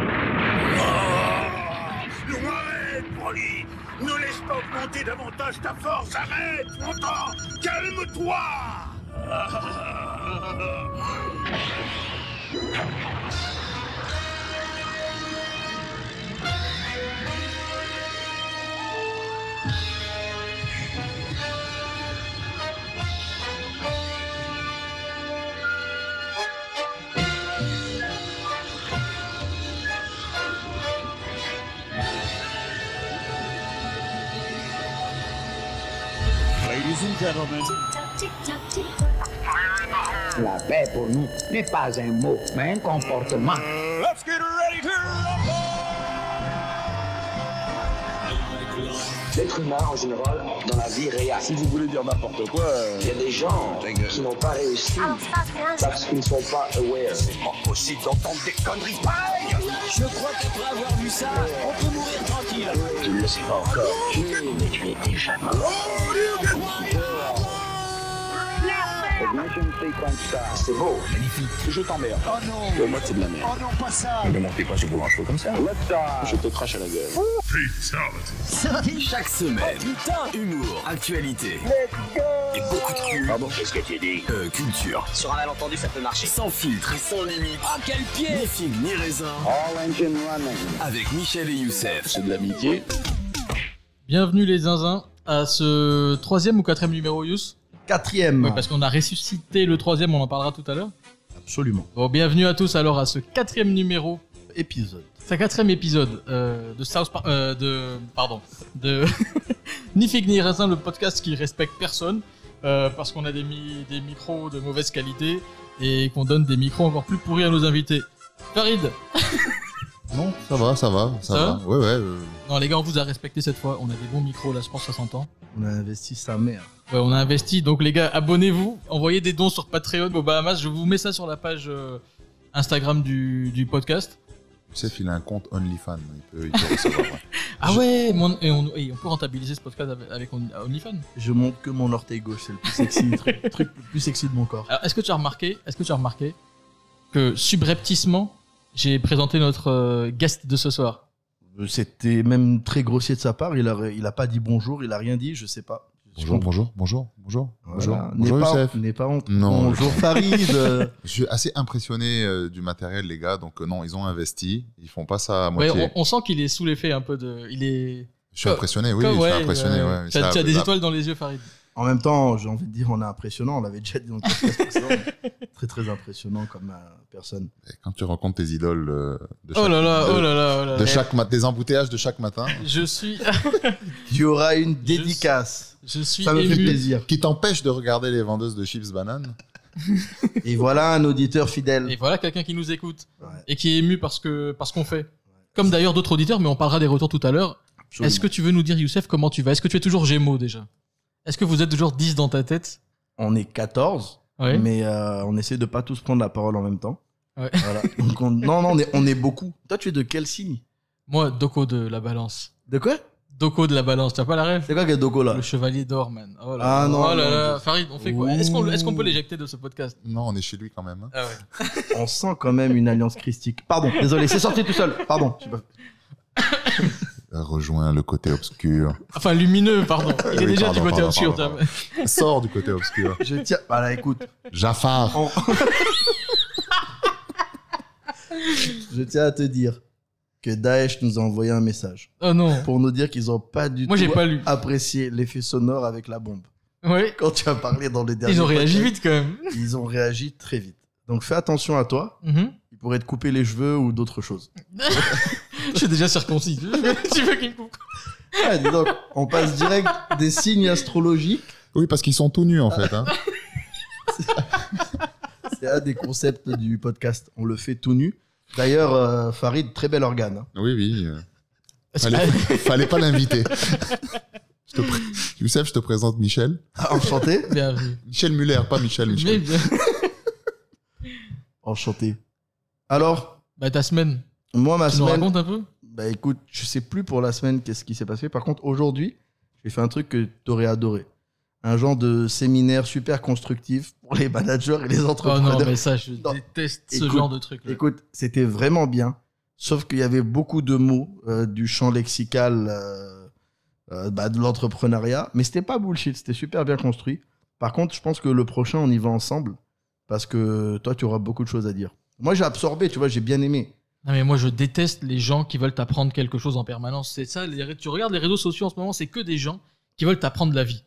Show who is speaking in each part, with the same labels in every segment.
Speaker 1: Broly Oh, Ne laisse pas augmenter davantage ta force Arrête, tu entends Calme-toi
Speaker 2: Ladies and gentlemen,
Speaker 3: La paix pour nous n'est pas un mot, mais un comportement.
Speaker 1: Let's get ready to
Speaker 4: L'être humain en général, dans la vie réelle,
Speaker 5: Si vous voulez dire n'importe quoi, euh,
Speaker 4: il y a des gens
Speaker 5: Ta gueule.
Speaker 4: qui n'ont pas réussi parce qu'ils ne sont pas aware.
Speaker 1: Impossible d'entendre des conneries pareilles
Speaker 4: Tu ne le sais pas encore, mais tu es déjà mort. C'est beau.
Speaker 5: je t'emmerde. Oh non Pour moi, c'est de la merde. Oh non, pas ça Ne montez pas sur vos un comme ça. Je te crache à la gueule.
Speaker 6: Chaque
Speaker 5: Oh,
Speaker 6: semaine, humour, actualité et beaucoup de cul,
Speaker 5: Pardon Qu'est-ce que tu dis
Speaker 6: euh, culture. Sur un malentendu, ça peut marcher. Sans filtre et sans limite. Ah, quel pied Ni figue ni raisin. Avec Michel et Youssef.
Speaker 5: C'est de l'amitié.
Speaker 7: Bienvenue les zinzins à ce troisième ou quatrième numéro Yous.
Speaker 8: Quatrième.
Speaker 7: Oui, parce qu'on a ressuscité le troisième, on en parlera tout à l'heure.
Speaker 8: Absolument.
Speaker 7: Bon, bienvenue à tous alors à ce quatrième numéro,
Speaker 8: Épisode.
Speaker 7: c'est un quatrième épisode euh, de South Park, euh, de, pardon, de Ni Figue Ni Raisin, le podcast qui respecte personne, euh, parce qu'on a des, mi- des micros de mauvaise qualité et qu'on donne des micros encore plus pourris à nos invités. Farid
Speaker 9: Non, ça va, ça va,
Speaker 7: Ça
Speaker 9: ça, va.
Speaker 7: va
Speaker 9: Ouais, ouais. euh,
Speaker 7: Non les gars, on vous a respecté cette fois, on a des bons micros là, je pense que ça s'entend.
Speaker 8: On a investi sa mère.
Speaker 7: Ouais, on a investi, donc les gars, abonnez-vous, envoyez des dons sur Patreon aux Bahamas. Je vous mets ça sur la page euh, Instagram du, du podcast.
Speaker 9: Youssef, il a un compte OnlyFans. Il peut, il peut recevoir. ouais.
Speaker 7: Ah ouais, mon- et, on, et on peut rentabiliser ce podcast avec, avec On- OnlyFans.
Speaker 8: Je montre que mon orteil gauche, c'est le plus sexy, le truc, truc le plus sexy de mon corps.
Speaker 7: Alors, est-ce que tu as remarqué, est-ce que tu as remarqué que subrepticement, j'ai présenté notre euh, guest de ce soir.
Speaker 8: Euh, C'était même très grossier de sa part. Il a, il a pas dit bonjour, il a rien dit, je sais pas.
Speaker 9: Bonjour, bonjour, bonjour, bonjour, bonjour,
Speaker 8: Voilà.
Speaker 9: bonjour,
Speaker 8: N'aie pas-
Speaker 9: Youssef.
Speaker 8: N'aie pas honte.
Speaker 9: Non.
Speaker 8: Bonjour Farid. Euh,
Speaker 9: Je suis assez impressionné euh, du matériel, les gars. Donc, euh, non, ils ont investi. Ils font pas ça à
Speaker 7: Ouais,
Speaker 9: moitié.
Speaker 7: on, on sent qu'il est sous l'effet un peu de. Il est.
Speaker 9: Je suis
Speaker 7: Comme-
Speaker 9: impressionné, oui,
Speaker 7: Comme,
Speaker 9: je
Speaker 7: ouais,
Speaker 9: suis impressionné.
Speaker 7: euh,
Speaker 9: ouais.
Speaker 7: t'as-
Speaker 9: Ça-
Speaker 7: t'as des
Speaker 9: ça-
Speaker 7: étoiles dans les yeux, Farid.
Speaker 8: en même temps, j'ai envie de dire, on est impressionnant. On l'avait déjà dit dans le podcast précédent. Très, très impressionnant comme euh, personne.
Speaker 9: Quand tu rencontres tes idoles euh, de chaque,
Speaker 7: Oh là là,
Speaker 9: de-
Speaker 7: oh là là, oh là là.
Speaker 9: de chaque mat- des embouteillages de chaque matin
Speaker 7: Je suis,
Speaker 8: Il y aura une dédicace.
Speaker 7: je suis
Speaker 8: Ça me fait
Speaker 7: ému.
Speaker 8: plaisir.
Speaker 9: qui t'empêchent de regarder les vendeuses de chips bananes.
Speaker 8: Et voilà un auditeur fidèle.
Speaker 7: Et voilà quelqu'un qui nous écoute.
Speaker 8: Ouais,
Speaker 7: et qui est ému parce que parce qu'on fait. Comme d'ailleurs d'autres auditeurs, mais on parlera des retours tout à l'heure.
Speaker 8: absolument.
Speaker 7: Est-ce que tu veux nous dire, Youssef, comment tu vas Est-ce que tu es toujours Gémeaux déjà Est-ce que vous êtes toujours 10 dans ta tête
Speaker 8: On est 14.
Speaker 7: Ouais.
Speaker 8: mais euh, on essaie de pas tous prendre la parole en même temps.
Speaker 7: Ouais.
Speaker 8: Voilà. Donc on- non, non, on est, on est beaucoup. Toi, tu es de quel signe
Speaker 7: Moi, Doko de la balance.
Speaker 8: De quoi
Speaker 7: Doko de la balance, t'as pas la rêve
Speaker 8: C'est quoi que Dogo là
Speaker 7: Le chevalier d'or, man. Oh là
Speaker 8: Ah
Speaker 7: là.
Speaker 8: non,
Speaker 7: Oh là
Speaker 8: non,
Speaker 7: là.
Speaker 8: non.
Speaker 7: Farid, on fait quoi Est-ce qu'on
Speaker 8: Ouh.
Speaker 7: est-ce qu'on peut l'éjecter de ce podcast
Speaker 9: Non, on est chez lui quand même. hein.
Speaker 7: Ah ouais.
Speaker 8: On sent quand même une alliance christique. Pardon, désolé, c'est sorti tout seul. Pardon. J'ai pas-
Speaker 9: Rejoins le côté obscur.
Speaker 7: Enfin, lumineux, pardon.
Speaker 8: Ah
Speaker 7: Il est
Speaker 9: Oui,
Speaker 7: déjà
Speaker 9: pardon,
Speaker 7: du côté
Speaker 9: pardon,
Speaker 7: obscur.
Speaker 9: pardon,
Speaker 7: t'as-
Speaker 9: Sors du côté obscur.
Speaker 8: Je tiens. Voilà, écoute.
Speaker 9: Jafar.
Speaker 8: on- Je tiens à te dire que Daesh nous a envoyé un message
Speaker 7: Oh non.
Speaker 8: pour nous dire qu'ils ont pas du
Speaker 7: Moi, j'ai
Speaker 8: tout
Speaker 7: pas lu.
Speaker 8: apprécié l'effet sonore avec la bombe.
Speaker 7: Ouais.
Speaker 8: Quand tu as parlé dans les derniers.
Speaker 7: Ils ont réagi
Speaker 8: podcasts,
Speaker 7: vite quand même.
Speaker 8: Ils ont réagi très vite. Donc fais attention à toi.
Speaker 7: Mhm.
Speaker 8: Il pourrait te couper les cheveux ou d'autres choses.
Speaker 7: Je suis déjà circoncis. tu veux qu'il me coupe
Speaker 8: Ouais, dis donc, on passe direct des signes astrologiques.
Speaker 9: Oui, parce qu'ils sont tout nus en fait. hein.
Speaker 8: C'est un des concepts du podcast. On le fait tout nu. D'ailleurs, euh, Farid, très bel organe. hein.
Speaker 9: Oui, oui. euh,
Speaker 7: Est-ce
Speaker 9: Fallait, fallait pas l'inviter. Je te pré- Youssef, je te présente Michel.
Speaker 8: hein. Enchanté.
Speaker 7: que- Bienvenue.
Speaker 9: Michel Muller, pas Michel.
Speaker 7: Mais
Speaker 9: Michel.
Speaker 7: bien.
Speaker 8: Enchanté. Alors,
Speaker 7: Bah, ta semaine.
Speaker 8: moi, ma
Speaker 7: Tu nous
Speaker 8: semaine.
Speaker 7: racontes un peu
Speaker 8: Bah écoute, je sais plus pour la semaine qu'est-ce qui s'est passé. Par contre, aujourd'hui, j'ai fait un truc que t'aurais adoré. Un genre de séminaire super constructif pour les managers et les
Speaker 7: Oh
Speaker 8: entrepreneurs.
Speaker 7: non, mais ça, je
Speaker 8: Non.
Speaker 7: déteste ce
Speaker 8: Écoute,
Speaker 7: genre de truc. là.
Speaker 8: Écoute, c'était vraiment bien. Sauf qu'il y avait beaucoup de mots euh, du champ lexical euh, euh, bah, de l'entrepreneuriat. Mais c'était pas bullshit, c'était super bien construit. Par contre, je pense que le prochain, on y va ensemble. Parce que toi, tu auras beaucoup de choses à dire. Moi, j'ai absorbé, tu vois, j'ai bien aimé.
Speaker 7: Non mais moi je déteste les gens qui veulent t'apprendre quelque chose en permanence. C'est ça, les ré- tu regardes les réseaux sociaux en ce moment, c'est que des gens qui veulent t'apprendre la vie.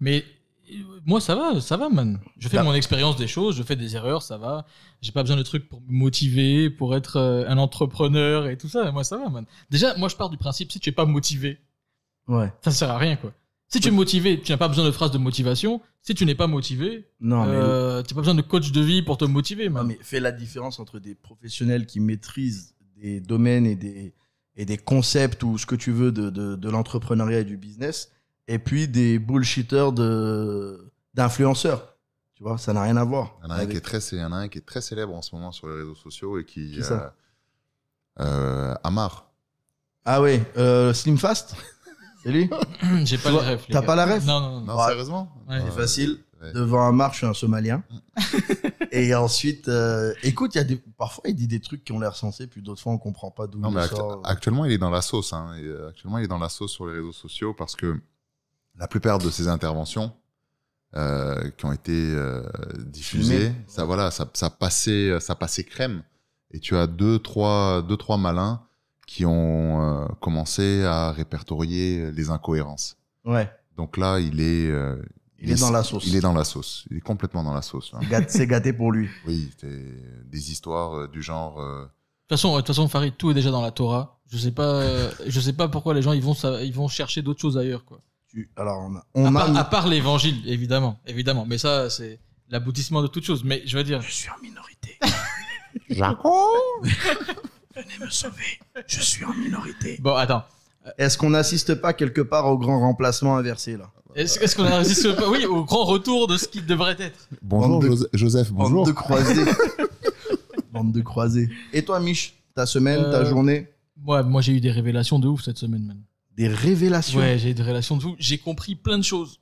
Speaker 7: Mais euh, moi ça va, ça va man. Je fais
Speaker 8: Bah.
Speaker 7: mon expérience des choses, je fais des erreurs, ça va. J'ai pas besoin de trucs pour me motiver, pour être euh, un entrepreneur et tout ça. Moi ça va man. Déjà moi je pars du principe si tu es pas motivé,
Speaker 8: Ouais.
Speaker 7: ça sert à rien quoi. Si tu es motivé, tu n'as pas besoin de phrases de motivation. Si tu n'es pas motivé,
Speaker 8: Non, mais
Speaker 7: euh, tu n'as pas besoin de coach de vie pour te motiver.
Speaker 8: Non,
Speaker 7: Man.
Speaker 8: mais fais la différence entre des professionnels qui maîtrisent des domaines et des, et des concepts ou ce que tu veux de, de, de l'entrepreneuriat et du business, et puis des bullshitters de- d'influenceurs. Tu vois, ça n'a rien à voir.
Speaker 9: Il y en a un qui est très, il y en a un qui est très célèbre en ce moment sur les réseaux sociaux et qui.
Speaker 8: Qui ça
Speaker 9: euh, euh, Amar.
Speaker 8: Ah oui, euh, Slim Fast C'est lui
Speaker 7: Hum, J'ai pas
Speaker 8: Tu
Speaker 7: les
Speaker 8: vois,
Speaker 7: refs. les
Speaker 8: t'as
Speaker 7: gars.
Speaker 8: pas la ref
Speaker 7: Non, non, non.
Speaker 9: Non,
Speaker 8: Ouais.
Speaker 9: sérieusement
Speaker 7: Ouais.
Speaker 9: Ouais.
Speaker 8: C'est facile.
Speaker 9: Ouais.
Speaker 8: Devant un mar, je suis un Somalien. et ensuite, euh, écoute, il y a des, parfois il dit des trucs qui ont l'air sensés, puis d'autres fois on comprend pas d'où
Speaker 9: Non,
Speaker 8: il
Speaker 9: mais actu-
Speaker 8: sort. euh,
Speaker 9: actuellement, il est dans la sauce. hein. Et, euh, actuellement, il est dans la sauce sur les réseaux sociaux parce que la plupart de ses interventions euh, qui ont été euh, diffusées,
Speaker 8: Filmées.
Speaker 9: ça, voilà, ça, ça, passait, euh, ça passait crème. Et tu as deux, trois, deux, trois malins qui ont euh, commencé à répertorier les incohérences.
Speaker 8: Ouais,
Speaker 9: Donc là, il est, euh,
Speaker 8: il est dans la sauce.
Speaker 9: Il est dans la sauce. Il est complètement dans la sauce. là.
Speaker 8: Gâte- C'est gâté pour lui.
Speaker 9: oui, c'est des histoires euh, du genre.
Speaker 7: De
Speaker 9: euh,
Speaker 7: toute façon, euh, de toute façon, Farid, tout est déjà dans la Torah. Je sais pas, euh, je sais pas pourquoi les gens ils vont, sa- ils vont chercher d'autres choses ailleurs, quoi.
Speaker 8: Tu- Alors, on a, on
Speaker 7: à,
Speaker 8: a
Speaker 7: part,
Speaker 8: une-
Speaker 7: à part l'Évangile, évidemment, évidemment. Mais ça, c'est l'aboutissement de toute chose. Mais je veux dire,
Speaker 4: Je suis en minorité. Venez me sauver. Je suis en minorité.
Speaker 7: bon, attends,
Speaker 8: Est-ce qu'on n'assiste pas quelque part au grand remplacement inversé là
Speaker 7: est-ce est-ce qu'on a réussi pas, oui, au grand retour de ce qui devrait être
Speaker 9: Bonjour,
Speaker 8: Bande de-
Speaker 9: Jose- Joseph. Bonjour.
Speaker 8: Bande de croisés. Bande de croisés. Et toi, Mich, ta semaine, ta
Speaker 7: Euh,
Speaker 8: journée
Speaker 7: Moi, moi, j'ai eu des révélations de ouf cette semaine, man.
Speaker 8: Des révélations.
Speaker 7: Ouais, j'ai eu des révélations de ouf. J'ai compris plein de choses.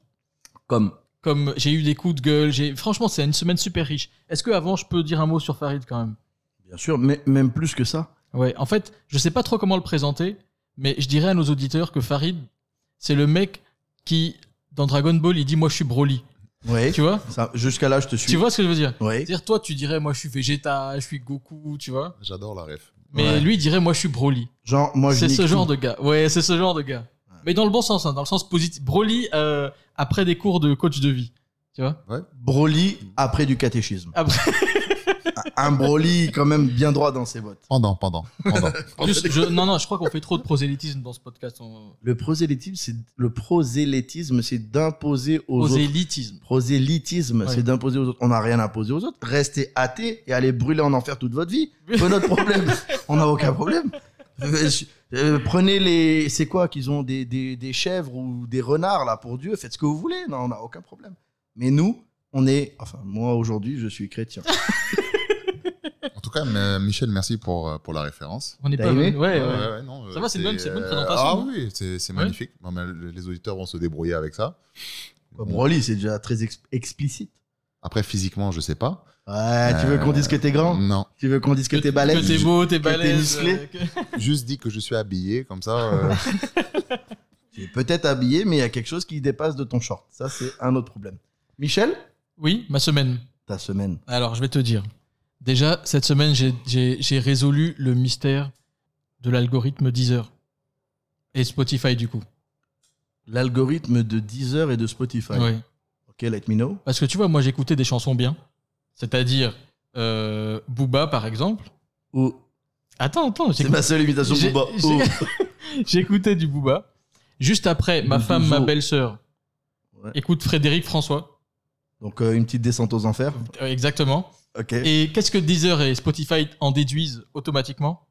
Speaker 8: Comme
Speaker 7: Comme j'ai eu des coups de gueule. J'ai, franchement, c'est une semaine super riche. Est-ce que avant, je peux dire un mot sur Farid quand même
Speaker 8: Bien sûr, mais même plus que ça.
Speaker 7: Ouais, en fait, je sais pas trop comment le présenter, mais je dirais à nos auditeurs que Farid, c'est le mec qui, dans Dragon Ball, il dit Moi, je suis Broly.
Speaker 8: Ouais.
Speaker 7: Tu vois
Speaker 8: Ça- Jusqu'à là, je te suis.
Speaker 7: Tu vois ce que je veux dire
Speaker 8: Ouais.
Speaker 7: C'est-à-dire, toi, tu dirais Moi, je suis Vegeta, je suis Goku, tu vois
Speaker 9: J'adore la ref.
Speaker 7: Mais
Speaker 8: Ouais.
Speaker 7: lui, il dirait Moi, je suis Broly.
Speaker 8: Genre, moi, je
Speaker 7: c'est
Speaker 8: nique
Speaker 7: ce
Speaker 8: tout.
Speaker 7: genre de gars. Ouais, c'est ce genre de gars. Mais dans le bon sens, hein, dans le sens positif. Broly, euh, après des cours de coach de vie. Tu vois
Speaker 8: Broly après du catéchisme.
Speaker 7: Après-
Speaker 8: Un Broly quand même bien droit dans ses bottes.
Speaker 9: Pendant, pendant, pendant.
Speaker 7: Juste, je- Non, non, je crois qu'on fait trop de prosélytisme dans ce podcast. on-
Speaker 8: Le prosélytisme, c'est le prosélytisme, c'est d'imposer aux autres.
Speaker 7: Prosélytisme.
Speaker 8: Prosélytisme,
Speaker 7: Ouais.
Speaker 8: c'est d'imposer aux autres. On n'a rien imposé aux autres. Restez athée et allez brûler en enfer toute votre vie. C'est notre problème. On n'a aucun problème. Euh, je- euh, prenez les. C'est quoi qu'ils ont des, des, des chèvres ou des renards là pour Dieu. Faites ce que vous voulez. Non, on n'a aucun problème. Mais nous, on est. Enfin, moi aujourd'hui, je suis chrétien.
Speaker 9: En tout cas, mais, Michel, merci pour, euh, pour la référence.
Speaker 7: On n'est
Speaker 8: T'as
Speaker 7: pas.
Speaker 8: aimé
Speaker 7: ouais, ouais.
Speaker 9: non, euh,
Speaker 7: Ça va, c'est une bonne- c'est une bonne
Speaker 9: euh,
Speaker 7: présentation,
Speaker 9: Ah
Speaker 7: non
Speaker 9: oui, c'est c'est
Speaker 7: Ouais.
Speaker 9: magnifique. Non, mais le- les auditeurs vont se débrouiller avec ça.
Speaker 8: Bah,
Speaker 9: Bon.
Speaker 8: Broly, c'est déjà très ex- explicite.
Speaker 9: Après, physiquement, je sais pas.
Speaker 8: Ouais, tu veux qu'on dise que t'es grand
Speaker 9: Non.
Speaker 8: Tu veux qu'on dise que t'es
Speaker 7: Euh, Que
Speaker 8: balèze
Speaker 7: t'es beau, t'es
Speaker 8: que t'es
Speaker 7: balèze.
Speaker 8: musclé.
Speaker 7: euh, que-
Speaker 9: Juste dit que je suis habillé comme ça. euh,
Speaker 8: Tu es peut-être habillé, mais il y a quelque chose qui dépasse de ton short. Ça, c'est un autre problème. Michel,
Speaker 7: Oui, ma semaine.
Speaker 8: ta semaine.
Speaker 7: Alors, je vais te dire. Déjà, cette semaine, j'ai- j'ai j'ai résolu le mystère de l'algorithme Deezer et Spotify, du coup.
Speaker 8: L'algorithme de Deezer et de Spotify.
Speaker 7: Ouais.
Speaker 8: Ok, let me know.
Speaker 7: Parce que tu vois, moi, j'écoutais des chansons bien. C'est-à-dire euh, Booba, par exemple.
Speaker 8: Oh,
Speaker 7: Attends, attends.
Speaker 8: c'est
Speaker 7: j'écoute-
Speaker 8: ma seule imitation
Speaker 7: j'ai-
Speaker 8: Booba.
Speaker 7: j'ai-
Speaker 8: Oh.
Speaker 7: J'écoutais du Booba. Juste après, ma
Speaker 8: Nous
Speaker 7: femme, ma
Speaker 8: faisons-
Speaker 7: belle-sœur,
Speaker 8: Ouais.
Speaker 7: écoute Frédéric François.
Speaker 8: Donc, euh, une petite descente aux enfers.
Speaker 7: Euh, Exactement.
Speaker 8: Ok.
Speaker 7: Et qu'est-ce que Deezer et Spotify en déduisent automatiquement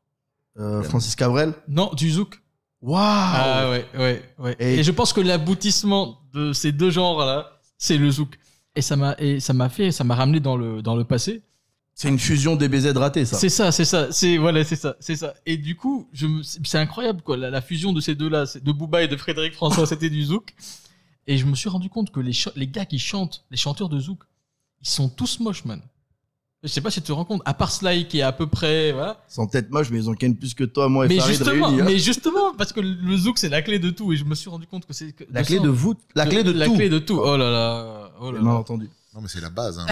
Speaker 8: Euh, Francis Cabrel.
Speaker 7: Non, du zouk.
Speaker 8: Waouh
Speaker 7: Ah ouais, ouais, ouais.
Speaker 8: Et-
Speaker 7: Et, je pense que l'aboutissement de ces deux genres-là, c'est le zouk. Et ça m'a, et ça m'a fait, ça m'a ramené dans le, dans le passé.
Speaker 8: C'est une fusion des BZ ratés, ça.
Speaker 7: C'est ça, c'est ça, c'est, voilà, c'est ça, c'est ça. Et du coup, je me- c'est c'est incroyable, quoi, la, la fusion de ces deux-là, c'est- de Booba et de Frédéric François, c'était du zouk. Et je me suis rendu compte que les, cha- les gars qui chantent, les chanteurs de zouk, ils sont tous moches, man. Je sais pas si tu te rends compte, à part Sly qui est à peu près, voilà.
Speaker 8: Ils sont peut-être moches, mais ils ont ken plus que toi, moi et
Speaker 7: mais
Speaker 8: Farid
Speaker 7: justement,
Speaker 8: réunis, hein.
Speaker 7: mais justement, parce que le zouk c'est la clé de tout et je me suis rendu compte que c'est que-
Speaker 8: La clé
Speaker 7: ça,
Speaker 8: de voûte, la clé de,
Speaker 7: la
Speaker 8: tout.
Speaker 7: clé de tout. Oh là là, oh là
Speaker 8: Mal
Speaker 7: là.
Speaker 8: entendu.
Speaker 9: Non, mais c'est la base. hein.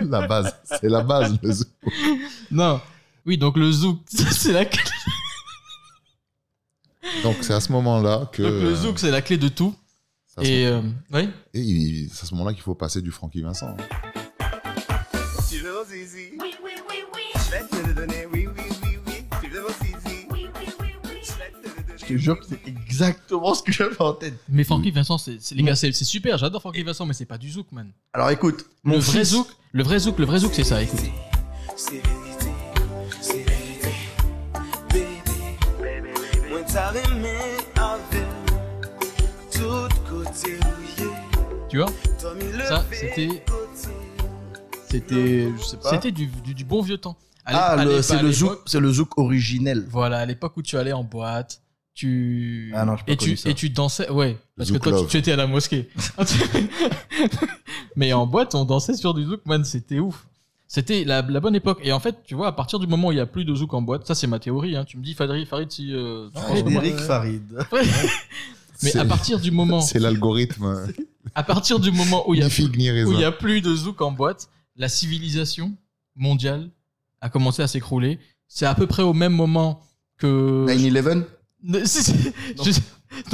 Speaker 9: la base. C'est la base. le zoo.
Speaker 7: Non. Oui, donc le zouk, c'est la clé.
Speaker 9: Donc, c'est à ce moment-là que.
Speaker 7: donc le
Speaker 9: euh,
Speaker 7: zouk c'est la clé de tout
Speaker 9: c'est à ce
Speaker 7: et
Speaker 9: moment-
Speaker 7: euh, oui.
Speaker 9: et il- c'est à ce moment-là qu'il faut passer du Francky Vincent.
Speaker 1: Tu veux mon zizi Oui, oui, oui, oui. Je vais te le donner, oui, oui, oui, oui. Tu veux mon zizi Oui, oui, oui, oui. Je vais te le donner.
Speaker 8: Je te jure que c'est exactement ce que j'avais en tête.
Speaker 7: Mais Francky
Speaker 8: Mm.
Speaker 7: Vincent, c'est c'est- les gars, c'est c'est super, j'adore Francky Vincent, mais c'est pas du zouk, man.
Speaker 8: Alors écoute, mon
Speaker 7: le vrai
Speaker 8: fils-
Speaker 7: zouk, le vrai zouk, le vrai zouk, c'est ça. Écoute.
Speaker 2: Sérénité, sérénité, bébé, bébé, bébé. Moi t'as aimé avec tout côté rouillé.
Speaker 7: Tu vois,
Speaker 2: T'as mis le
Speaker 7: Ça,
Speaker 2: bébé
Speaker 7: c'était-
Speaker 2: côté.
Speaker 8: c'était, je sais pas.
Speaker 7: c'était du, du, du bon vieux temps. À l'é-
Speaker 8: Ah,
Speaker 7: à
Speaker 8: le-
Speaker 7: l'é-
Speaker 8: c'est
Speaker 7: à
Speaker 8: le
Speaker 7: l'époque-
Speaker 8: zouk, c'est le zouk originel.
Speaker 7: Voilà, à l'époque où tu allais en boîte, tu
Speaker 8: Ah non, j'ai pas
Speaker 7: et
Speaker 8: connu
Speaker 7: tu
Speaker 8: ça.
Speaker 7: et tu dansais, ouais, parce que
Speaker 9: Zouk
Speaker 7: toi tu,
Speaker 9: love.
Speaker 7: tu étais à la mosquée. Mais en boîte, on dansait sur du zouk, man, c'était ouf. C'était la, la bonne époque. Et en fait, tu vois, à partir du moment où il y a plus de zouk en boîte, ça c'est ma théorie. hein. Tu me dis, Farid, Farid, si euh, tu penses comme moi.
Speaker 8: Frédéric
Speaker 7: Euh,
Speaker 8: Farid.
Speaker 7: Mais à
Speaker 9: C'est-
Speaker 7: partir du moment,
Speaker 9: C'est l'algorithme.
Speaker 7: à partir du moment où il y a
Speaker 9: ni figue, ni
Speaker 7: où
Speaker 9: raisin.
Speaker 7: il n'y a plus de zouk en boîte, la civilisation mondiale a commencé à s'écrouler. C'est à peu près au même moment que.
Speaker 8: 9-11
Speaker 7: Ne- si, si, je-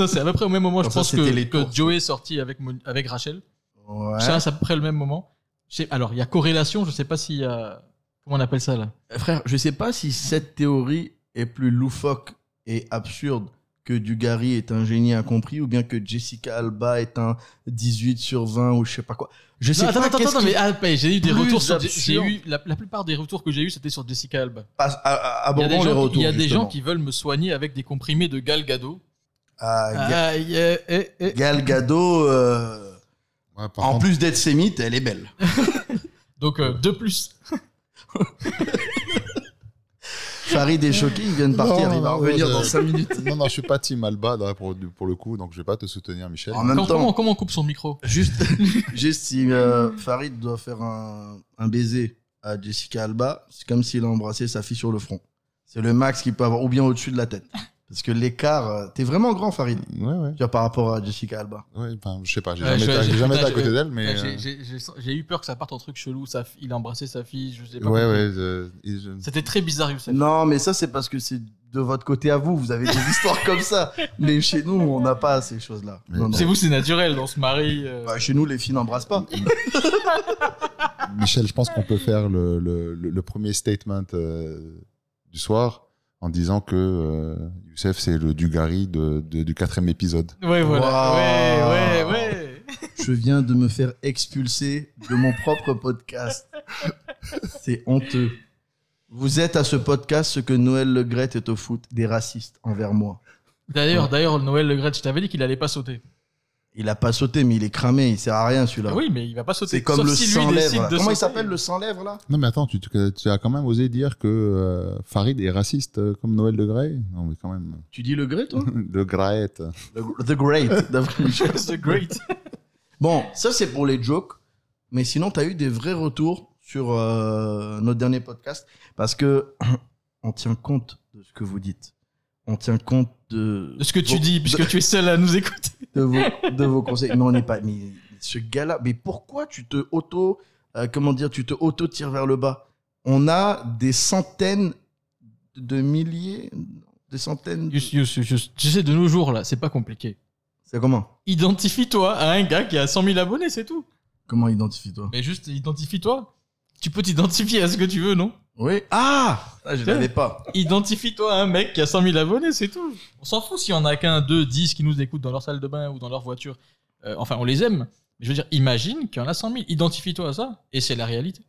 Speaker 7: Non, c'est à peu près au même moment,
Speaker 8: Non,
Speaker 7: je
Speaker 8: ça,
Speaker 7: pense, que,
Speaker 8: c'était les
Speaker 7: que
Speaker 8: tours.
Speaker 7: Joey est sorti avec, Mon- avec Rachel.
Speaker 8: Ouais.
Speaker 7: Ça, c'est à peu près le même moment. Je sais- Alors, il y a corrélation, je sais pas s'il y a. Comment on appelle ça là
Speaker 8: Frère, je sais pas si cette théorie est plus loufoque et absurde que Dugarry est un génie incompris ou bien que Jessica Alba est un 18 sur 20 ou je sais pas quoi. Je sais
Speaker 7: Non,
Speaker 8: pas
Speaker 7: Attends, attends,
Speaker 8: qu'est-ce
Speaker 7: attends,
Speaker 8: qui
Speaker 7: mais ah, ben, j'ai eu des
Speaker 8: plus
Speaker 7: retours sur. J'ai
Speaker 8: absurde.
Speaker 7: eu, la, la plupart des retours que j'ai eu, c'était sur Jessica Alba.
Speaker 8: passe à, à, à
Speaker 7: Il y a,
Speaker 8: Bourbon
Speaker 7: des
Speaker 8: Ah, les
Speaker 7: gens, qui-
Speaker 8: retours.
Speaker 7: il y a des
Speaker 8: justement.
Speaker 7: gens qui veulent me soigner avec des comprimés de Gal Gadot.
Speaker 8: Ah, Ga-
Speaker 7: Ah, yeah, eh, eh.
Speaker 8: Gal Gadot, euh,
Speaker 9: Ouais, par
Speaker 8: en
Speaker 9: contre,
Speaker 8: plus d'être sémite, elle est belle.
Speaker 7: Donc, euh, deux plus.
Speaker 8: Farid est choqué, il vient de partir,
Speaker 9: Non,
Speaker 8: il va
Speaker 9: non,
Speaker 8: revenir
Speaker 9: je-
Speaker 8: dans 5 minutes.
Speaker 9: Non, non, je suis pas Team Alba là, pour, pour le coup, donc je vais pas te soutenir, Michel.
Speaker 8: En même
Speaker 7: Comment-
Speaker 8: temps,
Speaker 7: comment, comment on coupe son micro
Speaker 8: Juste, juste si euh, Farid doit faire un, un baiser à Jessica Alba, c'est comme s'il a embrassé sa fille sur le front. C'est le max qu'il peut avoir, ou bien au-dessus de la tête. Parce que l'écart, euh, t'es vraiment grand, Farid,
Speaker 9: Ouais, ouais.
Speaker 8: tu vois, par rapport à Jessica Alba.
Speaker 9: ouais enfin, je sais pas, j'ai
Speaker 7: Ouais,
Speaker 9: jamais,
Speaker 7: je-
Speaker 9: été-
Speaker 7: je-
Speaker 9: j'ai jamais été à
Speaker 7: je-
Speaker 9: côté d'elle, mais.
Speaker 7: Ouais, j'ai-
Speaker 9: euh,
Speaker 7: j'ai- J'ai j'ai eu peur que ça parte en truc chelou. Sa fi- il a embrassé sa fille, je sais pas.
Speaker 9: Ouais, ouais.
Speaker 7: pourquoi.
Speaker 9: euh, et je-
Speaker 7: C'était très bizarre, Youssef.
Speaker 8: Non, mais ça, c'est parce que c'est de votre côté à vous, vous avez des histoires comme ça. Mais chez nous, on n'a pas ces choses-là.
Speaker 9: Mais
Speaker 8: Non, non.
Speaker 7: C'est vous, c'est naturel, on se marie. euh.
Speaker 8: Bah, chez nous, les filles n'embrassent pas.
Speaker 9: Michel, je pense qu'on peut faire le, le- le- le premier statement euh, du soir en disant que euh, Youssef, c'est le Dugarry de, de- du quatrième épisode.
Speaker 7: Ouais, voilà.
Speaker 8: Waouh.
Speaker 7: Ouais, ouais, ouais.
Speaker 8: Je viens de me faire expulser de mon propre podcast. C'est honteux. Vous êtes à ce podcast ce que Noël Le Gret est au foot, des racistes envers moi.
Speaker 7: D'ailleurs, d'ailleurs, Noël Le Gret, je t'avais dit qu'il allait pas sauter.
Speaker 8: Il a pas sauté, mais il est cramé, Ah il sert à rien celui-là.
Speaker 7: Oui, mais il va pas sauter.
Speaker 8: Bah C'est comme
Speaker 7: Sauf
Speaker 8: le
Speaker 7: si lui
Speaker 8: sans
Speaker 7: décide
Speaker 8: lèvres. là.
Speaker 7: de
Speaker 8: Comment il
Speaker 7: sauter.
Speaker 8: s'appelle le sans lèvres là
Speaker 9: Non, mais attends, tu, te- tu as quand même osé dire que euh, Farid est raciste euh, comme Noël de Grey Non, mais quand même.
Speaker 8: Tu dis Le Gret toi
Speaker 9: De Graette.
Speaker 8: Le- The Great. d'après Michel.
Speaker 7: The Great.
Speaker 8: bon, ça c'est pour les jokes, mais sinon tu as eu des vrais retours sur euh, notre dernier podcast parce que on tient compte de ce que vous dites. On tient compte de
Speaker 7: De ce que tu
Speaker 8: vos-
Speaker 7: dis,
Speaker 8: de-
Speaker 7: puisque tu es seul à nous écouter.
Speaker 8: de vos, de vos conseils. Mais on n'est pas. Mais ce gars-là, mais pourquoi tu te auto. euh, comment dire Tu te auto-tires vers le bas. On a des centaines de milliers. Des centaines. de-
Speaker 7: Yous, Yous, Yous, Yous. Tu sais, de nos jours, là, c'est pas compliqué.
Speaker 8: C'est comment
Speaker 7: Identifie-toi à un gars qui a 100 000 abonnés, c'est tout.
Speaker 8: Comment identifie-toi
Speaker 7: Mais juste, identifie-toi. Tu peux t'identifier à ce que tu veux, non
Speaker 8: Oui. Ah Je
Speaker 7: Tiens.
Speaker 8: l'avais pas.
Speaker 7: Identifie-toi à un mec qui a 100 000 abonnés, c'est tout. On s'en fout s'il y en a qu'un, deux, dix qui nous écoutent dans leur salle de bain ou dans leur voiture. Euh, enfin, on les aime. Mais je veux dire, imagine qu'il y en a 100 000. Identifie-toi à ça. Et c'est la réalité.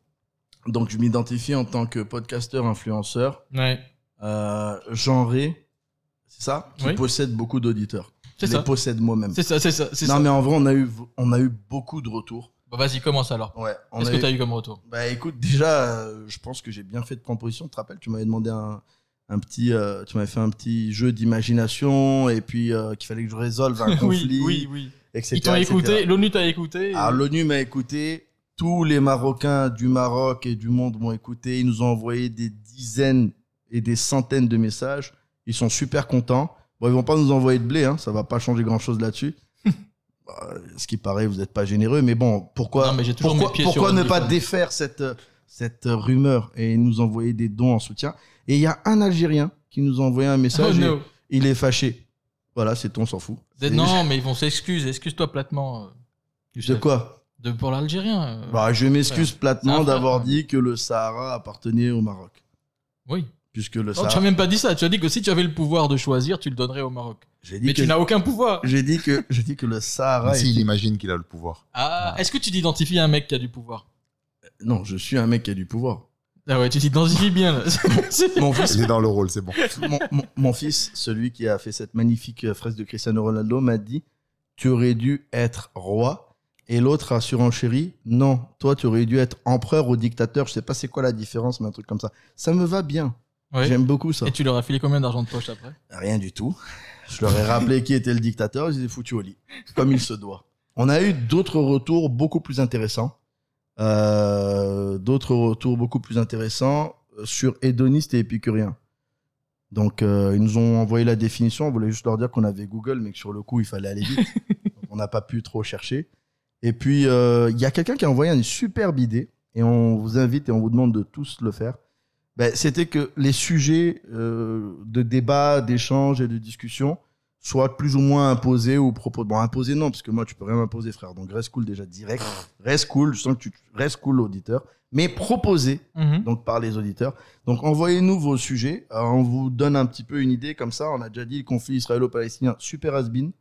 Speaker 8: Donc je m'identifie en tant que podcasteur, influenceur,
Speaker 7: Ouais.
Speaker 8: euh, genré, c'est ça Qui
Speaker 7: Oui.
Speaker 8: possède beaucoup d'auditeurs. Je
Speaker 7: C'est
Speaker 8: les
Speaker 7: ça.
Speaker 8: possède moi-même.
Speaker 7: C'est ça, c'est ça. c'est
Speaker 8: Non
Speaker 7: ça.
Speaker 8: mais en vrai, on a eu, on a eu beaucoup de retours.
Speaker 7: Bon, vas-y, commence alors.
Speaker 8: Ouais. on
Speaker 7: Qu'est-ce
Speaker 8: a
Speaker 7: que
Speaker 8: eu-
Speaker 7: t'as eu comme retour
Speaker 8: Bah écoute, déjà, euh, je pense que j'ai bien fait de prendre position. Tu te rappelles, tu m'avais demandé un, un petit, euh, tu m'avais fait un petit jeu d'imagination et puis euh, qu'il fallait que je résolve un
Speaker 7: Oui,
Speaker 8: conflit,
Speaker 7: oui, oui.
Speaker 8: etc.
Speaker 7: Ils t'ont
Speaker 8: etc. Ah,
Speaker 7: écouté, l'ONU t'a écouté.
Speaker 8: Alors l'ONU m'a écouté, Tous les Marocains du Maroc et du monde m'ont écouté. Ils nous ont envoyé des dizaines et des centaines de messages. Ils sont super contents. Bon, ils vont pas nous envoyer de blé, hein, ça va pas changer grand-chose là-dessus. Bah, ce qui paraît, vous n'êtes pas généreux, mais bon, pourquoi,
Speaker 7: Non, mais j'ai toujours
Speaker 8: pourquoi,
Speaker 7: mes pieds
Speaker 8: pourquoi
Speaker 7: sur
Speaker 8: ne
Speaker 7: OnlyFans.
Speaker 8: pas défaire cette, cette rumeur et nous envoyer des dons en soutien Et il y a un Algérien qui nous a envoyé un
Speaker 7: Oh
Speaker 8: message. et
Speaker 7: no.
Speaker 8: Il est fâché. Voilà, c'est tout, on s'en fout.
Speaker 7: Des- Non, mais ils vont s'excuser. Excuse-toi platement. euh,
Speaker 8: De
Speaker 7: Youssef.
Speaker 8: quoi
Speaker 7: de, Pour l'Algérien. euh.
Speaker 8: bah, Je m'excuse platement
Speaker 7: C'est un frère,
Speaker 8: d'avoir
Speaker 7: ouais.
Speaker 8: dit que le Sahara appartenait au Maroc.
Speaker 7: Oui.
Speaker 8: Puisque le
Speaker 7: Non, tu as
Speaker 8: Sahara.
Speaker 7: même pas dit ça. Tu as dit que si tu avais le pouvoir de choisir, tu le donnerais au Maroc.
Speaker 8: J'ai
Speaker 7: Mais
Speaker 8: dit, que-
Speaker 7: tu n'as aucun pouvoir.
Speaker 8: j'ai dit, que... j'ai dit que le Sahara.
Speaker 9: si, il
Speaker 8: était-
Speaker 9: imagine qu'il a le pouvoir.
Speaker 7: Ah, Est-ce que tu t'identifies à un mec qui a du pouvoir
Speaker 8: Non, je suis un mec qui a du pouvoir.
Speaker 7: Ah ouais, tu t'identifies bien. Là. C'est-
Speaker 8: Mon fils,
Speaker 9: Il est dans le rôle, c'est bon.
Speaker 8: mon, mon- mon fils, celui qui a fait cette magnifique euh, fresque de Cristiano Ronaldo, m'a dit Tu aurais dû être roi. Et l'autre a surenchéri Non, toi, tu aurais dû être empereur ou dictateur. Je sais pas c'est quoi la différence, mais un truc comme ça. Ça me va bien.
Speaker 7: Ouais.
Speaker 8: J'aime beaucoup ça.
Speaker 7: Et tu leur as filé combien d'argent de poche après
Speaker 8: Rien du tout. Je leur ai rappelé qui était le dictateur, ils étaient foutus au lit, comme il se doit. On a eu d'autres retours beaucoup plus intéressants. Euh, d'autres retours beaucoup plus intéressants sur hédonistes et épicuriens. Donc, euh, ils nous ont envoyé la définition. On voulait juste leur dire qu'on avait Google, mais que sur le coup, il fallait aller vite. Donc, on n'a pas pu trop chercher. Et puis, euh, il y a quelqu'un qui a envoyé une superbe idée, et on vous invite et on vous demande de tous le faire. Ben, c'était que les sujets euh, de débat, d'échange et de discussion soient plus ou moins imposés ou propos. Bon, imposés, non, parce que moi, tu peux rien m'imposer, frère. Donc, reste cool déjà direct. Reste cool. Je sens que tu restes cool, auditeur. Mais proposés,
Speaker 9: Mhm.
Speaker 8: donc par les auditeurs. Donc, envoyez-nous vos sujets. Euh, on vous donne un petit peu une idée. Comme ça, on a déjà dit le conflit israélo-palestinien, super has been.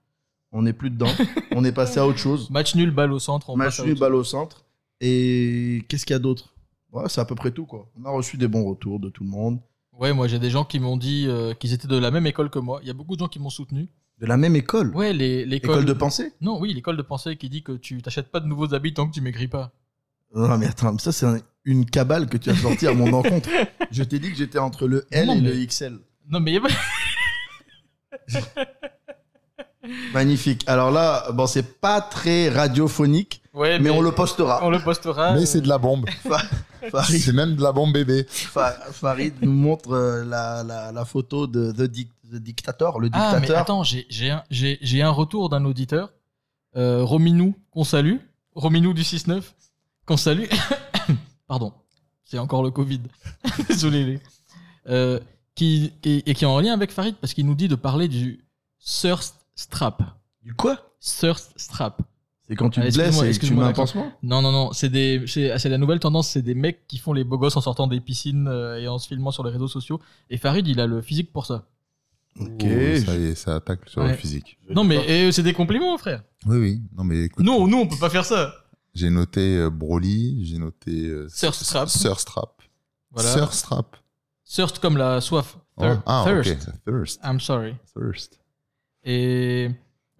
Speaker 8: On n'est plus dedans. on est passé à autre chose.
Speaker 7: Match nul, balle au centre. On
Speaker 8: Match
Speaker 7: passe à
Speaker 8: nul,
Speaker 7: autre-
Speaker 8: balle au centre. Et qu'est-ce qu'il y a d'autre Ouais, c'est à peu près tout, quoi. On a reçu des bons retours de tout le monde.
Speaker 7: Ouais, moi j'ai des gens qui m'ont dit euh, qu'ils étaient de la même école que moi. Il y a beaucoup de gens qui m'ont soutenu.
Speaker 8: De la même école
Speaker 7: Ouais, les- l'école.
Speaker 8: École de pensée
Speaker 7: Non, oui, l'école de pensée qui dit que tu t'achètes pas de nouveaux habits tant que tu maigris pas.
Speaker 8: Non, mais attends, mais ça, c'est un- une cabale que tu as sortie à mon encontre. Je t'ai dit que j'étais entre le L
Speaker 7: Non,
Speaker 8: et
Speaker 7: mais-
Speaker 8: le XL.
Speaker 7: Non, mais il y a pas.
Speaker 8: Magnifique. Alors là, bon, c'est pas très radiophonique,
Speaker 7: Ouais,
Speaker 8: mais, on le postera.
Speaker 7: Eh on le postera. euh,
Speaker 9: Mais c'est de la bombe.
Speaker 8: Farid,
Speaker 9: C'est même de la bombe bébé.
Speaker 8: Fa- Farid nous montre euh, la, la, la photo de The, Dic- The Dictator, le
Speaker 7: Ah, mais
Speaker 8: dictateur.
Speaker 7: attends, j'ai- j'ai un, j'ai- j'ai un retour d'un auditeur, euh, Rominou, qu'on salue, Rominou du 6-9, qu'on salue. Pardon, c'est encore le Covid. Désolé. les- Euh, qui, qui- et qui est en lien avec Farid parce qu'il nous dit de parler du thirst strap.
Speaker 8: Du quoi
Speaker 7: Thirst strap.
Speaker 8: C'est quand tu
Speaker 7: Ah,
Speaker 8: te
Speaker 7: excuse-moi,
Speaker 8: blesses et que tu
Speaker 7: excuse-moi,
Speaker 8: mets un
Speaker 7: d'accord.
Speaker 8: pansement
Speaker 7: Non, non, non, c'est des, c'est c'est la nouvelle tendance, c'est des mecs qui font les beaux gosses en sortant des piscines euh, et en se filmant sur les réseaux sociaux. Et Farid, il a le physique pour ça.
Speaker 8: Ok.
Speaker 9: Oh,
Speaker 8: je-
Speaker 9: ça y est, ça attaque sur
Speaker 7: Ouais.
Speaker 9: le physique.
Speaker 7: Non, mais eh, c'est des compliments, frère.
Speaker 9: Oui, oui. Non, mais écoute,
Speaker 7: Non, nous, on peut pas faire ça.
Speaker 9: j'ai noté euh, Broly, j'ai noté euh,
Speaker 7: Surstrap.
Speaker 9: Surstrap.
Speaker 7: Voilà.
Speaker 9: Surstrap.
Speaker 7: Thirst comme la soif.
Speaker 9: Oh,
Speaker 7: Thir-
Speaker 9: Ah,
Speaker 7: thirst.
Speaker 9: ok. Thirst.
Speaker 7: I'm sorry.
Speaker 9: Thirst.
Speaker 7: Et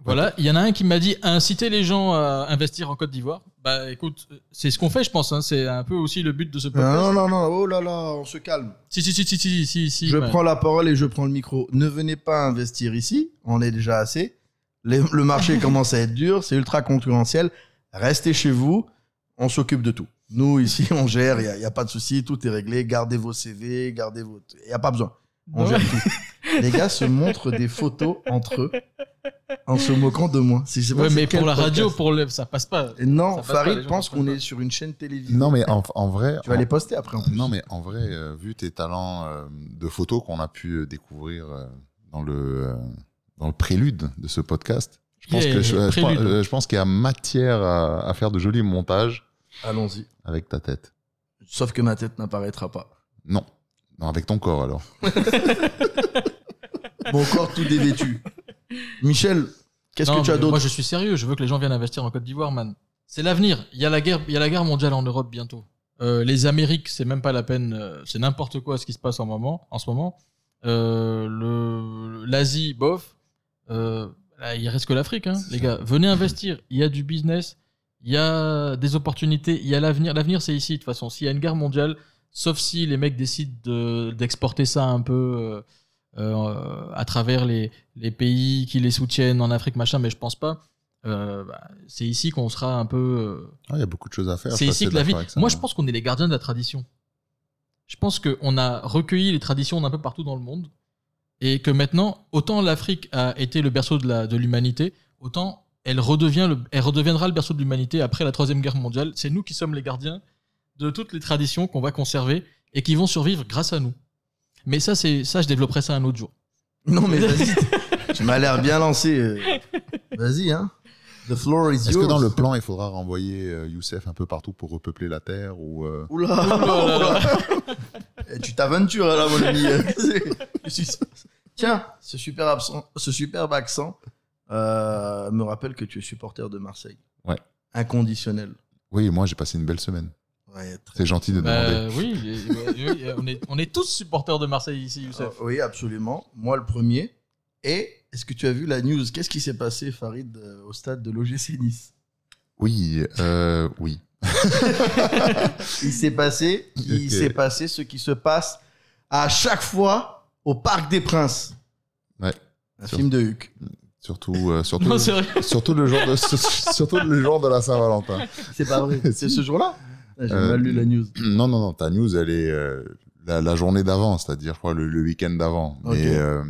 Speaker 7: voilà, il y en a un qui m'a dit inciter les gens à investir en Côte d'Ivoire. Bah écoute, c'est ce qu'on fait, je pense. hein. C'est un peu aussi le but de ce podcast.
Speaker 8: Non, non, non, oh là là, on se calme.
Speaker 7: Si, si, si, si, si, si, si.
Speaker 8: Je
Speaker 7: ouais.
Speaker 8: prends la parole et je prends le micro. Ne venez pas investir ici, on est déjà assez. Les- le marché commence à être dur, c'est ultra concurrentiel. Restez chez vous, on s'occupe de tout. Nous, ici, on gère, il n'y a, pas de souci, tout est réglé. Gardez vos CV, gardez vos. Il n'y a pas besoin. On
Speaker 7: Non.
Speaker 8: gère tout. Les gars se montrent des photos entre eux en se moquant de moi. Si je sais pas
Speaker 7: Ouais,
Speaker 8: c'est
Speaker 7: mais
Speaker 8: quel
Speaker 7: pour la radio,
Speaker 8: podcast.
Speaker 7: pour le, ça passe pas.
Speaker 8: Et
Speaker 7: ça
Speaker 8: Non,
Speaker 7: passe pas, les
Speaker 8: Farid
Speaker 7: gens
Speaker 8: pense
Speaker 7: comprennent
Speaker 8: qu'on
Speaker 7: pas.
Speaker 8: est sur une chaîne télévisée.
Speaker 9: Non, mais en, en vrai.
Speaker 8: Tu vas
Speaker 9: en-
Speaker 8: les poster après en plus.
Speaker 9: Non, mais en vrai, euh, vu tes talents euh, de photo qu'on a pu euh, découvrir euh, dans, le, euh, dans le prélude de ce podcast, je pense
Speaker 7: Yeah,
Speaker 9: que je- euh, je
Speaker 7: prélude.
Speaker 9: pense- euh, je pense qu'il y a matière à, à faire de jolis montages
Speaker 8: Allons-y.
Speaker 9: avec ta tête.
Speaker 8: Sauf que ma tête n'apparaîtra pas.
Speaker 9: Non. Non, avec ton corps alors.
Speaker 8: Mon corps tout dévêtu. Michel, qu'est-ce
Speaker 7: Non,
Speaker 8: que tu as
Speaker 7: mais Moi,
Speaker 8: d'autre
Speaker 7: je suis sérieux. Je veux que les gens viennent investir en Côte d'Ivoire, man. C'est l'avenir. Il y a la guerre, il y a la guerre mondiale en Europe bientôt. Euh, les Amériques, c'est même pas la peine. euh, C'est n'importe quoi ce qui se passe en moment, en ce moment. Euh, le- l'Asie, bof. Euh, là, il reste que l'Afrique, hein, les gars. Venez investir. Il y a du business, il y a des opportunités, il y a l'avenir. L'avenir, c'est ici. De toute façon, s'il y a une guerre mondiale, sauf si les mecs décident de- d'exporter ça un peu. euh, euh, à travers les, les pays qui les soutiennent en Afrique, machin, mais je pense pas. euh, bah, c'est ici qu'on sera un peu. euh,
Speaker 9: Ah, Il y a beaucoup de choses à faire.
Speaker 7: c'est
Speaker 9: ça,
Speaker 7: ici que la
Speaker 9: d'accord
Speaker 7: vie.
Speaker 9: avec ça,
Speaker 7: Moi,
Speaker 9: hein.
Speaker 7: je pense qu'on est les gardiens de la tradition. Je pense qu'on a recueilli les traditions d'un peu partout dans le monde et que maintenant, autant l'Afrique a été le berceau de la- de l'humanité, autant elle, redevient le, elle redeviendra le berceau de l'humanité après la Troisième Guerre mondiale. C'est nous qui sommes les gardiens de toutes les traditions qu'on va conserver et qui vont survivre grâce à nous. Mais ça, c'est ça, je développerai ça un autre jour.
Speaker 8: Non, mais vas-y. tu m'as l'air bien lancé. euh. Vas-y, hein. The floor is
Speaker 9: Est-ce
Speaker 8: yours.
Speaker 9: que dans le plan, il faudra renvoyer euh, Youssef un peu partout pour repeupler la Terre ou euh,
Speaker 8: Oula Eh, Tu t'aventures là, mon ami. Je suis- Tiens, ce superbe, absent- ce superbe accent euh, me rappelle que tu es supporter de Marseille.
Speaker 9: Ouais.
Speaker 8: Inconditionnel.
Speaker 9: Oui, moi, j'ai passé une belle semaine.
Speaker 8: Ouais, très-
Speaker 9: C'est gentil de demander.
Speaker 7: Bah, oui, et- et- et- et- on, est, on est tous supporters de Marseille ici, Youssef.
Speaker 8: Euh, oui, absolument. Moi, le premier. Et est-ce que tu as vu la news Qu'est-ce qui s'est passé, Farid, euh, au stade de l'OGC Nice
Speaker 9: Oui, euh, oui.
Speaker 8: Il s'est passé, il
Speaker 9: Ok.
Speaker 8: s'est passé ce qui se passe à chaque fois au Parc des Princes.
Speaker 9: Ouais.
Speaker 8: Un
Speaker 9: Sur-
Speaker 8: film de Huck.
Speaker 9: Surtout, euh, surtout,
Speaker 7: Non, c'est vrai.
Speaker 9: surtout le jour de, surtout le jour de la Saint-Valentin.
Speaker 8: C'est pas vrai. C'est ce jour-là J'ai
Speaker 9: Euh,
Speaker 8: mal lu la news.
Speaker 9: Non, non, non, ta news, elle est euh, la, la journée d'avant, c'est-à-dire je crois, le, le week-end d'avant.
Speaker 8: Ok.
Speaker 9: Mais, euh,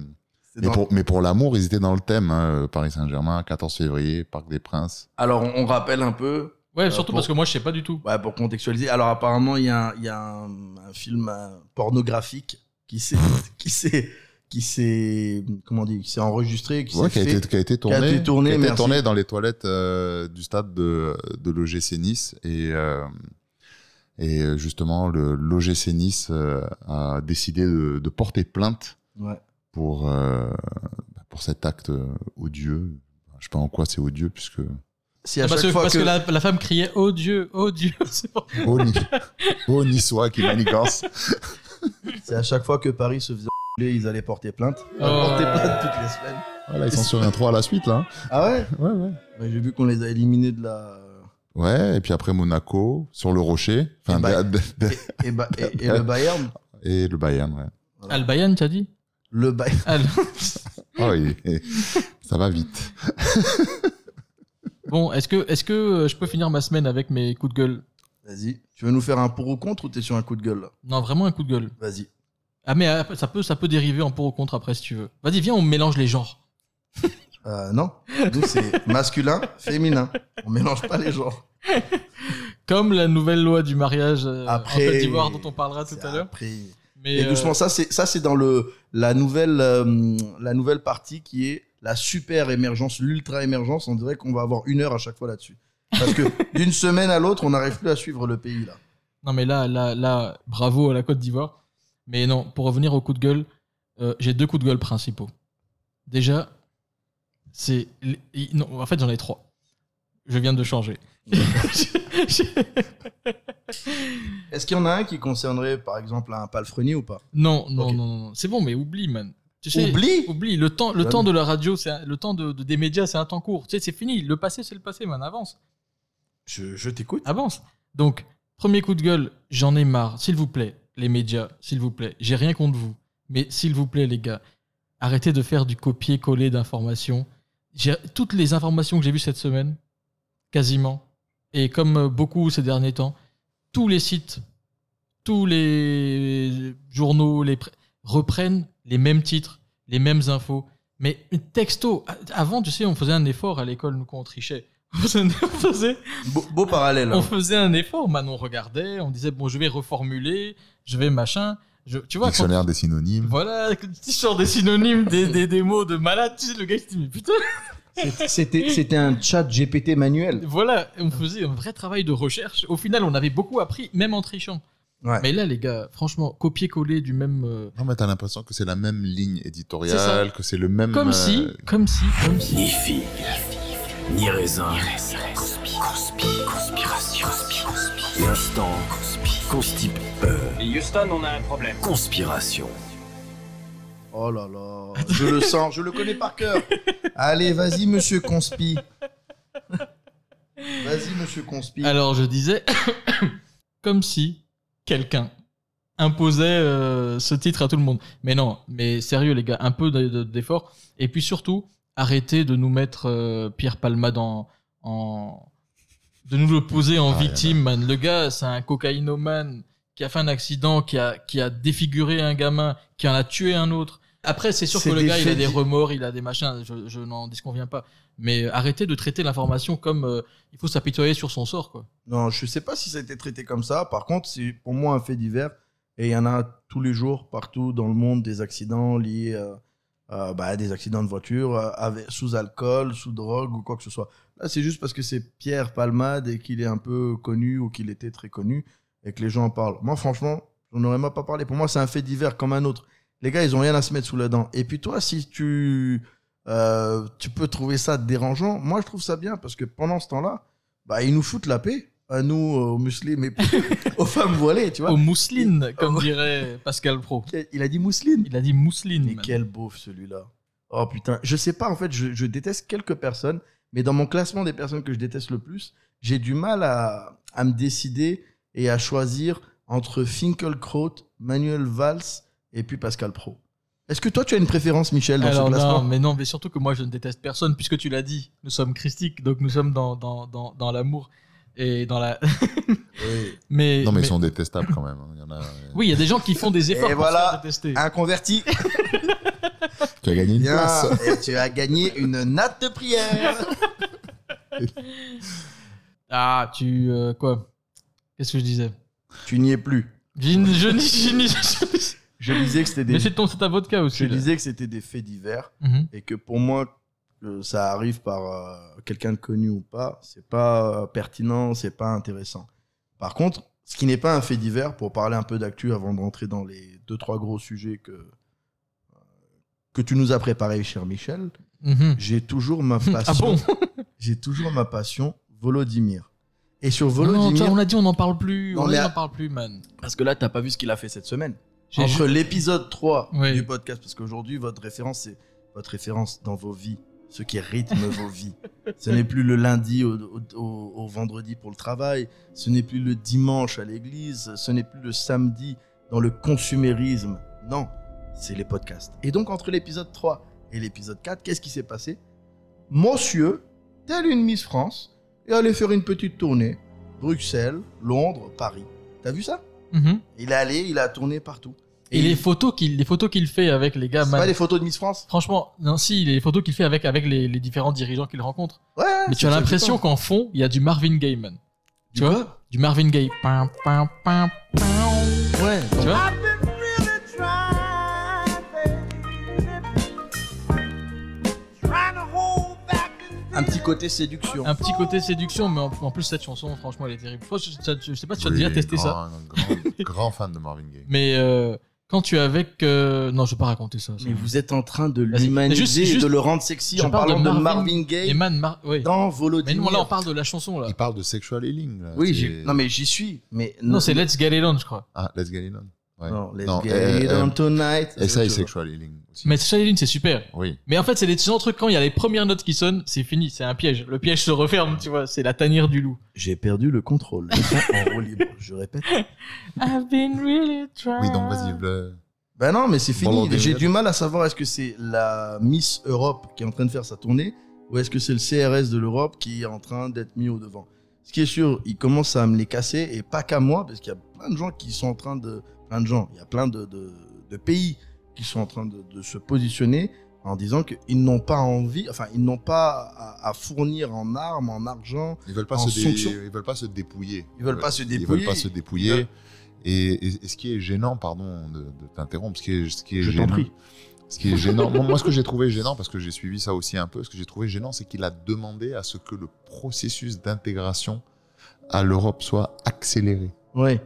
Speaker 8: C'est
Speaker 9: mais
Speaker 8: dans-
Speaker 9: pour, mais pour l'amour, ils étaient dans le thème. hein, Paris Saint-Germain, 14 février, Parc des Princes.
Speaker 8: Alors, on on rappelle un peu,
Speaker 7: Ouais, surtout
Speaker 8: pour-
Speaker 7: parce que moi, je sais pas du tout.
Speaker 8: ouais, pour contextualiser. Alors, apparemment, il y a, un- il y a un, un film euh, pornographique qui s'est, qui s'est, qui s'est, comment on dit, qui s'est enregistré, qui
Speaker 9: Ouais,
Speaker 8: s'est
Speaker 9: qui, a
Speaker 8: fait.
Speaker 9: été, qui a été tourné,
Speaker 8: été tourné,
Speaker 9: qui a été
Speaker 8: merci.
Speaker 9: tourné dans les toilettes euh, du stade de, de l'OGC Nice. Et, euh, et euh, justement, l'OGC Nice euh, a décidé de, de porter plainte
Speaker 8: Ouais.
Speaker 9: pour, euh, pour cet acte euh, odieux. Je sais pas en quoi c'est odieux, puisque...
Speaker 8: Si à
Speaker 7: Ah, parce
Speaker 8: chaque
Speaker 7: que,
Speaker 8: fois
Speaker 7: parce
Speaker 8: Ah, que-
Speaker 7: que la, la femme criait Oh Dieu, oh Dieu. C'est pour-
Speaker 9: Oh, ni... oh niçois qui manigance
Speaker 8: c'est à chaque fois que Paris se faisait enculer, ils allaient porter plainte. Ils
Speaker 7: Oh.
Speaker 8: portaient plainte toutes les semaines.
Speaker 9: Ah, là, ils sont sur un 3 à la suite, là. hein.
Speaker 8: Ah ouais?
Speaker 9: Ouais, ouais.
Speaker 8: Bah, j'ai vu qu'on les a éliminés de la.
Speaker 9: Ouais, et puis après Monaco, sur le Rocher, enfin,
Speaker 8: Et bah-
Speaker 9: de- de- de-
Speaker 8: Et, et ba- et- et le Bayern.
Speaker 9: et, le Bayern, ouais.
Speaker 7: Al Bayern, t'as dit
Speaker 8: Le Bayern.
Speaker 7: Al.
Speaker 9: Oh, il- il- ça va vite.
Speaker 7: Bon, est-ce que, est que euh, je peux finir ma semaine avec mes coups de gueule
Speaker 8: Vas-y. Tu veux nous faire un pour ou contre ou t'es sur un coup de gueule là
Speaker 7: Non, vraiment un coup de gueule.
Speaker 8: Vas-y.
Speaker 7: Ah, mais euh, ça peut, ça peut dériver en pour ou contre après si tu veux. Vas-y, viens, on mélange les genres.
Speaker 8: Euh, non. Nous, c'est masculin, féminin. On mélange pas les genres.
Speaker 7: Comme la nouvelle loi du mariage euh,
Speaker 8: Après-
Speaker 7: en Côte d'Ivoire dont on parlera Ah, tout
Speaker 8: C'est
Speaker 7: à l'heure.
Speaker 8: après.
Speaker 7: Mais
Speaker 8: Et
Speaker 7: euh,
Speaker 8: doucement, ça, c'est, ça, c'est dans le, la nouvelle, euh, la nouvelle partie qui est la super émergence, l'ultra émergence. On dirait qu'on va avoir une heure à chaque fois là-dessus. Parce que d'une semaine à l'autre, on n'arrive plus à suivre le pays là.
Speaker 7: non, mais là, là, là, bravo à la Côte d'Ivoire. Mais non, pour revenir au coup de gueule, euh, j'ai deux coups de gueule principaux. Déjà, c'est. l- i- Non, en fait, j'en ai trois. Je viens de changer.
Speaker 8: Est-ce qu'il y en a un qui concernerait, par exemple, un palefrenier ou pas
Speaker 7: Non, non,
Speaker 8: Ok.
Speaker 7: non, non, non. C'est bon, mais oublie, man. Tu sais,
Speaker 8: Oublie Bah
Speaker 7: oublie. Le temps, le
Speaker 8: Jamais.
Speaker 7: temps de la radio, c'est un- le temps de, de- des médias, c'est un temps court. Tu sais, c'est fini. Le passé, c'est le passé, man. Avance,
Speaker 8: Je, je t'écoute.
Speaker 7: avance. Donc, premier coup de gueule, j'en ai marre. S'il vous plaît, les médias, s'il vous plaît. J'ai rien contre vous, mais s'il vous plaît, les gars, arrêtez de faire du copier-coller d'informations. J'ai- Toutes les informations que j'ai vues cette semaine, quasiment, et comme euh, beaucoup ces derniers temps, tous les sites, tous les journaux les pr- reprennent les mêmes titres, les mêmes infos. Mais texto, a- avant, tu sais, on faisait un effort à l'école, nous, quand on trichait. On faisait, un- on faisait-
Speaker 8: Beau, beau parallèle. hein.
Speaker 7: on faisait un effort, man, on regardait, on disait, bon, je vais reformuler, je vais machin. Je, tu vois, quand-
Speaker 9: Dictionnaire des synonymes.
Speaker 7: voilà, quand tu sors des synonymes, des, des, des mots de malade, tu sais, le gars, il se dit, mais putain,
Speaker 8: C'est- C'était c'était un chat GPT manuel.
Speaker 7: Voilà, on faisait un vrai travail de recherche. Au final, on avait beaucoup appris, même en trichant.
Speaker 8: Ouais.
Speaker 7: Mais là, les gars, franchement, copier-coller du même. euh,
Speaker 9: Non, mais t'as l'impression que c'est la même ligne
Speaker 7: C'est
Speaker 9: éditoriale, que c'est le même.
Speaker 7: Comme
Speaker 9: euh,
Speaker 7: si, comme si, comme si.
Speaker 6: Ni figue, ni raisin. Conspiration. L'instant constipe.
Speaker 2: Houston, on a un problème.
Speaker 6: Conspiration.
Speaker 8: Oh là là, je le sens, je le connais par cœur. Allez, vas-y, monsieur Conspi. Vas-y, monsieur Conspi.
Speaker 7: Alors, je disais, comme si quelqu'un imposait euh, ce titre à tout le monde. Mais non, mais sérieux, les gars, un peu de- de- d'effort. Et puis surtout, arrêtez de nous mettre euh, Pierre Palmade en, en- de nous le poser en
Speaker 9: Ah,
Speaker 7: victime, man. Le gars, c'est un cocaïnomane qui a fait un accident, qui a, qui a défiguré un gamin, qui en a tué un autre. Après, c'est sûr
Speaker 8: C'est
Speaker 7: que le
Speaker 8: des
Speaker 7: gars, il a
Speaker 8: faits
Speaker 7: des
Speaker 8: di-
Speaker 7: remords, il a des machins, je, je n'en disconviens pas. Mais euh, arrêtez de traiter l'information comme euh, il faut s'apitoyer sur son sort, quoi.
Speaker 8: Non, je sais pas si ça a été traité comme ça. Par contre, c'est pour moi un fait divers. Et il y en a tous les jours, partout dans le monde, des accidents liés euh, euh, bah, à des accidents de voiture, euh, avec- sous alcool, sous drogue ou quoi que ce soit. Là, c'est juste parce que c'est Pierre Palmade et qu'il est un peu connu ou qu'il était très connu et que les gens en parlent. Moi, franchement, on n'aurait même pas parlé. Pour moi, c'est un fait divers comme un autre. Les gars, ils ont rien à se mettre sous la dent. Et puis toi, si tu, euh, tu peux trouver ça dérangeant, moi, je trouve ça bien parce que pendant ce temps-là, bah, ils nous foutent la paix à nous, euh, aux musulmans et aux femmes voilées, tu vois.
Speaker 7: Aux mousselines, comme dirait Pascal Pro.
Speaker 8: Il a dit mousseline.
Speaker 7: Il a dit mousseline.
Speaker 8: Mais quel beauf celui-là. Oh putain, je sais pas, en fait, je, je déteste quelques personnes, mais dans mon classement des personnes que je déteste le plus, j'ai du mal à, à me décider et à choisir entre Finkelkraut, Manuel Valls et puis Pascal Pro. Est-ce que toi, tu as une préférence, Michel, dans
Speaker 7: Alors
Speaker 8: ce classement
Speaker 7: non, mais non, mais surtout que moi je ne déteste personne puisque tu l'as dit. Nous sommes christiques, donc nous sommes dans dans, dans, dans l'amour et dans la. mais,
Speaker 9: Non, mais
Speaker 7: mais-
Speaker 9: ils sont détestables quand même. hein. Il y en a, euh,
Speaker 7: oui, il y a des gens qui font des efforts
Speaker 8: Et
Speaker 7: pour
Speaker 8: voilà.
Speaker 7: se faire détester.
Speaker 8: Un converti,
Speaker 9: Tu as gagné une
Speaker 8: bien,
Speaker 9: place.
Speaker 8: et tu as gagné une natte de prière.
Speaker 7: Ah, tu euh, quoi Qu'est-ce que je disais
Speaker 8: tu n'y es plus.
Speaker 7: Je n'y- je n'y- je n'y- je n'y-
Speaker 8: Je disais que c'était des,
Speaker 7: Mais c'est ton, c'est ta vodka aussi.
Speaker 8: je
Speaker 7: là.
Speaker 8: disais que c'était des faits divers.
Speaker 7: Mhm.
Speaker 8: et que pour moi que ça arrive par euh, quelqu'un de connu ou pas, c'est pas euh, pertinent, c'est pas intéressant. Par contre, ce qui n'est pas un fait divers, pour parler un peu d'actu avant de rentrer dans les deux trois gros sujets que euh, que tu nous as préparés, cher Michel,
Speaker 7: Mhm.
Speaker 8: j'ai toujours ma
Speaker 7: Ah
Speaker 8: passion.
Speaker 7: bon
Speaker 8: j'ai toujours ma passion Volodymyr. Et sur
Speaker 7: Non,
Speaker 8: Volodymyr,
Speaker 7: toi, on a dit on n'en parle plus.
Speaker 8: Non,
Speaker 7: on
Speaker 8: mais-
Speaker 7: n'en parle plus, man.
Speaker 8: parce que là t'as pas vu ce qu'il a fait cette semaine.
Speaker 7: J'ai
Speaker 8: Entre l'épisode 3
Speaker 7: Oui.
Speaker 8: du podcast, parce qu'aujourd'hui, votre référence, c'est votre référence dans vos vies, ce qui rythme vos vies. Ce n'est plus le lundi au, au- au- au vendredi pour le travail, ce n'est plus le dimanche à l'église, ce n'est plus le samedi dans le consumérisme. Non, c'est les podcasts. Et donc, entre l'épisode 3 et l'épisode 4, qu'est-ce qui s'est passé Monsieur, telle une Miss France, est allé faire une petite tournée. Bruxelles, Londres, Paris. T'as vu ça
Speaker 7: Mhm.
Speaker 8: il est allé, il a tourné partout.
Speaker 7: Et, les photos qu'il les photos qu'il fait avec les gars,
Speaker 8: c'est
Speaker 7: man.
Speaker 8: pas les photos de Miss France
Speaker 7: Franchement, non, si les photos qu'il fait avec avec les, les différents dirigeants qu'il rencontre.
Speaker 8: Ouais.
Speaker 7: Mais tu as l'impression qu'en fond, il y a du Marvin Gaye, man. Tu vois Du Marvin Gaye. Pam, pam, pam.
Speaker 8: Ouais.
Speaker 7: Tu vois
Speaker 8: Un petit côté séduction.
Speaker 7: Un petit côté séduction, mais en, en plus, cette chanson, franchement, elle est terrible. Faut- je, je- je sais pas si tu as
Speaker 9: Oui,
Speaker 7: déjà testé ça.
Speaker 9: grand, Grand, grand fan de Marvin Gaye.
Speaker 7: Mais euh, quand tu es avec. euh, Non, je vais pas raconter ça. ça.
Speaker 8: Mais vous êtes en train de
Speaker 7: Vas-y.
Speaker 8: l'humaniser
Speaker 7: Juste-
Speaker 8: et
Speaker 7: juste-
Speaker 8: de le rendre sexy
Speaker 7: je
Speaker 8: en
Speaker 7: parle de
Speaker 8: parlant de Marvin,
Speaker 7: Marvin
Speaker 8: Gaye
Speaker 7: Et man, Mar- oui.
Speaker 8: dans
Speaker 7: Mais
Speaker 8: Volodymyr.
Speaker 7: non, là, on parle de la chanson, là.
Speaker 9: Il parle de sexual healing. Là.
Speaker 8: Oui,
Speaker 9: C'est-
Speaker 8: j'ai- non mais j'y suis. Mais
Speaker 7: Non, c'est Let's Get It On, je crois.
Speaker 9: Ah, Let's Get It On. Ouais.
Speaker 8: Non, let's
Speaker 9: Non,
Speaker 8: get
Speaker 9: euh,
Speaker 8: it
Speaker 9: euh,
Speaker 8: on tonight.
Speaker 9: Et ça,
Speaker 8: autre
Speaker 9: et
Speaker 8: chose.
Speaker 9: sexual healing aussi.
Speaker 7: Mais Shadowlin, c'est super.
Speaker 9: Oui.
Speaker 7: Mais en fait, c'est des genre de trucs, quand il y a les premières notes qui sonnent, c'est fini, c'est un piège. Le piège se referme, tu vois, c'est la tanière du loup.
Speaker 8: J'ai perdu le contrôle. Ils sont en roue libre, je répète.
Speaker 7: I've been really trying.
Speaker 9: Oui, donc vas-y. le-
Speaker 8: Ben non, mais c'est fini.
Speaker 9: Volodymyr.
Speaker 8: J'ai du mal à savoir est-ce que c'est la Miss Europe qui est en train de faire sa tournée ou est-ce que c'est le CRS de l'Europe qui est en train d'être mis au devant. Ce qui est sûr, ils commencent à me les casser et pas qu'à moi parce qu'il y a plein de gens qui sont en train de, plein de gens, il y a plein de, de- de pays qui sont en train de, de se positionner en disant qu'ils n'ont pas envie, enfin ils n'ont pas à, à fournir en armes, en argent.
Speaker 9: Ils veulent pas,
Speaker 8: En
Speaker 9: se dé-
Speaker 8: sanction.
Speaker 9: ils veulent pas se dépouiller.
Speaker 8: Ils veulent pas se
Speaker 9: Ils
Speaker 8: dépouiller.
Speaker 9: veulent pas se dépouiller. Et, et- et ce qui est gênant, pardon de, de t'interrompre, ce qui est, ce qui est
Speaker 8: Je t'en
Speaker 9: gênant.
Speaker 8: prie.
Speaker 9: Ce qui est gênant. moi, moi, ce que j'ai trouvé gênant, parce que j'ai suivi ça aussi un peu, ce que j'ai trouvé gênant, c'est qu'il a demandé à ce que le processus d'intégration à l'Europe soit accéléré.
Speaker 8: Ouais.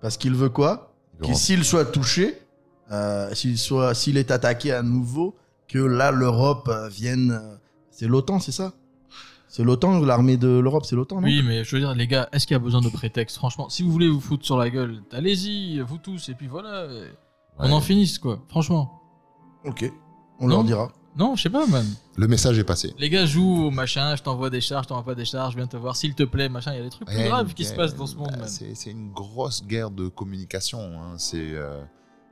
Speaker 8: Parce qu'il veut quoi
Speaker 9: Il
Speaker 8: Qu'il- s'il soit touché, euh, s'il soit, s'il est attaqué à nouveau, que là l'Europe euh, vienne. euh, c'est l'OTAN, c'est ça C'est l'OTAN, l'armée de l'Europe, c'est l'OTAN, non
Speaker 7: Oui, mais je veux dire, les gars, est-ce qu'il y a besoin de prétexte Franchement, si vous voulez vous foutre sur la gueule, allez-y, vous tous, et puis voilà, et on
Speaker 9: Ouais.
Speaker 7: en finisse, quoi. Franchement.
Speaker 8: Ok. On
Speaker 7: Non.
Speaker 8: leur dira.
Speaker 7: Non, je sais pas, man.
Speaker 9: Le message est passé.
Speaker 7: Les gars jouent au machin, je t'envoie des charges, je t'envoie pas des charges, je viens te voir, s'il te plaît, machin. Il y a des trucs plus
Speaker 9: Ouais,
Speaker 7: graves
Speaker 9: mais
Speaker 7: qui se
Speaker 9: euh,
Speaker 7: passent dans ce monde,
Speaker 9: bah,
Speaker 7: man.
Speaker 9: C'est c'est une grosse guerre de communication. hein. C'est euh,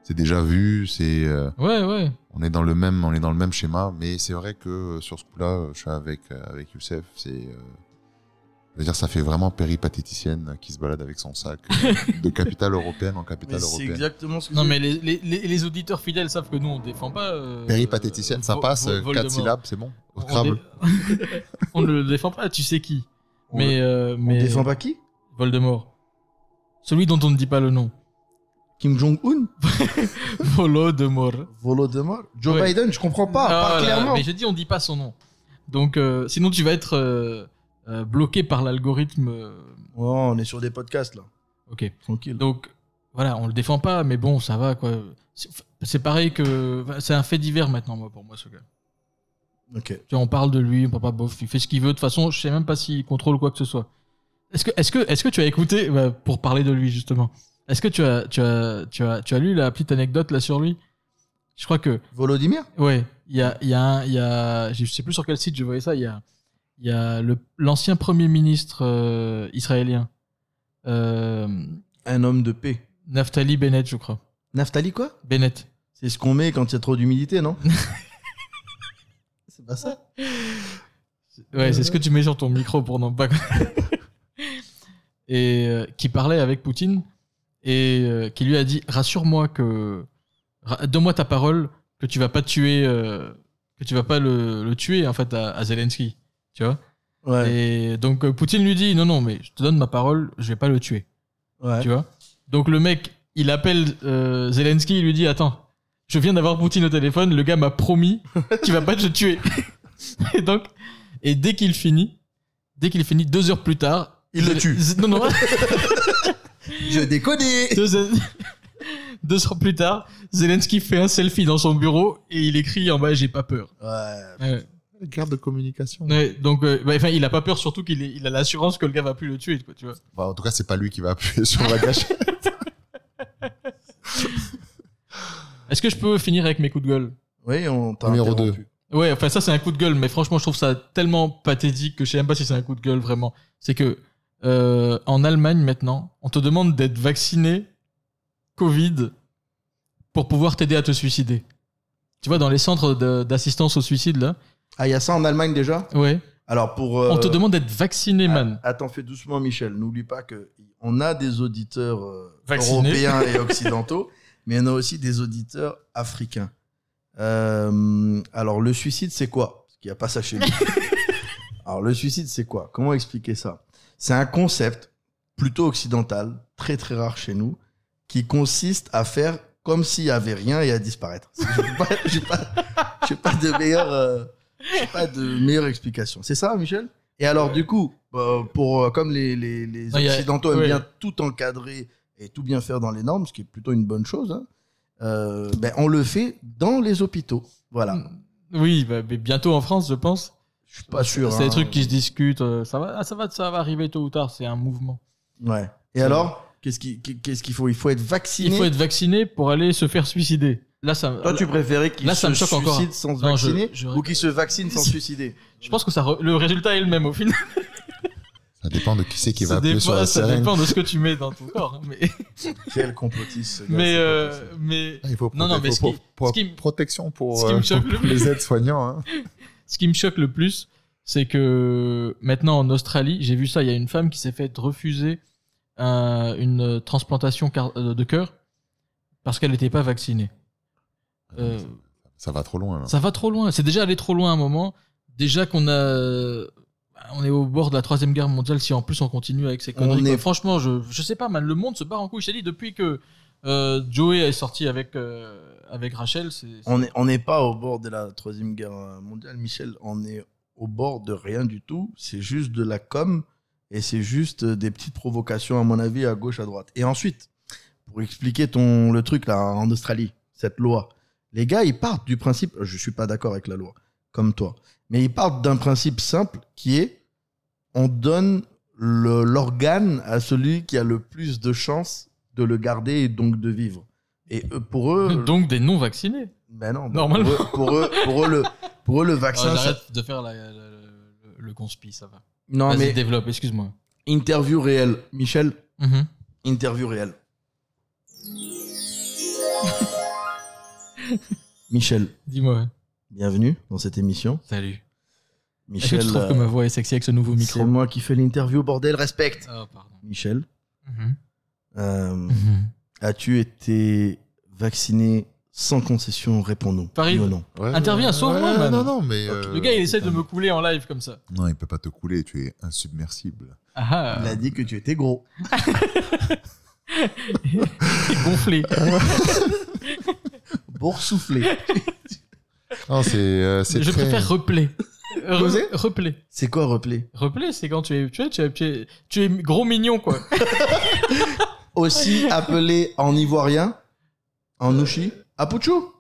Speaker 9: c'est déjà vu. C'est euh,
Speaker 7: Ouais, ouais.
Speaker 9: on est dans le même, on est dans le même schéma. Mais c'est vrai que euh, sur ce coup-là, euh, je suis avec euh, avec Youssef. C'est, euh, je veux dire, ça fait vraiment péripatéticienne euh, qui se balade avec son sac euh, de capitale européenne en
Speaker 8: Mais
Speaker 9: capitale
Speaker 8: c'est
Speaker 9: européenne.
Speaker 8: exactement ce que
Speaker 7: Non,
Speaker 8: je-
Speaker 7: mais les, les, les, les auditeurs fidèles savent que nous, on défend pas. euh,
Speaker 9: Péripatéticienne, ça
Speaker 7: Vo-
Speaker 9: passe.
Speaker 7: Vo-
Speaker 9: euh,
Speaker 7: Voldemort.
Speaker 9: Quatre syllabes, c'est bon.
Speaker 7: On
Speaker 9: Au Scrabble.
Speaker 7: dé- on ne le défend pas, tu sais qui.
Speaker 8: On
Speaker 7: mais. euh, mais...
Speaker 8: On défend pas qui
Speaker 7: Voldemort. Celui dont on ne dit pas le nom.
Speaker 8: Kim Jong-un
Speaker 7: Voldemort.
Speaker 8: Volodymyr Joe
Speaker 7: Ouais.
Speaker 8: Biden, je comprends pas,
Speaker 7: Ah,
Speaker 8: parle
Speaker 7: là,
Speaker 8: clairement.
Speaker 7: Mais je dis, on dit pas son nom. Donc, euh, sinon, tu vas être euh, euh, bloqué par l'algorithme. euh,
Speaker 8: Oh, on est sur des podcasts là,
Speaker 7: Ok.
Speaker 8: tranquille.
Speaker 7: Donc, voilà, on le défend pas, mais bon, ça va, quoi. C'est- C'est pareil que. enfin, C'est un fait divers maintenant, moi, pour moi, ce gars.
Speaker 8: Ok.
Speaker 7: Tu vois, on parle de lui, on parle pas bof, il fait ce qu'il veut. De toute façon, je sais même pas s'il contrôle quoi que ce soit. Est-ce que, est-ce que, est-ce que tu as écouté, bah, pour parler de lui justement, est-ce que tu as, tu as, tu as, tu as lu la petite anecdote là sur lui Je crois que,
Speaker 8: Volodymyr
Speaker 7: ouais, il y a, il y a, un- il y a, je sais plus sur quel site je voyais ça, il y a, il y a le, l'ancien premier ministre euh, israélien, euh,
Speaker 8: Un homme de paix.
Speaker 7: Naftali Bennett, je crois.
Speaker 8: Naftali quoi
Speaker 7: Bennett.
Speaker 8: C'est ce qu'on met quand il y a trop d'humidité, non C'est pas ça
Speaker 7: Ouais, c'est ce que tu mets sur ton micro pour non pas. et euh, qui parlait avec Poutine et euh, qui lui a dit rassure-moi que ra- donne-moi ta parole que tu vas pas tuer euh, que tu vas pas le, le tuer en fait à, à Zelensky, tu vois.
Speaker 8: Ouais.
Speaker 7: Et donc euh, Poutine lui dit non non mais je te donne ma parole, je vais pas le tuer,
Speaker 8: ouais.
Speaker 7: tu vois. Donc le mec, il appelle euh, Zelensky, il lui dit attends, je viens d'avoir Poutine au téléphone, le gars m'a promis qu'il va pas te tuer. et donc, et dès qu'il finit, dès qu'il finit, deux heures plus tard,
Speaker 8: Il le tue.
Speaker 7: Z- Non, non,
Speaker 8: Je déconne
Speaker 7: deux, heures- deux heures plus tard, Zelensky fait un selfie dans son bureau et il écrit en bas j'ai pas peur.
Speaker 8: Ouais.
Speaker 7: Ouais.
Speaker 9: Guerre de communication.
Speaker 7: Ouais, donc, euh, bah, enfin, il a pas peur surtout qu'il est- il a l'assurance que le gars va plus le tuer, quoi, tu vois.
Speaker 9: Bah, en tout cas, c'est pas lui qui va appuyer sur la gâchette.
Speaker 7: Est-ce que je peux finir avec mes coups de gueule?
Speaker 8: Oui, on t'a
Speaker 9: Numéro
Speaker 8: interrompu.
Speaker 7: Ouais, enfin ça c'est un coup de gueule, mais franchement je trouve ça tellement pathétique que je sais même pas si c'est un coup de gueule vraiment. C'est que euh, en Allemagne maintenant, on te demande d'être vacciné Covid pour pouvoir t'aider à te suicider. Tu vois, dans les centres de- d'assistance au suicide là,
Speaker 8: Ah, il y a ça en Allemagne déjà
Speaker 7: ouais,
Speaker 8: Alors pour. euh,
Speaker 7: on te demande d'être vacciné,
Speaker 8: ah,
Speaker 7: man.
Speaker 8: Attends, fais doucement, Michel. N'oublie pas que on a des auditeurs euh,
Speaker 7: Vaccinés.
Speaker 8: européens et occidentaux, mais on a aussi des auditeurs africains. Euh, alors, le suicide, c'est quoi Parce qu'il n'y a pas ça chez nous. alors, le suicide, c'est quoi Comment expliquer ça C'est un concept plutôt occidental, très très rare chez nous, qui consiste à faire comme s'il n'y avait rien et à disparaître. Je n'ai pas, j'ai pas, j'ai pas de meilleure, euh, j'ai pas de meilleure explication. C'est ça, Michel Et alors, du coup, euh, pour, euh, comme les, les, les
Speaker 7: Non, Ah, il y a-
Speaker 8: Occidentaux aiment
Speaker 7: ouais.
Speaker 8: bien tout encadrer et tout bien faire dans les normes, ce qui est plutôt une bonne chose, hein, euh, ben, on le fait dans les hôpitaux. Voilà.
Speaker 7: Oui, bah, mais bientôt en France, je pense.
Speaker 8: Je suis pas sûr.
Speaker 7: C'est des
Speaker 8: hein.
Speaker 7: trucs qui se discutent. euh, ça va, ah, ça va, ça va arriver tôt ou tard. C'est un mouvement.
Speaker 8: Ouais. Et alors Qu'est-ce qui- qu'est-ce qu'il faut Il faut être vacciné.
Speaker 7: Il faut être vacciné pour aller se faire suicider. Là, ça.
Speaker 8: Toi, tu préférais qu'ils
Speaker 7: Là,
Speaker 8: se
Speaker 7: ça me choque
Speaker 8: suicident
Speaker 7: encore.
Speaker 8: sans se
Speaker 7: Non, je-
Speaker 8: vacciner
Speaker 7: je-
Speaker 8: ou qu'ils se vaccinent sans se suicider
Speaker 7: Je pense que ça, re- le résultat est le même au final.
Speaker 9: Ça dépend de qui c'est qui va
Speaker 7: ça,
Speaker 9: appuyer
Speaker 7: dépend,
Speaker 9: sur la
Speaker 7: ça
Speaker 9: sirène.
Speaker 7: dépend de ce que tu mets dans ton corps. hein, Mais,
Speaker 8: Quel complotiste, ce gars,
Speaker 7: mais,
Speaker 8: c'est
Speaker 7: euh,
Speaker 8: pas possible.
Speaker 7: mais
Speaker 9: Ah, Il faut
Speaker 7: Non, non,
Speaker 9: protéger-
Speaker 7: mais ce
Speaker 9: faut-
Speaker 7: qui-
Speaker 9: pour-
Speaker 7: ce qui-
Speaker 9: protection pour,
Speaker 7: ce qui me
Speaker 9: euh,
Speaker 7: choque
Speaker 9: pour
Speaker 7: le plus-
Speaker 9: les aides-soignants. hein.
Speaker 7: ce qui me choque le plus, c'est que maintenant en Australie, j'ai vu ça, il y a une femme qui s'est fait refuser un- une transplantation car- euh, de cœur parce qu'elle n'était pas vaccinée. Euh,
Speaker 9: Ça va trop loin. Là.
Speaker 7: ça va trop loin. C'est déjà allé trop loin à un moment. Déjà qu'on a. euh, On est au bord de la troisième guerre mondiale si en plus on continue avec ces conneries.
Speaker 8: On
Speaker 7: quoi.
Speaker 8: est-
Speaker 7: Franchement, je, je sais pas, man. Le monde se barre en couille. Je t'ai dit, depuis que euh, Joey est sorti avec, euh, avec Rachel, c'est. c'est-
Speaker 8: On n'est on n'est pas au bord de la Troisième Guerre mondiale, Michel. On est au bord de rien du tout. C'est juste de la com et c'est juste des petites provocations, à mon avis, à gauche, à droite. Et ensuite, pour expliquer ton, le truc là en Australie, cette loi, les gars, ils partent du principe, je suis pas d'accord avec la loi, comme toi, mais ils partent d'un principe simple qui est on donne le- l'organe à celui qui a le plus de chances de le garder et donc de vivre. Et eux, pour eux,
Speaker 7: Donc des non vaccinés.
Speaker 8: ben non, ben
Speaker 7: Normalement.
Speaker 8: Pour eux, pour eux, pour eux, le, pour eux, le vaccin.
Speaker 7: Ouais,
Speaker 8: ça-
Speaker 7: Ah, J'arrête de faire la- la- la- le, le conspi, ça va.
Speaker 8: Non,
Speaker 7: Vas-y,
Speaker 8: mais
Speaker 7: développe, excuse-moi.
Speaker 8: interview réelle. Michel,
Speaker 7: Mhm.
Speaker 8: interview réelle. Michel,
Speaker 7: Dis-moi.
Speaker 8: bienvenue dans cette émission.
Speaker 7: Salut. Est-ce que
Speaker 8: Michel,
Speaker 7: tu trouves
Speaker 8: euh,
Speaker 7: que ma voix est sexy avec ce nouveau micro
Speaker 8: c'est moi qui fais l'interview, bordel, respecte.
Speaker 7: Oh, pardon.
Speaker 8: Michel,
Speaker 7: Mhm.
Speaker 8: euh,
Speaker 7: Mhm.
Speaker 8: as-tu été vacciné sans concession Réponds-nous.
Speaker 7: Paris.
Speaker 8: Oui ou non
Speaker 9: Ouais,
Speaker 7: Interviens,
Speaker 9: ouais,
Speaker 7: sauve-moi,
Speaker 9: ouais,
Speaker 7: man.
Speaker 9: Non, non, mais.
Speaker 8: Ok.
Speaker 9: euh,
Speaker 7: Le gars, il essaie de
Speaker 9: putain,
Speaker 7: me couler en live comme ça.
Speaker 9: Non, il peut pas te couler, tu es insubmersible.
Speaker 7: Ah,
Speaker 8: Il
Speaker 7: ah.
Speaker 8: a dit que tu étais gros.
Speaker 7: T'es euh, gonflé.
Speaker 8: Boursouflé.
Speaker 9: Non, c'est. euh, c'est
Speaker 7: Je
Speaker 9: très-
Speaker 7: préfère replay.
Speaker 8: Causer
Speaker 7: Replay.
Speaker 8: C'est quoi replay
Speaker 7: Replay, c'est quand tu es, tu es, tu es, tu es, tu es gros mignon, quoi.
Speaker 8: Aussi appelé en ivoirien,
Speaker 7: Euh,
Speaker 8: en ouchi, Apuchou.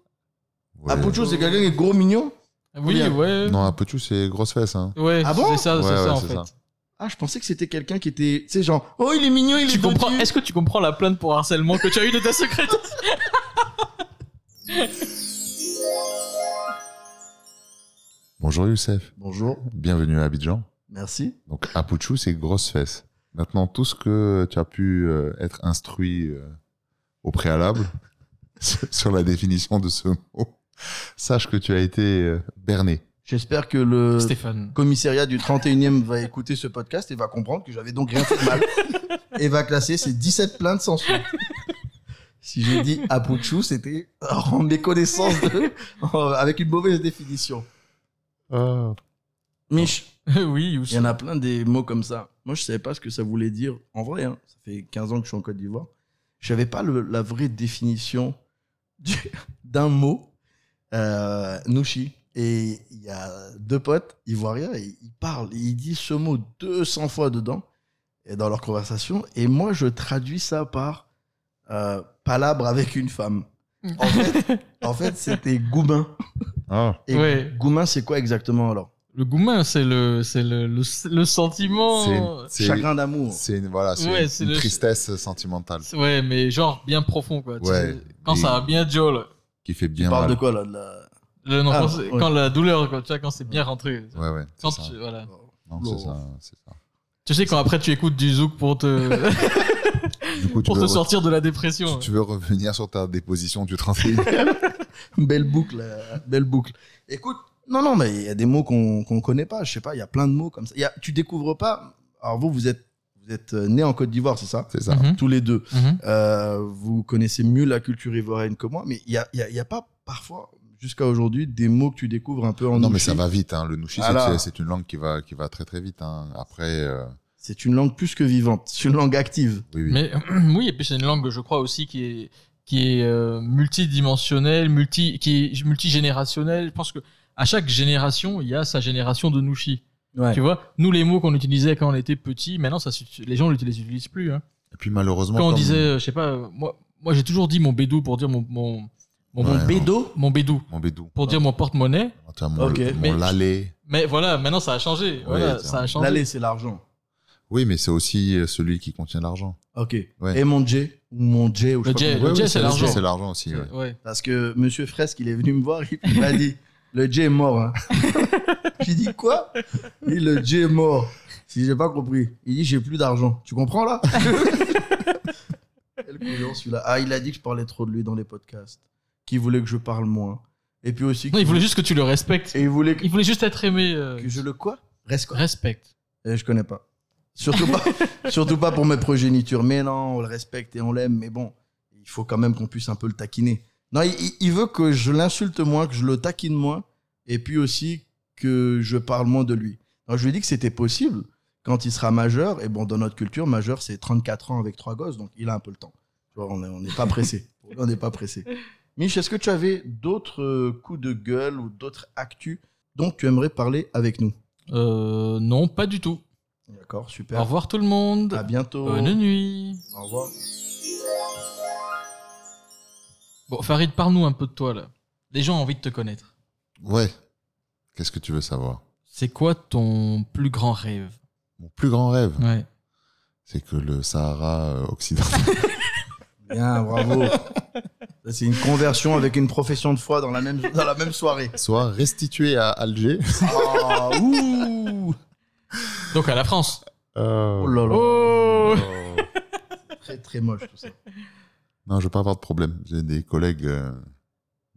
Speaker 9: Ouais.
Speaker 8: Apuchou, c'est quelqu'un qui est gros mignon.
Speaker 7: Oui,
Speaker 8: Bien.
Speaker 7: ouais.
Speaker 9: Non, un peu tout, c'est grosse fesse. Hein.
Speaker 7: Ouais,
Speaker 8: Ah bon
Speaker 7: c'est ça, c'est
Speaker 9: Ouais,
Speaker 7: ça,
Speaker 9: ouais,
Speaker 7: en
Speaker 9: c'est
Speaker 7: fait.
Speaker 9: ça.
Speaker 8: Ah, je pensais que c'était quelqu'un qui était, tu sais, genre, oh, il est mignon, il est
Speaker 7: Tu comprends,
Speaker 8: dodu.
Speaker 7: est-ce que tu comprends la plainte pour harcèlement que tu as eu de ta secrétaire
Speaker 9: Bonjour Youssef,
Speaker 8: Bonjour,
Speaker 9: bienvenue à Abidjan.
Speaker 8: merci.
Speaker 9: Donc Apuchou, c'est grosse fesse. Maintenant, tout ce que tu as pu euh, être instruit euh, au préalable sur la définition de ce mot, sache que tu as été euh, berné.
Speaker 8: J'espère que le
Speaker 7: Stéphane.
Speaker 8: commissariat du 31e va écouter ce podcast et va comprendre que j'avais donc rien fait de mal et va classer ces 17 plaintes sans suite. Si j'ai dit Apuchou, c'était rendre les connaissances de- avec une mauvaise définition.
Speaker 7: Ah.
Speaker 8: Mich,
Speaker 7: oui,
Speaker 8: Il
Speaker 7: Youssef.
Speaker 8: y en a plein des mots comme ça. Moi, je savais pas ce que ça voulait dire. En vrai, hein, ça fait 15 ans que je suis en Côte d'Ivoire. Je savais pas le- la vraie définition du- d'un mot, euh, Nushi. Et il y a deux potes ivoiriens, et ils parlent, et ils disent ce mot 200 fois dedans, et dans leur conversation. Et moi, je traduis ça par euh, palabre avec une femme. En fait, en fait c'était goumin.
Speaker 9: Ah,
Speaker 8: Et
Speaker 7: Ouais.
Speaker 8: goumin, c'est quoi exactement alors
Speaker 7: Le goumin, c'est le, c'est le, le, le
Speaker 9: c'est
Speaker 7: sentiment.
Speaker 9: c'est-
Speaker 8: Chagrin d'amour.
Speaker 9: c'est une, voilà, c'est
Speaker 7: Oh, Ouais,
Speaker 9: une-
Speaker 7: c'est
Speaker 9: une
Speaker 7: le-
Speaker 9: tristesse sentimentale
Speaker 7: Ouais, mais genre bien profond, quoi. Tu
Speaker 9: Ouais,
Speaker 7: sais, quand
Speaker 9: mais-
Speaker 7: ça va bien Joe, là.
Speaker 9: qui fait
Speaker 8: Tu
Speaker 9: bien
Speaker 8: parles de
Speaker 9: mal.
Speaker 8: quoi là de la-
Speaker 7: Le- non,
Speaker 8: Ah,
Speaker 7: quand, c'est-
Speaker 8: ouais.
Speaker 7: quand la douleur, quoi, tu vois, quand c'est bien rentré.
Speaker 9: Ouais, ouais, c'est
Speaker 7: Quand
Speaker 9: ça.
Speaker 7: tu, voilà.
Speaker 9: Non, c'est ça, c'est ça.
Speaker 7: tu sais, quand après tu écoutes du zouk pour te,
Speaker 9: Du coup, tu
Speaker 7: pour te
Speaker 9: veux,
Speaker 7: sortir de la
Speaker 9: tu-
Speaker 7: dépression.
Speaker 9: tu veux revenir sur ta déposition du 31
Speaker 8: Belle boucle, euh, belle boucle. Écoute, non, non, mais il y a des mots qu'on qu'on connaît pas. Je sais pas, il y a plein de mots comme ça. Il Y a, tu découvres pas. Alors vous, vous êtes, vous êtes né en Côte d'Ivoire, c'est ça
Speaker 9: C'est ça.
Speaker 7: Mhm.
Speaker 8: Tous les deux.
Speaker 7: Mhm.
Speaker 8: Euh, vous connaissez mieux la culture ivoirienne que moi, mais il y a, il y a- il y a pas parfois, jusqu'à aujourd'hui, des mots que tu découvres un peu en
Speaker 9: Non, mais
Speaker 8: ouchi.
Speaker 9: ça va vite. hein. Le Nushi, c'est-
Speaker 8: Voilà.
Speaker 9: c'est une langue qui va, qui va très très vite. hein. Après, euh,
Speaker 8: C'est une langue plus que vivante. C'est une langue active.
Speaker 9: oui, oui.
Speaker 7: Mais oui, et puis c'est une langue, je crois aussi, qui est qui est euh, multidimensionnelle, multi qui est multigénérationnelle. Je pense que à chaque génération, il y a sa génération de nushi. Tu vois, nous les mots qu'on utilisait quand on était petit, maintenant ça, s'utilise- les gens ne les utilisent plus. hein.
Speaker 9: Et puis malheureusement,
Speaker 7: Quand on
Speaker 9: comme-
Speaker 7: disait, euh, je sais pas, euh, moi, moi j'ai toujours dit mon bédou pour dire mon mon mon, mon
Speaker 9: Ouais,
Speaker 7: bé-
Speaker 8: Bédo
Speaker 7: mon bédou
Speaker 9: mon bédou,
Speaker 7: pour dire mon porte-monnaie.
Speaker 9: tu vois, mon,
Speaker 8: Ok,
Speaker 9: mon
Speaker 7: mais-
Speaker 9: lalé.
Speaker 7: Mais voilà, maintenant ça a changé. Voilà,
Speaker 9: c'est
Speaker 7: ça a
Speaker 9: un-
Speaker 7: changé.
Speaker 8: L'allée, c'est l'argent.
Speaker 9: Oui, mais c'est aussi euh, celui qui contient l'argent.
Speaker 8: Ok.
Speaker 9: Ouais.
Speaker 8: Et mon J ou mon J ou je
Speaker 7: Le
Speaker 8: sais pas
Speaker 7: J,
Speaker 8: comment-
Speaker 7: le J, c'est l'argent.
Speaker 9: C'est l'argent aussi. ouais.
Speaker 7: Ouais.
Speaker 8: Parce que Monsieur Fresque, il est venu me voir, il m'a dit Le Dieu est mort. Hein. j'ai dit Quoi Il dit Le Dieu est mort. Si j'ai pas compris. Il dit J'ai plus d'argent. Tu comprends là Quel couillon celui-là. Ah, il a dit que je parlais trop de lui dans les podcasts. Qu'il voulait que je parle moins. Et puis aussi.
Speaker 7: Non,
Speaker 8: qu'il-
Speaker 7: il voulait juste que tu le respectes.
Speaker 8: Et il voulait que,
Speaker 7: Il voulait juste être aimé. euh,
Speaker 8: que je le quoi Reste quoi
Speaker 7: Respecte.
Speaker 8: Euh, Je connais pas. Surtout pas, surtout pas pour mes progénitures. Mais non, on le respecte et on l'aime. Mais bon, il faut quand même qu'on puisse un peu le taquiner. Non, il, il- il veut que je l'insulte moins, que je le taquine moins, et puis aussi que je parle moins de lui. Alors, je lui ai dit que c'était possible quand il sera majeur. Et bon, dans notre culture, majeur, c'est 34 ans avec trois gosses, donc il a un peu le temps. Tu vois, on est- on n'est pas pressé. on n'est pas pressé. Mich, est-ce que tu avais d'autres euh, coups de gueule ou d'autres actus dont tu aimerais parler avec nous
Speaker 7: Euh, non, pas du tout.
Speaker 8: D'accord, super.
Speaker 7: Au revoir tout le monde.
Speaker 8: À bientôt.
Speaker 7: Bonne nuit.
Speaker 8: Au revoir.
Speaker 7: Bon, Farid, parle-nous un peu de toi là. Les gens ont envie de te connaître.
Speaker 9: Ouais. Qu'est-ce que tu veux savoir
Speaker 7: C'est quoi ton plus grand rêve
Speaker 9: Mon plus grand rêve,
Speaker 7: Ouais.
Speaker 9: c'est que le Sahara euh, occidental.
Speaker 8: Bien, bravo. Ça, C'est une conversion avec une profession de foi dans la même, dans la même soirée.
Speaker 9: soit restitué à Alger.
Speaker 8: Ah, ouh
Speaker 7: Donc à la France.
Speaker 9: Euh,
Speaker 8: Oh là là.
Speaker 7: Oh
Speaker 9: euh,
Speaker 8: Très très moche tout ça.
Speaker 9: Non, je veux pas avoir de problème. J'ai des collègues euh,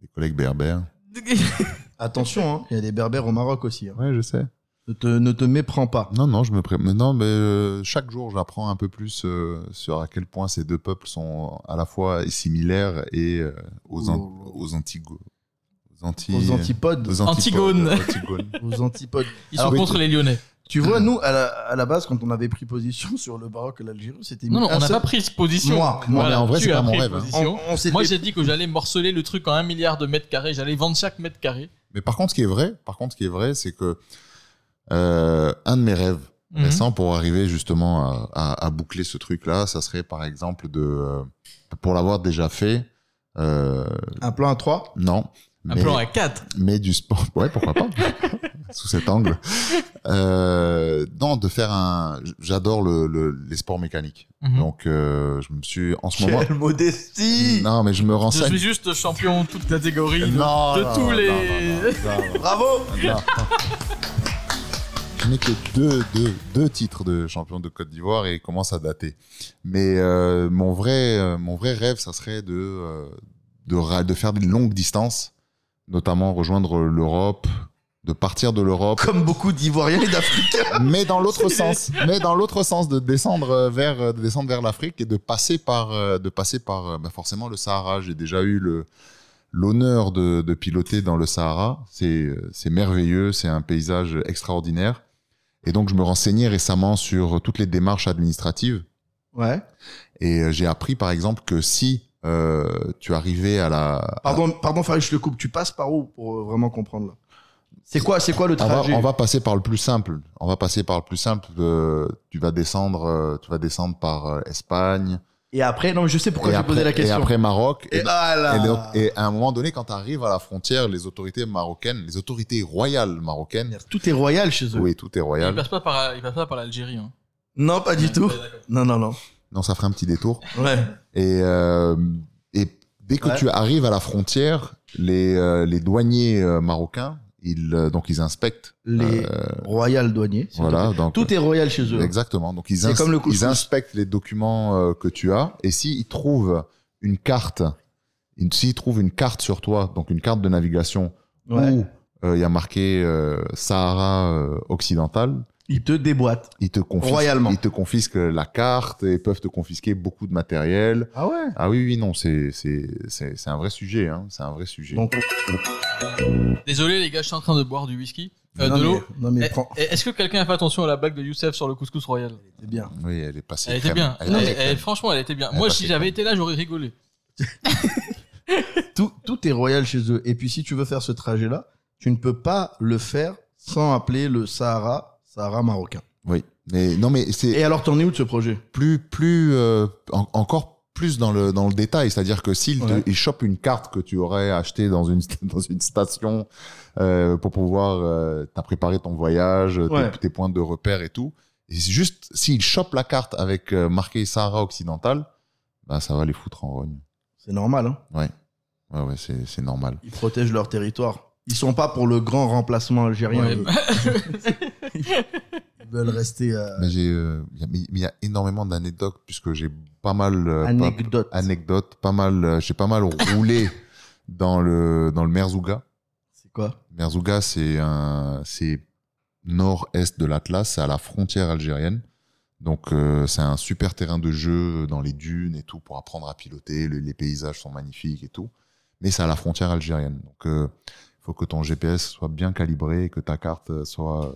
Speaker 9: Des collègues berbères.
Speaker 8: Attention, hein, il y a des berbères au Maroc aussi. hein.
Speaker 9: Ouais, je sais.
Speaker 8: Ne, te, ne te méprends pas.
Speaker 9: Non, non, je me pré... mais Non, mais euh, chaque jour, j'apprends un peu plus euh, sur à quel point ces deux peuples sont à la fois similaires et euh, aux, an-
Speaker 8: Oh.
Speaker 9: aux Antigo- Aux, anti-
Speaker 7: euh,
Speaker 8: Aux antipodes.
Speaker 9: aux antipodes.
Speaker 7: Antigones.
Speaker 9: Antigones.
Speaker 8: Aux antipodes.
Speaker 7: Ils
Speaker 8: Alors,
Speaker 7: sont
Speaker 8: oui,
Speaker 7: contre les Lyonnais.
Speaker 8: Tu vois, nous, à la, à la base, quand on avait pris position sur le Maroc et l'Algérie, c'était
Speaker 7: Non, non,
Speaker 8: un
Speaker 7: on n'a pas
Speaker 8: seul-
Speaker 7: pris position.
Speaker 8: Moi, moi,
Speaker 9: mais en vrai,
Speaker 7: tu
Speaker 9: c'est
Speaker 7: as
Speaker 9: pas mon
Speaker 7: pris
Speaker 9: rêve, hein.
Speaker 7: position.
Speaker 8: On, on s'était-
Speaker 7: Moi, j'ai dit que j'allais morceler le truc en un milliard de mètres carrés. J'allais vendre chaque mètre carré.
Speaker 9: Mais par contre, ce qui est vrai, par contre, ce qui est vrai, c'est que euh, un de mes rêves
Speaker 7: Mhm.
Speaker 9: récents pour arriver justement à, à- à boucler ce truc-là, ça serait par exemple de, euh, pour l'avoir déjà fait, euh,
Speaker 8: un plan à 3
Speaker 9: non,
Speaker 7: Un
Speaker 9: mais-
Speaker 7: plan à 4.
Speaker 9: mais du sport. Ouais, pourquoi pas Sous cet angle. Euh, non, de faire un. J'adore le, le- les sports mécaniques.
Speaker 7: Mhm.
Speaker 9: Donc, euh, je me suis en ce moment.
Speaker 8: modestie
Speaker 9: Non, mais je
Speaker 7: Je
Speaker 9: me renseigne.
Speaker 7: suis juste champion toute catégorie. donc-
Speaker 9: Non,
Speaker 7: de
Speaker 9: non,
Speaker 7: tous
Speaker 9: non,
Speaker 7: les-
Speaker 9: non, non, non, non.
Speaker 8: Bravo
Speaker 9: Non. Je n'ai que deux, deux, deux titres de champion de Côte d'Ivoire et il commence à dater. Mais euh, mon, vrai, euh, mon vrai rêve, ça serait de, euh, de, ra- de faire des longues distances, notamment rejoindre l'Europe, de partir de l'Europe,
Speaker 8: Comme beaucoup d'Ivoiriens et d'Africains.
Speaker 9: mais dans l'autre sens, mais dans l'autre sens, de descendre euh, vers, euh, de descendre vers l'Afrique et de passer par, euh, de passer par euh, bah, forcément le Sahara. J'ai déjà eu le l'honneur de, de piloter dans le Sahara. C'est euh, c'est merveilleux, c'est un paysage extraordinaire. Et donc je me renseignais récemment sur toutes les démarches administratives
Speaker 8: Ouais.
Speaker 9: et euh, j'ai appris par exemple que si euh, tu arrivais à la
Speaker 8: Pardon, pardon Farid, je te coupe. Tu passes par où pour euh, vraiment comprendre là C'est quoi, c'est quoi le
Speaker 9: On va,
Speaker 8: trajet
Speaker 9: on va passer par le plus simple. On va passer par le plus simple. Euh, tu vas descendre, euh, tu vas descendre par euh, Espagne.
Speaker 8: Et après, non, mais je sais pourquoi
Speaker 9: et,
Speaker 8: j'ai
Speaker 9: après,
Speaker 8: posé la
Speaker 9: et
Speaker 8: question.
Speaker 9: après Maroc. Et, bah,
Speaker 8: Et ah là.
Speaker 9: et donc- et à un moment donné, quand tu arrives à la frontière, les autorités marocaines, les autorités royales marocaines,
Speaker 8: Tout est royal chez eux.
Speaker 9: oui, tout est
Speaker 7: Il
Speaker 8: bah.
Speaker 9: royal.
Speaker 7: passe pas par, il passe pas par l'Algérie. hein.
Speaker 8: Non, pas euh, du
Speaker 7: Ouais,
Speaker 8: tout.
Speaker 7: ouais, d'accord.
Speaker 8: Non, non, non.
Speaker 9: Non, ça ferait un petit détour.
Speaker 8: Ouais.
Speaker 9: Et, euh, et dès que
Speaker 8: Ouais.
Speaker 9: tu arrives à la frontière, les, euh, les douaniers euh, marocains, ils, euh, donc ils inspectent.
Speaker 8: Les
Speaker 9: euh,
Speaker 8: royal douaniers. s'il te
Speaker 9: voilà. donc-
Speaker 8: plaît. Tout est royal chez eux.
Speaker 9: Exactement. Donc ils,
Speaker 8: C'est
Speaker 9: ins-
Speaker 8: comme le couscous.
Speaker 9: ils inspectent les documents euh, que tu as et s'ils trouvent une carte, une- s'ils trouvent une carte sur toi, donc une carte de navigation
Speaker 8: Ouais.
Speaker 9: où euh, il y a marqué euh, Sahara euh, occidental,
Speaker 8: Ils te déboîtent.
Speaker 9: ils te confisquent,
Speaker 8: Royalement.
Speaker 9: ils te confisquent la carte et peuvent te confisquer beaucoup de matériel.
Speaker 8: Ah ouais
Speaker 9: Ah oui oui non c'est c'est c'est c'est un vrai sujet hein, c'est un vrai sujet.
Speaker 8: Donc,
Speaker 7: Désolé les gars, je suis en train de boire du whisky. Euh,
Speaker 8: non,
Speaker 7: de
Speaker 8: mais-
Speaker 7: l'eau.
Speaker 8: Non, mais
Speaker 7: Eh,
Speaker 8: prends.
Speaker 7: eh, Est-ce que quelqu'un a fait attention à la blague de Youssef sur le couscous royal
Speaker 8: C'est bien.
Speaker 9: oui elle est passée.
Speaker 7: Elle était
Speaker 9: crème.
Speaker 7: bien.
Speaker 9: Elle
Speaker 7: Elle-
Speaker 9: était
Speaker 7: elle-
Speaker 9: crème.
Speaker 7: franchement, elle était bien.
Speaker 9: Elle
Speaker 7: Moi,
Speaker 9: passe
Speaker 7: si
Speaker 9: les
Speaker 7: j'avais
Speaker 9: crèmes.
Speaker 7: été là, j'aurais rigolé.
Speaker 8: Tout, tout est royal chez eux. Et puis, si tu veux faire ce trajet-là, tu ne peux pas le faire sans appeler le Sahara, Sahara marocain.
Speaker 9: Oui mais non mais c'est
Speaker 8: Et alors, t'en es où de ce projet
Speaker 9: plus plus euh, en- encore plus dans le dans le détail, c'est-à-dire que s'il te-
Speaker 8: Ouais.
Speaker 9: il chope une carte que tu aurais achetée dans une dans une station euh, pour pouvoir euh, t'as préparé ton voyage, tes-
Speaker 8: Ouais.
Speaker 9: tes, points de repère et tout, et c'est juste s'il chope la carte avec euh, marqué Sahara occidental, bah ça va les foutre en rogne.
Speaker 8: C'est normal, hein
Speaker 9: Ouais ouais, c'est c'est normal.
Speaker 8: Ils protègent leur territoire. Ils sont pas pour le grand remplacement algérien.
Speaker 7: Ouais.
Speaker 8: Ils veulent rester euh,
Speaker 9: Mais j'ai euh, il y a- mais il y, a énormément d'anecdotes puisque j'ai pas mal euh, pas-
Speaker 8: anecdote.
Speaker 9: anecdotes, pas mal euh, j'ai pas mal roulé dans le dans le Merzouga.
Speaker 8: C'est quoi
Speaker 9: Merzouga, c'est un, c'est nord-est de l'Atlas, c'est à la frontière algérienne. Donc, euh, c'est un super terrain de jeu dans les dunes et tout pour apprendre à piloter. Le- les paysages sont magnifiques et tout. Mais c'est à la frontière algérienne. Donc, euh, il faut que ton GPS soit bien calibré et que ta carte euh, soit euh,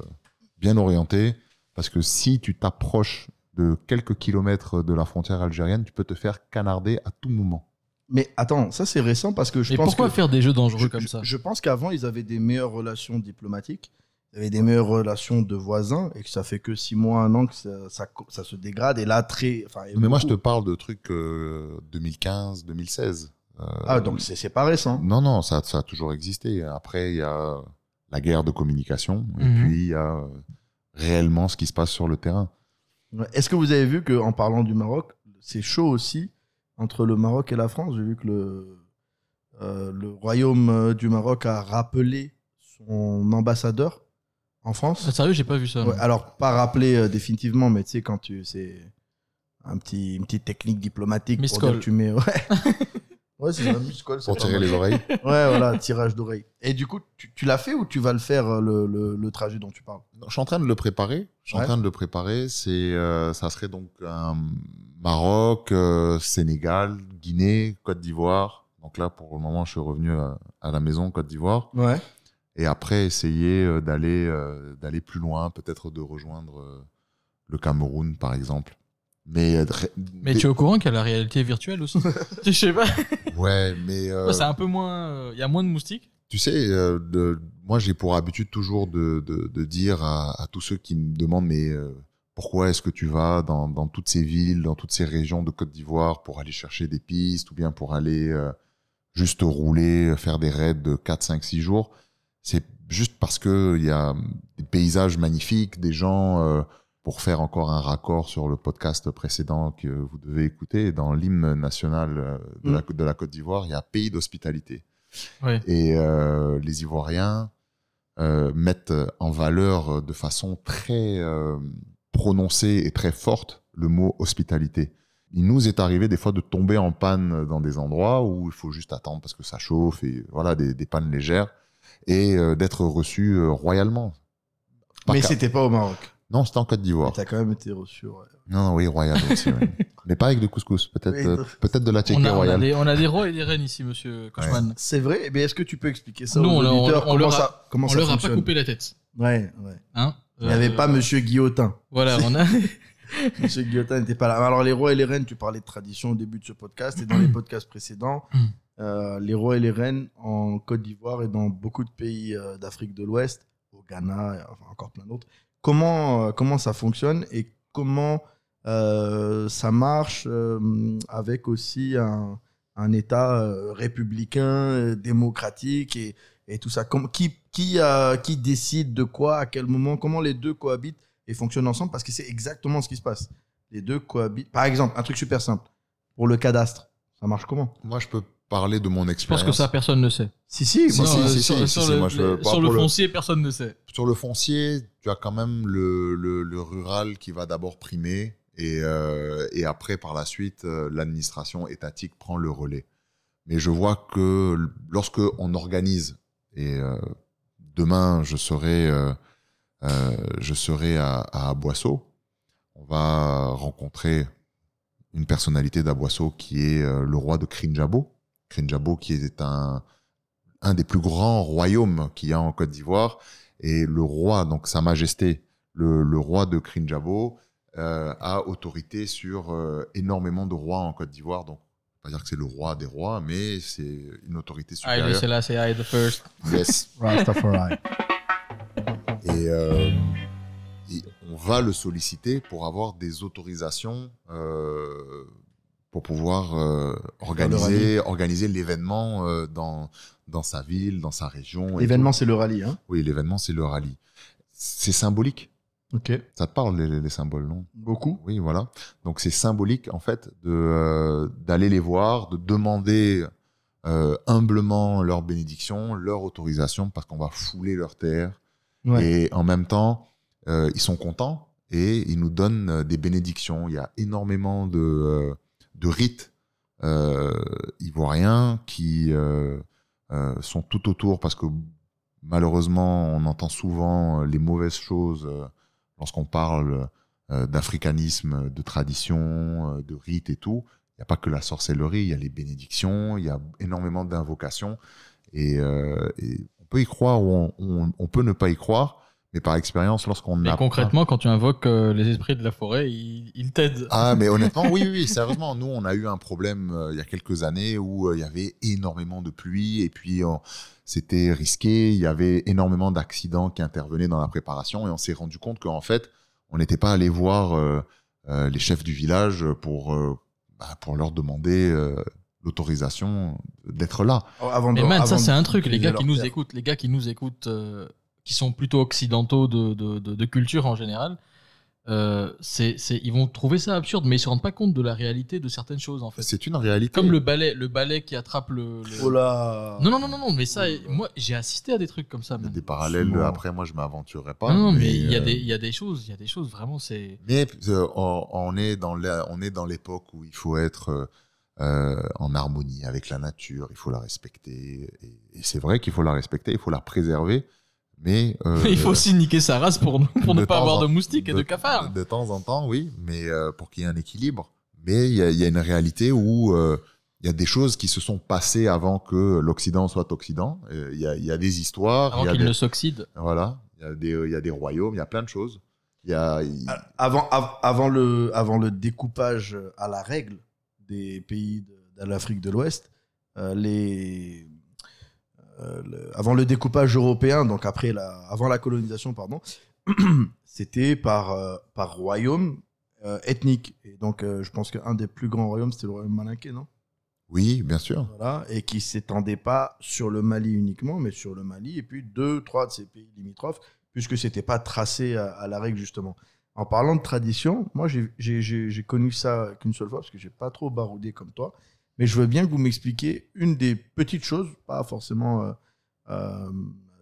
Speaker 9: bien orientée. Parce que si tu t'approches de quelques kilomètres de la frontière algérienne, tu peux te faire canarder à tout moment.
Speaker 8: Mais attends, ça c'est récent parce que je
Speaker 7: Mais
Speaker 8: pense
Speaker 7: pourquoi
Speaker 8: que
Speaker 7: faire des jeux dangereux
Speaker 8: je,
Speaker 7: comme
Speaker 8: je-
Speaker 7: ça
Speaker 8: je pense qu'avant ils avaient des meilleures relations diplomatiques, ils avaient des meilleures relations de voisins et que ça fait que six mois, un an que ça, ça, co- ça se dégrade et là très. enfin,
Speaker 9: Mais moi, je te
Speaker 8: beaucoup.
Speaker 9: parle de trucs euh, 2015, 2016. Euh,
Speaker 8: Ah donc c'est c'est pas récent.
Speaker 9: Non, non, ça, ça a toujours existé. Après, il y a la guerre de communication, et
Speaker 7: Mhm.
Speaker 9: puis il y a euh, réellement ce qui se passe sur le terrain.
Speaker 8: Est-ce que vous avez vu que en parlant du Maroc, c'est chaud aussi entre le Maroc et la France. J'ai vu que le euh, le royaume euh, du Maroc a rappelé son ambassadeur en France.
Speaker 7: Ah, Sérieux, j'ai pas vu ça.
Speaker 8: Ouais, alors, pas rappeler euh, définitivement, mais tu sais, quand tu. C'est un petit, une petite technique diplomatique
Speaker 7: Miss
Speaker 8: pour dire
Speaker 7: call.
Speaker 8: que tu mets. Ouais. Ouais, c'est un musical. c'est
Speaker 9: pour
Speaker 8: pas
Speaker 9: tirer
Speaker 8: mal.
Speaker 9: les oreilles.
Speaker 8: Ouais, voilà, tirage d'oreille. Et du coup, tu, tu l'as fait ou tu vas le faire, euh, le, le- le trajet dont tu parles
Speaker 9: Non, je suis en train de le préparer. Je suis
Speaker 8: Ouais.
Speaker 9: en train de le préparer. C'est, euh, ça serait donc un Maroc, euh, Sénégal, Guinée, Côte d'Ivoire. Donc là, pour le moment, je suis revenu à, à la maison, Côte d'Ivoire.
Speaker 8: Ouais.
Speaker 9: Et après, essayer euh, d'aller, euh, d'aller plus loin, peut-être de rejoindre euh, le Cameroun, par exemple. Mais, euh, ré-
Speaker 7: Mais
Speaker 9: des-
Speaker 7: tu es au courant qu'il y a la réalité virtuelle aussi Je sais pas.
Speaker 9: Euh, ouais, mais euh,
Speaker 7: C'est un peu moins. Il y a moins de moustiques.
Speaker 9: Tu sais, euh, de- moi j'ai pour habitude toujours de, de- de dire à, à tous ceux qui me demandent mais euh, pourquoi est-ce que tu vas dans, dans toutes ces villes, dans toutes ces régions de Côte d'Ivoire pour aller chercher des pistes ou bien pour aller euh, juste rouler, euh, faire des raids de 4, 5, 6 jours. C'est juste parce que il y a des paysages magnifiques, des gens, euh, pour faire encore un raccord sur le podcast précédent que vous devez écouter, dans l'hymne national euh, de, la, de la Côte d'Ivoire, il y a pays d'hospitalité.
Speaker 7: Ouais.
Speaker 9: Et euh, les Ivoiriens euh, mettent en valeur euh, de façon très euh, prononcée et très forte le mot hospitalité. Il nous est arrivé des fois de tomber en panne dans des endroits où il faut juste attendre parce que ça chauffe et voilà des, des pannes légères et euh, d'être reçu euh, royalement. Pas
Speaker 8: Mais
Speaker 9: qu'à-
Speaker 8: c'était pas au Maroc.
Speaker 9: non, c'était en Côte
Speaker 8: Mais
Speaker 9: d'Ivoire.
Speaker 8: T'as quand même été reçu. ouais.
Speaker 9: Non, non, oui, royal aussi. ouais. Mais pas avec du couscous, peut-être
Speaker 8: Oui,
Speaker 9: euh, peut-être de la
Speaker 7: On
Speaker 9: Tchéquie
Speaker 7: a, on, a
Speaker 9: royale.
Speaker 7: des, on a des rois et des reines ici, monsieur Cauchemar.
Speaker 8: C'est vrai, mais est-ce que tu peux expliquer ça
Speaker 7: Nous,
Speaker 8: aux
Speaker 7: on- on-
Speaker 8: auditeurs
Speaker 7: on
Speaker 8: Comment
Speaker 7: leur a-
Speaker 8: ça, comment
Speaker 7: On
Speaker 8: ça
Speaker 7: leur a pas
Speaker 8: fonctionne
Speaker 7: coupé la tête.
Speaker 8: Ouais, ouais.
Speaker 7: Hein
Speaker 8: Il n'y avait
Speaker 7: Euh,
Speaker 8: pas Monsieur Guillotin.
Speaker 7: Voilà, on a.
Speaker 8: Monsieur Guillotin n'était pas là. Alors, les rois et les reines, tu parlais de tradition au début de ce podcast et dans les podcasts précédents.
Speaker 7: Mm.
Speaker 8: euh, les rois et les reines en Côte d'Ivoire et dans beaucoup de pays euh, d'Afrique de l'Ouest, au Ghana, et enfin, encore plein d'autres. Comment, euh, comment ça fonctionne et comment euh, ça marche euh, avec aussi un, un État euh, républicain, euh, démocratique et, et tout ça Comme, qui, qui, euh, qui décide de quoi, à quel moment Comment les deux cohabitent et fonctionnent ensemble Parce que c'est exactement ce qui se passe. Les deux cohabitent. Par exemple, un truc super simple. Pour le cadastre, ça marche comment
Speaker 9: Moi, je peux parler de mon
Speaker 7: Je pense
Speaker 9: expérience.
Speaker 7: que ça, personne ne sait.
Speaker 8: Si, si,
Speaker 9: Si,
Speaker 8: moi,
Speaker 9: si,
Speaker 7: euh,
Speaker 9: si,
Speaker 7: sur
Speaker 9: si,
Speaker 7: sur
Speaker 9: si,
Speaker 7: le,
Speaker 9: moi, je-
Speaker 7: le-
Speaker 9: par
Speaker 7: sur le
Speaker 9: pour le-
Speaker 7: foncier, personne ne sait.
Speaker 9: sur le foncier, tu as quand même le, le, le rural qui va d'abord primer et, euh, et après, par la suite, euh, l'administration étatique prend le relais. Mais je vois que l- lorsque on organise, et euh, demain je serai, euh, euh, je serai à, à Boisseau, on va rencontrer une personnalité d'Aboisseau qui est euh, le roi de Krinjabo. Krinjabo qui est un, un des plus grands royaumes qu'il y a en Côte d'Ivoire et le roi, donc Sa Majesté, le, le roi de Krinjabo, euh, a autorité sur euh, énormément de rois en Côte d'Ivoire. Donc, on va pas dire que c'est le roi des rois, mais c'est une autorité
Speaker 7: Ah, lui,
Speaker 9: supérieure.
Speaker 7: c'est là, c'est I the first.
Speaker 9: Yes.
Speaker 8: Rastafari.
Speaker 9: Et, euh, et on va le solliciter pour avoir des autorisations euh, pour pouvoir euh, organiser, organiser l'événement euh, dans, dans sa ville, dans sa région. et
Speaker 8: L'événement, c'est le rallye. Hein
Speaker 9: tout. Oui, l'événement, c'est le rallye. C'est symbolique.
Speaker 8: ok.
Speaker 9: Ça te parle, les- les symboles, non
Speaker 8: Beaucoup.
Speaker 9: Oui, voilà. Donc c'est symbolique en fait de euh, d'aller les voir, de demander euh, humblement leur bénédiction, leur autorisation, parce qu'on va fouler leur terre.
Speaker 8: Ouais.
Speaker 9: Et en même temps, euh, ils sont contents et ils nous donnent euh, des bénédictions. Il y a énormément de, euh, de rites euh, ivoiriens qui euh, euh, sont tout autour parce que malheureusement, on entend souvent euh, les mauvaises choses euh, lorsqu'on parle euh, d'africanisme, de tradition, euh, de rites et tout. Il n'y a pas que la sorcellerie, il y a les bénédictions, il y a énormément d'invocations. Et, euh, et on peut y croire ou on, on- on peut ne pas y croire, mais par expérience, lorsqu'on
Speaker 7: Mais
Speaker 9: apprend-
Speaker 7: concrètement, quand tu invoques euh, les esprits de la forêt, ils, ils t'aident.
Speaker 9: Ah, mais honnêtement, oui, oui, oui, sérieusement. Nous, on a eu un problème euh, il y a quelques années où euh, il y avait énormément de pluie et puis on- c'était risqué. Il y avait énormément d'accidents qui intervenaient dans la préparation et on s'est rendu compte qu'en fait, on n'était pas allé voir euh, euh, les chefs du village pour, euh, bah, pour leur demander euh, l'autorisation d'être là.
Speaker 8: Avant
Speaker 7: Mais
Speaker 8: de-
Speaker 7: Eh, man, ça
Speaker 8: avant
Speaker 7: c'est
Speaker 8: de-
Speaker 7: un truc, les
Speaker 8: d'utiliser
Speaker 7: gars qui
Speaker 8: leur
Speaker 7: nous
Speaker 8: terre.
Speaker 7: écoutent, les gars qui nous écoutent, euh, qui sont plutôt occidentaux de, de, de- de culture en général, euh, c'est, c'est- ils vont trouver ça absurde, mais ils se rendent pas compte de la réalité de certaines choses en fait.
Speaker 9: C'est une réalité.
Speaker 7: Comme le balai, le balai qui attrape le. le-
Speaker 8: Oh là.
Speaker 7: Non non non non non, mais ça,
Speaker 8: Oh là.
Speaker 7: moi j'ai assisté à des trucs comme ça.
Speaker 9: Il y a
Speaker 7: man.
Speaker 9: des parallèles.
Speaker 8: Souvent.
Speaker 9: Après, moi, je m'aventurerai pas.
Speaker 7: non non, mais il y a
Speaker 9: euh,
Speaker 7: des il y a des choses, il y a des choses vraiment c'est.
Speaker 9: Mais euh, on, on est dans la- on est dans l'époque où il faut être euh, euh, en harmonie avec la nature, il faut la respecter. Et, et c'est vrai qu'il faut la respecter, il faut la préserver, mais... euh,
Speaker 7: Il faut aussi niquer sa race pour, pour ne
Speaker 9: de
Speaker 7: pas
Speaker 9: temps
Speaker 7: avoir
Speaker 9: en-
Speaker 7: de moustiques et de cafards.
Speaker 9: De, de temps en temps, oui, mais euh, pour qu'il y ait un équilibre. Mais il y a, il y a une réalité où euh, il y a des choses qui se sont passées avant que l'Occident soit Occident. Euh, Il y, a, il y a des histoires,
Speaker 7: Avant
Speaker 9: il y a
Speaker 7: qu'il
Speaker 9: des-
Speaker 7: ne s'oxyde.
Speaker 9: voilà, il y a des, euh, il y a des royaumes, il y a plein de choses. Il y a, il-
Speaker 8: Avant, av- avant, le, avant le découpage à la règle des pays de, de l'Afrique de l'Ouest, euh, les, euh, le- avant le découpage européen, donc après la, avant la colonisation, pardon, c'était par, euh, par royaume euh, ethnique. Et donc, euh, je pense qu'un des plus grands royaumes, c'était le royaume malinqué, non
Speaker 9: Oui, bien sûr.
Speaker 8: voilà, et qui s'étendait pas sur le Mali uniquement, mais sur le Mali et puis deux, trois de ces pays limitrophes, puisque c'était pas tracé à, à la règle justement. En parlant de tradition, moi j'ai- j'ai j'ai- j'ai connu ça qu'une seule fois parce que j'ai pas trop baroudé comme toi, mais je veux bien que vous m'expliquiez une des petites choses, pas forcément euh, euh,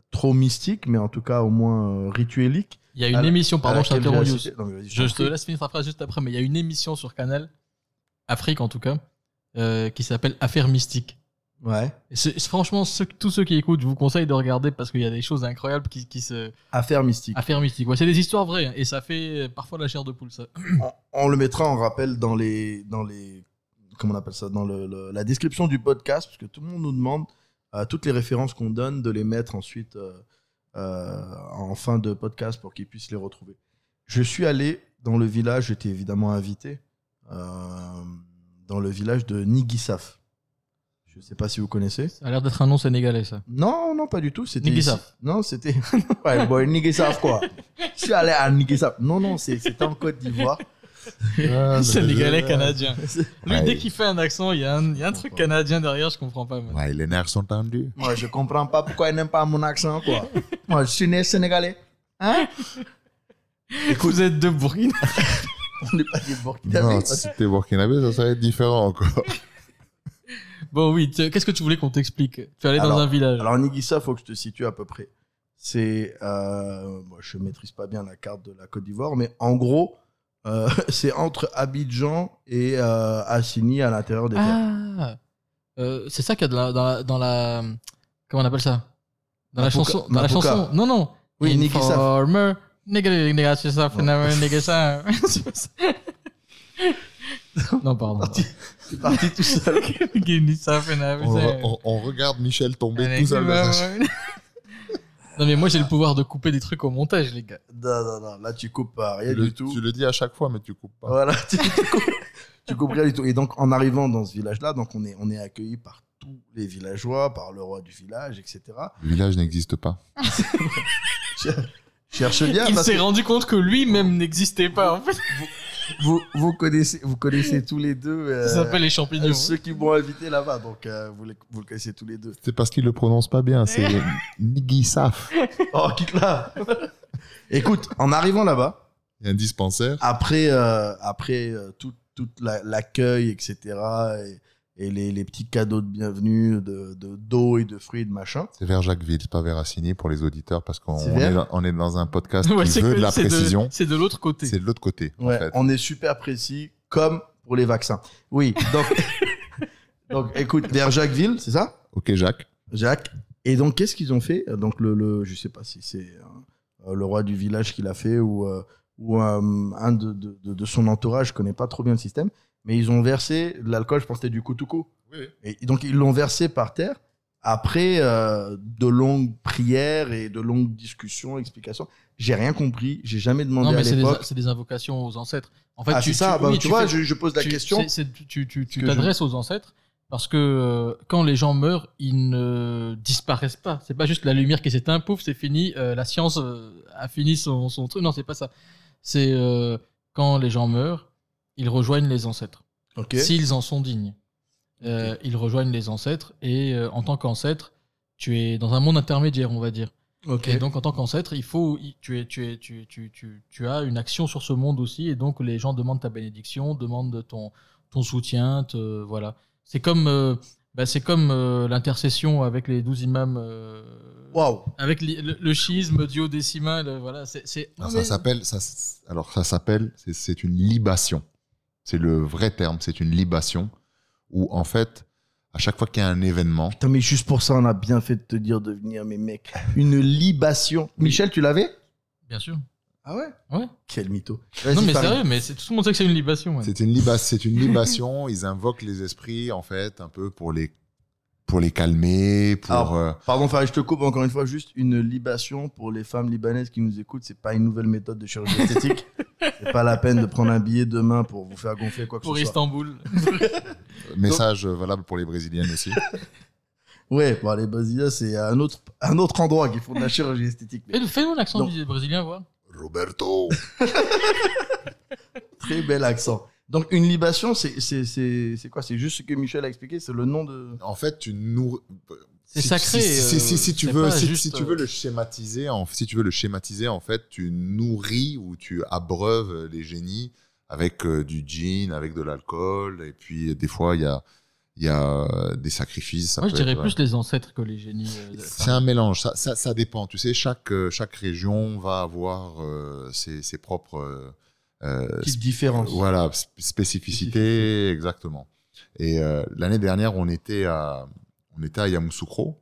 Speaker 8: trop mystique, mais en tout cas au moins euh, rituelique.
Speaker 7: Il y a une
Speaker 8: À la-
Speaker 7: émission,
Speaker 8: à
Speaker 7: pardon, je
Speaker 8: laquelle
Speaker 7: t'interromps,
Speaker 8: j'ai
Speaker 7: Yous.
Speaker 8: assisté. Non, mais vas-y,
Speaker 7: Je
Speaker 8: t'en
Speaker 7: te
Speaker 8: prie.
Speaker 7: laisse finir ta phrase juste après, mais il y a une émission sur Canal, Afrique en tout cas, euh, qui s'appelle Affaires mystiques.
Speaker 8: Ouais.
Speaker 7: Et c'est- c'est- franchement, ceux- tous ceux qui écoutent, je vous conseille de regarder parce qu'il y a des choses incroyables qui, qui se.
Speaker 8: Affaire mystique.
Speaker 7: Affaires mystiques. Ouais, c'est des histoires vraies hein, et ça fait euh, parfois la chair de poule, ça.
Speaker 8: on, on le mettra en rappel dans les dans les comment on appelle ça dans le- le- la description du podcast parce que tout le monde nous demande euh, toutes les références qu'on donne de les mettre ensuite euh, euh, en fin de podcast pour qu'ils puissent les retrouver. Je suis allé dans le village, j'étais évidemment invité euh, dans le village de Nigisaf. Je ne sais pas si vous connaissez.
Speaker 7: Ça a l'air d'être un nom sénégalais, ça.
Speaker 8: Non, non, pas du tout. C'était
Speaker 7: Nigisaf.
Speaker 8: ici. Non, c'était. ouais, boy, Nigisaf, quoi. Je suis allé à Nigisaf. Non, non, c'est- c'était en Côte d'Ivoire.
Speaker 9: Ah,
Speaker 7: sénégalais canadien. Lui,
Speaker 9: bah, Ouais.
Speaker 7: dès qu'il fait un accent, il y, a un- il y a un truc canadien derrière, je comprends pas. moi.
Speaker 9: Ouais, les nerfs sont tendus.
Speaker 8: Moi, je comprends pas pourquoi il n'aime pas mon accent, quoi. Moi, je suis né sénégalais. Hein
Speaker 7: Vous êtes de Bourguine.
Speaker 8: On n'est pas des Burkinabés.
Speaker 9: Non, si c'était burkinabé, ça serait différent
Speaker 7: Ah,
Speaker 9: encore.
Speaker 7: Bon, oui, tu- qu'est-ce que tu voulais qu'on t'explique Tu es allé dans
Speaker 8: Alors-
Speaker 7: un village.
Speaker 8: Alors, Nigissa, faut que je te situe à peu près. C'est. Euh, moi, je maîtrise pas bien la carte de la Côte d'Ivoire, mais en gros, euh, c'est entre Abidjan et euh, Assini à l'intérieur des terres.
Speaker 7: Ah Euh, C'est ça qu'il y a de la- dans, la, dans la. Comment on appelle ça Dans la
Speaker 8: Mapuka-
Speaker 7: chanson. Dans la
Speaker 8: Mapuka.
Speaker 7: chanson. Non, non.
Speaker 8: Oui, Niki Saf.
Speaker 7: Informer. Nigga, nigga, c'est ça,
Speaker 8: Non.
Speaker 7: phénomène, nigga, ça. C'est pas ça. Non, pardon.
Speaker 8: C'est parti tout seul.
Speaker 7: Nigga, nigga, ça, phénomène,
Speaker 9: On,
Speaker 7: ça.
Speaker 9: re- on- on regarde Michel tomber
Speaker 7: Allez,
Speaker 9: tout seul. dans sa-
Speaker 7: ouais, ouais. Non, mais moi j'ai le pouvoir de couper des trucs au montage, les gars.
Speaker 8: Non, non, non, là, tu coupes pas rien
Speaker 9: Tu le-
Speaker 8: du tout.
Speaker 9: Tu le dis à chaque fois, mais tu coupes pas.
Speaker 8: Voilà, tu, tu coupes- tu coupes rien du tout. Et donc, en arrivant dans ce village-là, donc on est, on est accueilli par tous les villageois, par le roi du village, etc.
Speaker 9: Le village n'existe pas.
Speaker 8: Cherche bien,
Speaker 7: Il
Speaker 8: Ah, parce
Speaker 7: s'est
Speaker 8: que Euh,
Speaker 7: rendu compte que lui-même n'existait pas, en fait.
Speaker 8: vous, vous connaissez, vous connaissez tous les deux euh,
Speaker 7: Ça s'appelle les champignons.
Speaker 8: ceux qui m'ont invité là-bas, donc euh, vous, les- vous le connaissez tous les deux.
Speaker 9: C'est parce qu'il le prononce pas bien. C'est Nigisaf.
Speaker 8: Oh, quitte là Écoute, en arrivant là-bas,
Speaker 9: Il y a un dispensaire.
Speaker 8: Après, euh, après euh, tout, tout la- l'accueil, etc., et, et les, les petits cadeaux de bienvenue, de de- d'eau et de fruits, de machin.
Speaker 9: C'est vers Jacquesville, c'est pas vers Assigny pour les auditeurs parce qu'on
Speaker 8: C'est
Speaker 9: on
Speaker 8: vers-
Speaker 9: est, dans- on est dans un podcast
Speaker 7: Ouais,
Speaker 9: qui
Speaker 7: c'est
Speaker 9: veut
Speaker 7: que-
Speaker 9: de la
Speaker 7: c'est
Speaker 9: précision.
Speaker 7: C'est de l'autre côté.
Speaker 9: C'est de l'autre côté. en
Speaker 8: Ouais,
Speaker 9: fait.
Speaker 8: on est super précis, comme pour les vaccins. Oui, donc, donc écoute, vers Jacquesville, c'est ça
Speaker 9: Ok, Jacques.
Speaker 8: Jacques. Et donc, qu'est-ce qu'ils ont fait Donc, le, le, je sais pas si c'est euh, le roi du village qui l'a fait ou, euh, ou euh, un de, de, de- de son entourage, je connais pas trop bien le système, mais ils ont versé de l'alcool, je pense que c'était du koutoukou.
Speaker 9: Oui.
Speaker 8: Et donc, ils l'ont versé par terre après euh, de longues prières et de longues discussions, explications. J'ai rien compris, j'ai jamais demandé
Speaker 7: Non,
Speaker 8: à
Speaker 7: mais c'est des,
Speaker 8: l'époque.
Speaker 7: c'est des invocations aux ancêtres. En fait,
Speaker 8: ah,
Speaker 7: tu,
Speaker 8: c'est ça,
Speaker 7: tu-
Speaker 8: bah,
Speaker 7: oui,
Speaker 8: tu,
Speaker 7: tu
Speaker 8: vois,
Speaker 7: fais-
Speaker 8: je, je pose la
Speaker 7: tu-
Speaker 8: question.
Speaker 7: c'est- c'est- tu- tu- tu- tu
Speaker 8: que je-
Speaker 7: t'adresses aux ancêtres parce que euh, quand les gens meurent, ils ne disparaissent pas. C'est pas juste la lumière qui s'éteint, pouf, c'est fini, euh, la science euh, a fini son, son truc. Non, c'est pas ça. C'est euh, quand les gens meurent, ils rejoignent les ancêtres.
Speaker 8: Ok.
Speaker 7: S'ils en sont dignes, Euh, ils rejoignent les ancêtres et euh, en tant qu'ancêtre, tu es dans un monde intermédiaire, on va dire.
Speaker 8: Ok.
Speaker 7: Et donc, en tant qu'ancêtre, il faut, il- tu, es, tu, es, tu, tu, tu, tu as une action sur ce monde aussi, et donc les gens demandent ta bénédiction, demandent ton, ton soutien, te- voilà. C'est comme, euh, bah, c'est comme euh, l'intercession avec les douze imams, euh,
Speaker 8: Waouh.
Speaker 7: avec li- le, le schisme duodécimal, euh, voilà. C'est, c'est-
Speaker 9: Alors,
Speaker 7: Non,
Speaker 9: ça
Speaker 7: mais-
Speaker 9: s'appelle. Ça, s- alors ça s'appelle. c'est- C'est une libation. C'est le vrai terme. C'est une libation où en fait, à chaque fois qu'il y a un événement,
Speaker 8: Putain, mais juste pour ça, on a bien fait de te dire de venir, mais mec, une libation. Michel, tu l'avais
Speaker 7: Bien sûr.
Speaker 8: Ah ouais
Speaker 7: Ouais.
Speaker 8: Quel mytho.
Speaker 7: Non,
Speaker 8: Vas-y,
Speaker 7: mais
Speaker 8: Farid.
Speaker 7: sérieux, mais c'est- tout le monde sait que c'est une libation. ouais.
Speaker 9: c'est une, liba- c'est une libation. ils invoquent les esprits, en fait, un peu pour les, pour les calmer, pour.
Speaker 8: Alors,
Speaker 9: euh,
Speaker 8: Pardon, Farid, je te coupe encore une fois. Juste une libation pour les femmes libanaises qui nous écoutent. C'est pas une nouvelle méthode de chirurgie esthétique. C'est pas la peine de prendre un billet demain pour vous faire gonfler quoi que
Speaker 7: Pour
Speaker 8: ce soit.
Speaker 7: Istanbul.
Speaker 9: message euh, valable pour les Brésiliennes aussi.
Speaker 8: Ouais, bon, les Brésiliens, c'est un autre, un autre endroit qu'ils font de la chirurgie esthétique.
Speaker 7: Et Fais-nous l'accent
Speaker 8: Non.
Speaker 7: du brésilien, voir.
Speaker 9: Roberto
Speaker 8: Très bel accent. Donc, une libation, c'est c'est- c'est- c'est quoi C'est juste ce que Michel a expliqué, c'est le nom de. euh,
Speaker 9: En fait, tu nous.
Speaker 7: C'est
Speaker 9: si-
Speaker 7: sacré,
Speaker 9: Si, si,
Speaker 7: euh,
Speaker 9: si- si tu
Speaker 7: c'est
Speaker 9: veux,
Speaker 7: pas
Speaker 9: si,
Speaker 7: juste,
Speaker 9: si tu
Speaker 7: euh,
Speaker 9: veux le schématiser, en, si tu veux le schématiser, en fait, tu nourris ou tu abreuves les génies avec euh, du gin, avec de l'alcool, et puis des fois il y a, il y a euh, des sacrifices. ça
Speaker 7: Moi, je
Speaker 9: peut
Speaker 7: dirais
Speaker 9: être-
Speaker 7: plus les ancêtres que les génies. euh,
Speaker 9: C'est un mélange, ça, ça, ça dépend. Tu sais, chaque, euh, chaque région va avoir euh, ses, ses propres euh, euh,
Speaker 8: Petite différence.
Speaker 9: voilà, sp- spécificité, exactement. Et euh, l'année dernière, on était à, on était à Yamoussoukro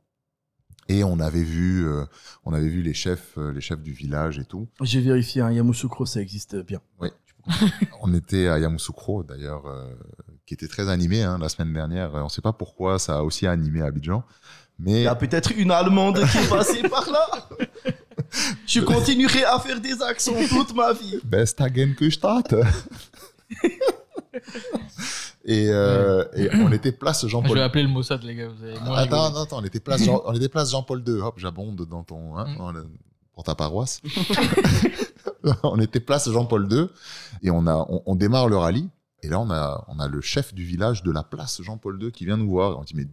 Speaker 9: et on avait vu, euh, on avait vu les chefs, euh, les chefs du village et tout.
Speaker 8: J'ai vérifié, hein, Yamoussoukro, ça existe bien.
Speaker 9: On était à Yamoussoukro d'ailleurs, euh, qui était très animé hein, la semaine dernière. On ne sait pas pourquoi ça a aussi animé Abidjan, mais
Speaker 8: Il y a peut-être une Allemande qui est passée par là. Je continuerai à faire des accents toute ma vie.
Speaker 9: best again que je tâte. et, euh, et on était place
Speaker 7: Je
Speaker 9: Jean-Paul
Speaker 7: vais appeler le Mossad, les gars. Vous avez moins
Speaker 9: Attends,
Speaker 7: rigolé.
Speaker 9: attends, attends, on était place Jean, on était place Jean-Paul II. Hop, j'abonde dans ton, hein,
Speaker 7: Mm.
Speaker 9: on- pour ta paroisse. on était place Jean-Paul II et on a, on, on démarre le rallye. Et là, on a, on a le chef du village de la place Jean-Paul II qui vient nous voir. On dit, mais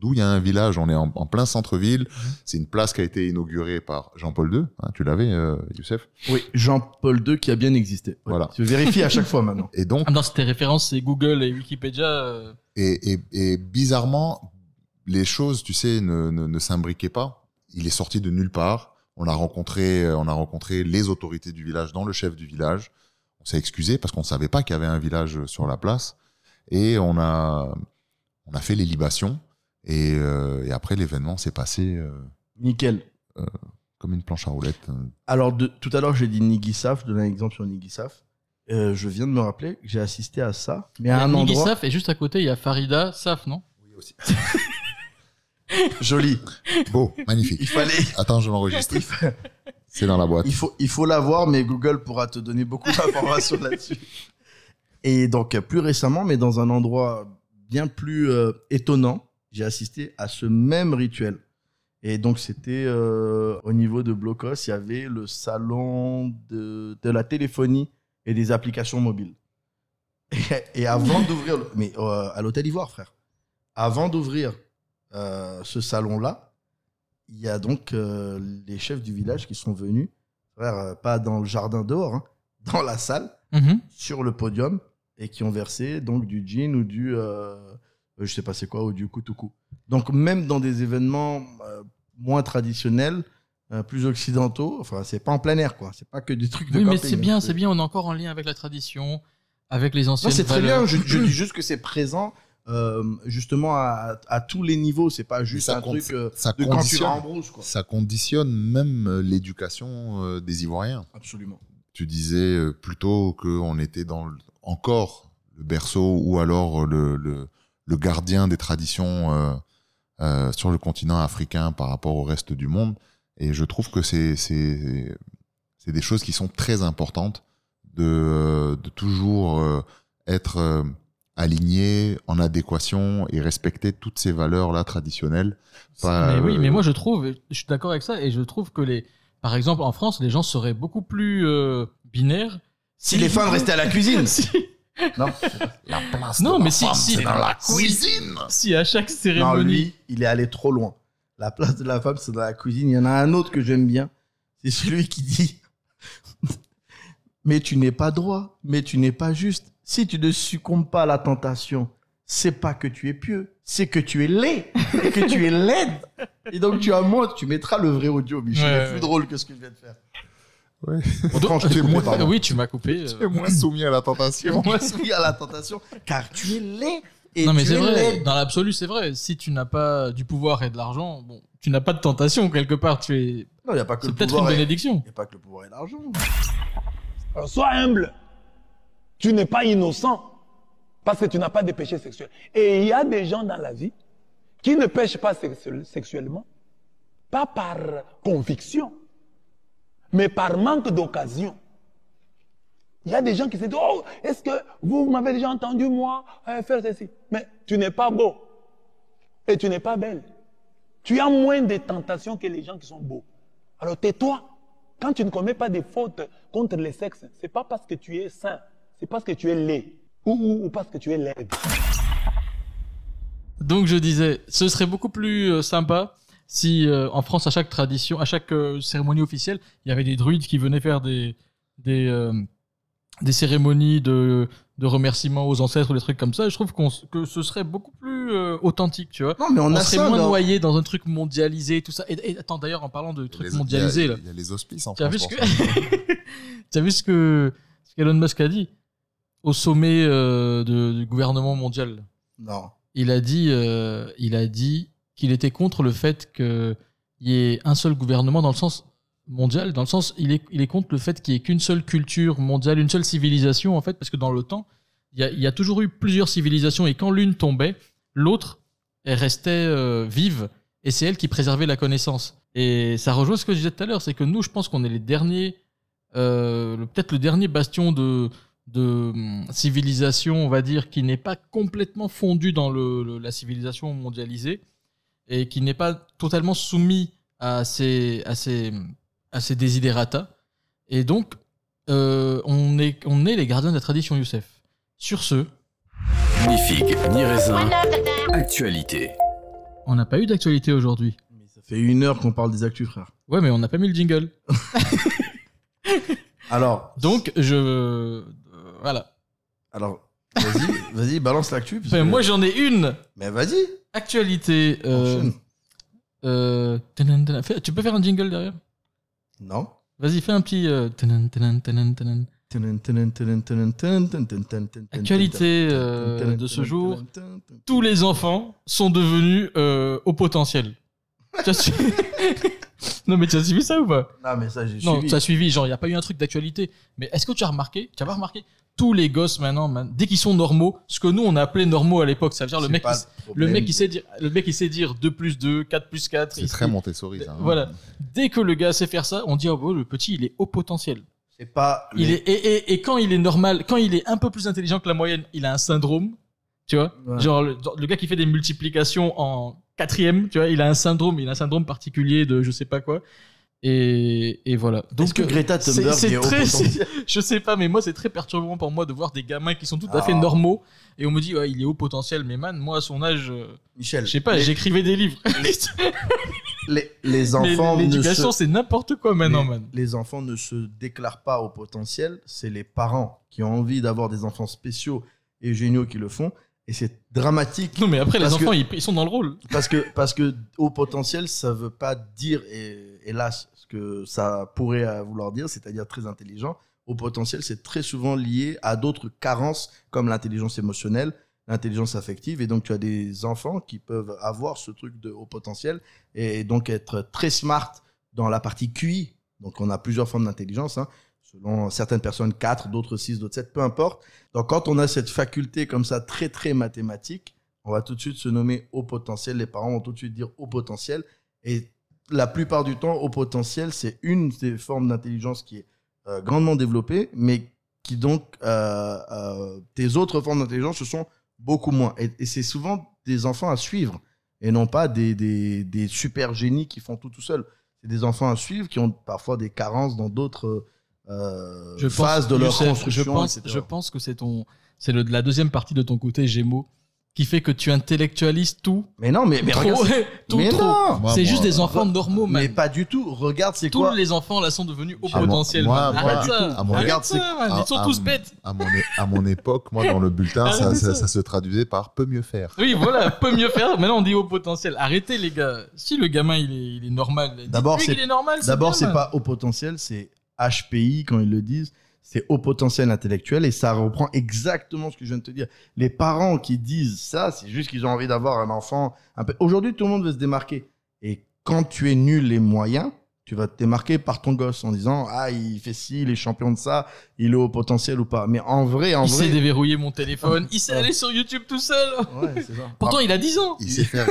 Speaker 9: d'où il y a un village On est en, en plein centre-ville. C'est une place qui a été inaugurée par Jean-Paul II. hein, tu l'avais, euh, Youssef
Speaker 8: Oui, Jean-Paul II qui a bien existé. Ouais.
Speaker 9: Voilà.
Speaker 8: Je vérifie à chaque fois maintenant.
Speaker 9: Et donc,
Speaker 7: Ah non, c'était référence, c'est Google et Wikipédia. euh,
Speaker 9: Et, et- et bizarrement, les choses, tu sais, ne, ne, ne s'imbriquaient pas. Il est sorti de nulle part. On a rencontré, euh, on a rencontré les autorités du village, dans le chef du village. On s'est excusé parce qu'on ne savait pas qu'il y avait un village sur la place. Et on a, on a fait les libations. Et, euh, et après, l'événement s'est passé euh,
Speaker 8: Nickel.
Speaker 9: comme une planche à roulettes.
Speaker 8: Alors, de- tout à l'heure, j'ai dit Nigisaf. Je donnais un exemple sur Nigisaf. Euh, je viens de me rappeler que j'ai assisté à ça, mais à un
Speaker 7: Nigui
Speaker 8: endroit
Speaker 7: Saf, et juste à côté, il y a Farida Saf, non
Speaker 8: joli.
Speaker 9: Beau, magnifique.
Speaker 8: Il fallait,
Speaker 9: Attends, je l'enregistre. C'est dans la boîte.
Speaker 8: il faut, il faut l'avoir, mais Google pourra te donner beaucoup d'informations là-dessus. Et donc, euh, plus récemment, mais dans un endroit bien plus euh, étonnant, j'ai assisté à ce même rituel. Et donc, c'était euh, au niveau de Blocos, il y avait le salon de, de la téléphonie et des applications mobiles. Et, et avant d'ouvrir, le- mais euh, à l'hôtel Ivoire, frère, avant d'ouvrir euh, ce salon-là, il y a donc euh, les chefs du village qui sont venus, frère, euh, pas dans le jardin dehors, hein, dans la salle,
Speaker 9: Mhm.
Speaker 8: sur le podium et qui ont versé donc du gin ou du euh, je sais pas c'est quoi ou du koutoukou. Donc même dans des événements euh, moins traditionnels, euh, plus occidentaux, enfin c'est pas en plein air quoi, c'est pas que des trucs de
Speaker 7: Oui, mais
Speaker 8: camping,
Speaker 7: c'est
Speaker 8: hein.
Speaker 7: bien, c'est bien. On est encore en lien avec la tradition, avec les
Speaker 8: Non,
Speaker 7: anciennes
Speaker 8: c'est très
Speaker 7: valeurs.
Speaker 8: bien, je, je dis juste que c'est présent euh, justement à, à tous les niveaux, c'est pas juste
Speaker 9: Mais ça
Speaker 8: un
Speaker 9: con-
Speaker 8: truc euh,
Speaker 9: ça
Speaker 8: de quand tu
Speaker 9: conditionne.
Speaker 8: vas en brousse quoi.
Speaker 9: Ça conditionne même euh, l'éducation euh, des Ivoiriens.
Speaker 8: Absolument.
Speaker 9: tu disais euh, plutôt qu'on était dans le- encore le berceau ou alors euh, le, le, le gardien des traditions euh, euh, sur le continent africain par rapport au reste du monde. Et je trouve que c'est c'est c'est des choses qui sont très importantes de, de toujours euh, être euh, aligné, en adéquation et respecter toutes ces valeurs-là traditionnelles. Pas,
Speaker 7: Mais oui,
Speaker 9: euh,
Speaker 7: mais moi je trouve, je suis d'accord avec ça, et je trouve que les, par exemple en France, les gens seraient beaucoup plus euh, binaires.
Speaker 8: Si les femmes restaient à la cuisine.
Speaker 7: si,
Speaker 8: non,
Speaker 9: La place
Speaker 7: Non,
Speaker 9: de la
Speaker 7: mais si-
Speaker 9: femme,
Speaker 7: si-
Speaker 9: Ah, c'est dans la
Speaker 7: si-
Speaker 9: cuisine
Speaker 7: si à chaque
Speaker 8: non,
Speaker 7: cérémonie.
Speaker 8: lui, il est allé trop loin. La place de la femme, c'est dans la cuisine. Il y en a un autre que j'aime bien. C'est celui qui dit Mais tu n'es pas droit, mais tu n'es pas juste. Si tu ne succombes pas à la tentation, c'est pas que tu es pieux, c'est que tu es laid et que tu es laide. Et donc tu as moins, tu mettras le vrai audio, Michel.
Speaker 7: Ouais,
Speaker 8: C'est
Speaker 7: ouais.
Speaker 8: plus drôle que ce que je viens de faire.
Speaker 9: Ouais.
Speaker 8: Pourtant, je t'ai
Speaker 9: Tu es
Speaker 8: coupé,
Speaker 9: moins-
Speaker 8: pardon.
Speaker 7: oui, tu m'as coupé. euh.
Speaker 9: moins soumis à la tentation.
Speaker 8: Moi, soumis à la tentation, car tu es laid Et
Speaker 7: non mais
Speaker 8: tu
Speaker 7: c'est
Speaker 8: es
Speaker 7: vrai,
Speaker 8: laide.
Speaker 7: dans l'absolu c'est vrai. Si tu n'as pas du pouvoir et de l'argent, bon, tu n'as pas de tentation quelque part. Tu es,
Speaker 8: Non, il n'y a pas que
Speaker 7: c'est
Speaker 8: le
Speaker 7: peut-être une
Speaker 8: pouvoir. et-
Speaker 7: bénédiction.
Speaker 8: Il n'y a pas que le pouvoir et l'argent.
Speaker 10: Alors, sois humble. Tu n'es pas innocent parce que tu n'as pas de péché sexuel. Et il y a des gens dans la vie qui ne pêchent pas sexu- sexuellement, pas par conviction, mais par manque d'occasion. Il y a des gens qui se disent, oh, est-ce que vous, vous m'avez déjà entendu, moi, euh, faire ceci Mais tu n'es pas beau et tu n'es pas belle. Tu as moins de tentations que les gens qui sont beaux. Alors tais-toi. Quand tu ne commets pas des fautes contre les sexes, c'est pas parce que tu es saint, c'est parce que tu es laid ou, ou- ou parce que tu es laide.
Speaker 7: Donc je disais, ce serait beaucoup plus euh, sympa si euh, en France à chaque tradition, à chaque euh, cérémonie officielle, il y avait des druides qui venaient faire des des euh, des cérémonies de de remerciements aux ancêtres ou des trucs comme ça. Je trouve qu'on s- que ce serait beaucoup plus euh, authentique, tu vois.
Speaker 8: Non, mais on,
Speaker 7: On,
Speaker 8: a
Speaker 7: serait
Speaker 8: ça.
Speaker 7: moins
Speaker 8: dans-
Speaker 7: noyé dans un truc mondialisé, tout ça. Et, et attends, d'ailleurs, en parlant de trucs
Speaker 9: Les-
Speaker 7: mondialisés,
Speaker 9: il y a-
Speaker 7: là,
Speaker 9: Il y a les hospices en
Speaker 7: tu as
Speaker 9: France.
Speaker 7: vu ce
Speaker 9: pour
Speaker 7: que,
Speaker 9: ça.
Speaker 7: tu as vu ce que ce qu'Elon Musk a dit au sommet euh, de- du gouvernement mondial.
Speaker 8: Non.
Speaker 7: Il a dit, euh, il a dit qu'il était contre le fait qu'il y ait un seul gouvernement dans le sens mondial, dans le sens, il est, il est contre le fait qu'il n'y ait qu'une seule culture mondiale, une seule civilisation, en fait, parce que dans le temps, il y a, il y a toujours eu plusieurs civilisations, et quand l'une tombait, l'autre, elle restait euh, vive, et c'est elle qui préservait la connaissance. Et ça rejoint ce que je disais tout à l'heure, c'est que nous, je pense qu'on est les derniers, euh, le- peut-être le dernier bastion de, de hum, civilisation, on va dire, qui n'est pas complètement fondu dans le, le- la civilisation mondialisée, et qui n'est pas totalement soumis à ces, à ces, à ces desiderata. Et donc, euh, on, est, on est les gardiens de la tradition, Youssef. Sur ce,
Speaker 6: Ni figue, ni raisin. Actualité.
Speaker 7: on n'a pas eu d'actualité aujourd'hui.
Speaker 8: Ça fait une heure qu'on parle des actus, frère.
Speaker 7: Ouais, mais on n'a pas mis le jingle.
Speaker 8: Alors,
Speaker 7: Donc, je. euh, voilà.
Speaker 8: alors vas-y, vas-y, balance l'actu. parce
Speaker 7: Enfin,
Speaker 8: que-
Speaker 7: moi, j'en ai une
Speaker 8: Mais vas-y.
Speaker 7: actualité. euh,
Speaker 8: enchaîne.
Speaker 7: euh, tanan, tanan. Fais- tu peux faire un jingle derrière
Speaker 8: Non.
Speaker 7: Vas-y, fais un petit. euh, tanan, tanan, tanan, tanan. Actualité,
Speaker 8: Actualité
Speaker 7: euh, de ce jour. tous les enfants sont devenus euh, au potentiel. Tu as su- non mais tu as suivi ça ou pas
Speaker 8: Non, mais ça, j'ai
Speaker 7: Non,
Speaker 8: suivi.
Speaker 7: tu as suivi, genre il n'y a pas eu un truc d'actualité. Mais est-ce que tu as remarqué, tu as pas remarqué, tous les gosses maintenant, man- dès qu'ils sont normaux, ce que nous on a appelé normaux à l'époque, ça veut dire le
Speaker 8: C'est
Speaker 7: mec,
Speaker 8: pas
Speaker 7: qui, s- le mec qui sait dire, le mec qui sait dire 2 plus 2, 4 plus 4.
Speaker 9: C'est très Montessori, ça. hein.
Speaker 7: Voilà. Dès que le gars sait faire ça, on dit, oh, le petit il est au potentiel.
Speaker 8: C'est pas.
Speaker 7: Il
Speaker 8: les-
Speaker 7: est, et, et, et quand il est normal, quand il est un peu plus intelligent que la moyenne, il a un syndrome, tu vois.
Speaker 8: Ouais.
Speaker 7: Genre le, genre, le gars qui fait des multiplications en quatrième, tu vois, il a un syndrome, il a un syndrome particulier de je sais pas quoi. Et, et voilà.
Speaker 8: Est-ce
Speaker 7: Donc
Speaker 8: que Greta
Speaker 7: c'est-
Speaker 8: Thunberg
Speaker 7: c'est
Speaker 8: est au
Speaker 7: très-
Speaker 8: potentiel
Speaker 7: je sais pas, mais moi c'est très perturbant pour moi de voir des gamins qui sont tout à fait
Speaker 8: Ah.
Speaker 7: normaux et on me dit ouais, il est haut potentiel, mais man, moi à son âge, euh,
Speaker 8: Michel,
Speaker 7: je sais pas,
Speaker 8: les-
Speaker 7: j'écrivais des livres.
Speaker 8: les, les
Speaker 7: Mais
Speaker 8: enfants ne
Speaker 7: L'éducation
Speaker 8: se,
Speaker 7: c'est n'importe quoi maintenant,
Speaker 8: les,
Speaker 7: man.
Speaker 8: les enfants ne se déclarent pas au potentiel, c'est les parents qui ont envie d'avoir des enfants spéciaux et géniaux qui le font, et c'est dramatique
Speaker 7: Non mais après les
Speaker 8: Parce que-
Speaker 7: enfants ils, ils sont dans le rôle.
Speaker 8: parce que parce que au potentiel ça veut pas dire hé- hélas ce que ça pourrait euh, vouloir dire, c'est-à-dire très intelligent. Au potentiel, c'est très souvent lié à d'autres carences comme l'intelligence émotionnelle, l'intelligence affective, et donc tu as des enfants qui peuvent avoir ce truc de haut potentiel et donc être très smart dans la partie QI. Donc on a plusieurs formes d'intelligence, hein. selon certaines personnes 4, d'autres 6, d'autres 7, peu importe. Donc quand on a cette faculté comme ça très très mathématique, on va tout de suite se nommer au potentiel. Les parents vont tout de suite dire au potentiel. Et la plupart du temps, au potentiel, c'est une des formes d'intelligence qui est euh, grandement développée, mais qui donc, euh, euh, tes autres formes d'intelligence, ce sont beaucoup moins. Et, et c'est souvent des enfants à suivre et non pas des, des, des super génies qui font tout tout seuls. C'est des enfants à suivre qui ont parfois des carences dans d'autres euh, phases de leur
Speaker 7: Youssef,
Speaker 8: construction.
Speaker 7: Je pense,
Speaker 8: etc.
Speaker 7: je pense que c'est ton, c'est le, la deuxième partie de ton côté Gémeaux qui fait que tu intellectualises tout
Speaker 8: Mais non, mais, mais
Speaker 7: trop,
Speaker 8: regarde-
Speaker 7: tout
Speaker 8: mais
Speaker 7: trop.
Speaker 8: non
Speaker 9: Moi,
Speaker 7: c'est
Speaker 9: moi,
Speaker 7: juste des enfants normaux,
Speaker 8: mais
Speaker 7: man.
Speaker 8: pas du tout. Regarde, c'est
Speaker 7: tous
Speaker 8: quoi
Speaker 7: les enfants là sont devenus au
Speaker 9: Ah, moi-
Speaker 7: potentiel.
Speaker 9: moi-
Speaker 7: man.
Speaker 9: moi,
Speaker 7: Arrête
Speaker 9: du
Speaker 7: ça.
Speaker 9: tout. Ah, moi,
Speaker 7: Arrête
Speaker 9: regarde,
Speaker 7: ça,
Speaker 9: c'est-
Speaker 7: man.
Speaker 9: ah,
Speaker 7: Ils sont
Speaker 9: ah,
Speaker 7: tous
Speaker 9: mm.
Speaker 7: bêtes.
Speaker 9: À mon, é- à mon époque, moi, dans le bulletin, ça,
Speaker 7: Arrêtez ça.
Speaker 9: ça- ça se traduisait par peut mieux faire.
Speaker 7: Oui, voilà, peut mieux faire. Maintenant, on dit au potentiel. Arrêtez, les gars. Si le gamin, il est, il est normal.
Speaker 8: D'abord,
Speaker 7: dites-lui
Speaker 8: c'est-
Speaker 7: qu'il est normal.
Speaker 8: D'abord,
Speaker 7: bien,
Speaker 8: c'est
Speaker 7: man.
Speaker 8: pas au potentiel, c'est HPI quand ils le disent. c'est haut potentiel intellectuel et ça reprend exactement ce que je viens de te dire. Les parents qui disent ça, c'est juste qu'ils ont envie d'avoir un enfant. Un peu... Aujourd'hui, tout le monde veut se démarquer. Et quand tu es nul et moyen, tu vas te démarquer par ton gosse en disant Ah, il fait ci, il est champion de ça, il est haut potentiel ou pas. Mais en vrai, en
Speaker 7: il
Speaker 8: vrai. Ah.
Speaker 7: sait déverrouiller mon téléphone, il sait aller sur YouTube tout seul.
Speaker 8: Ouais, c'est ça. Ah,
Speaker 7: Pourtant, il a 10 ans.
Speaker 9: Il sait faire,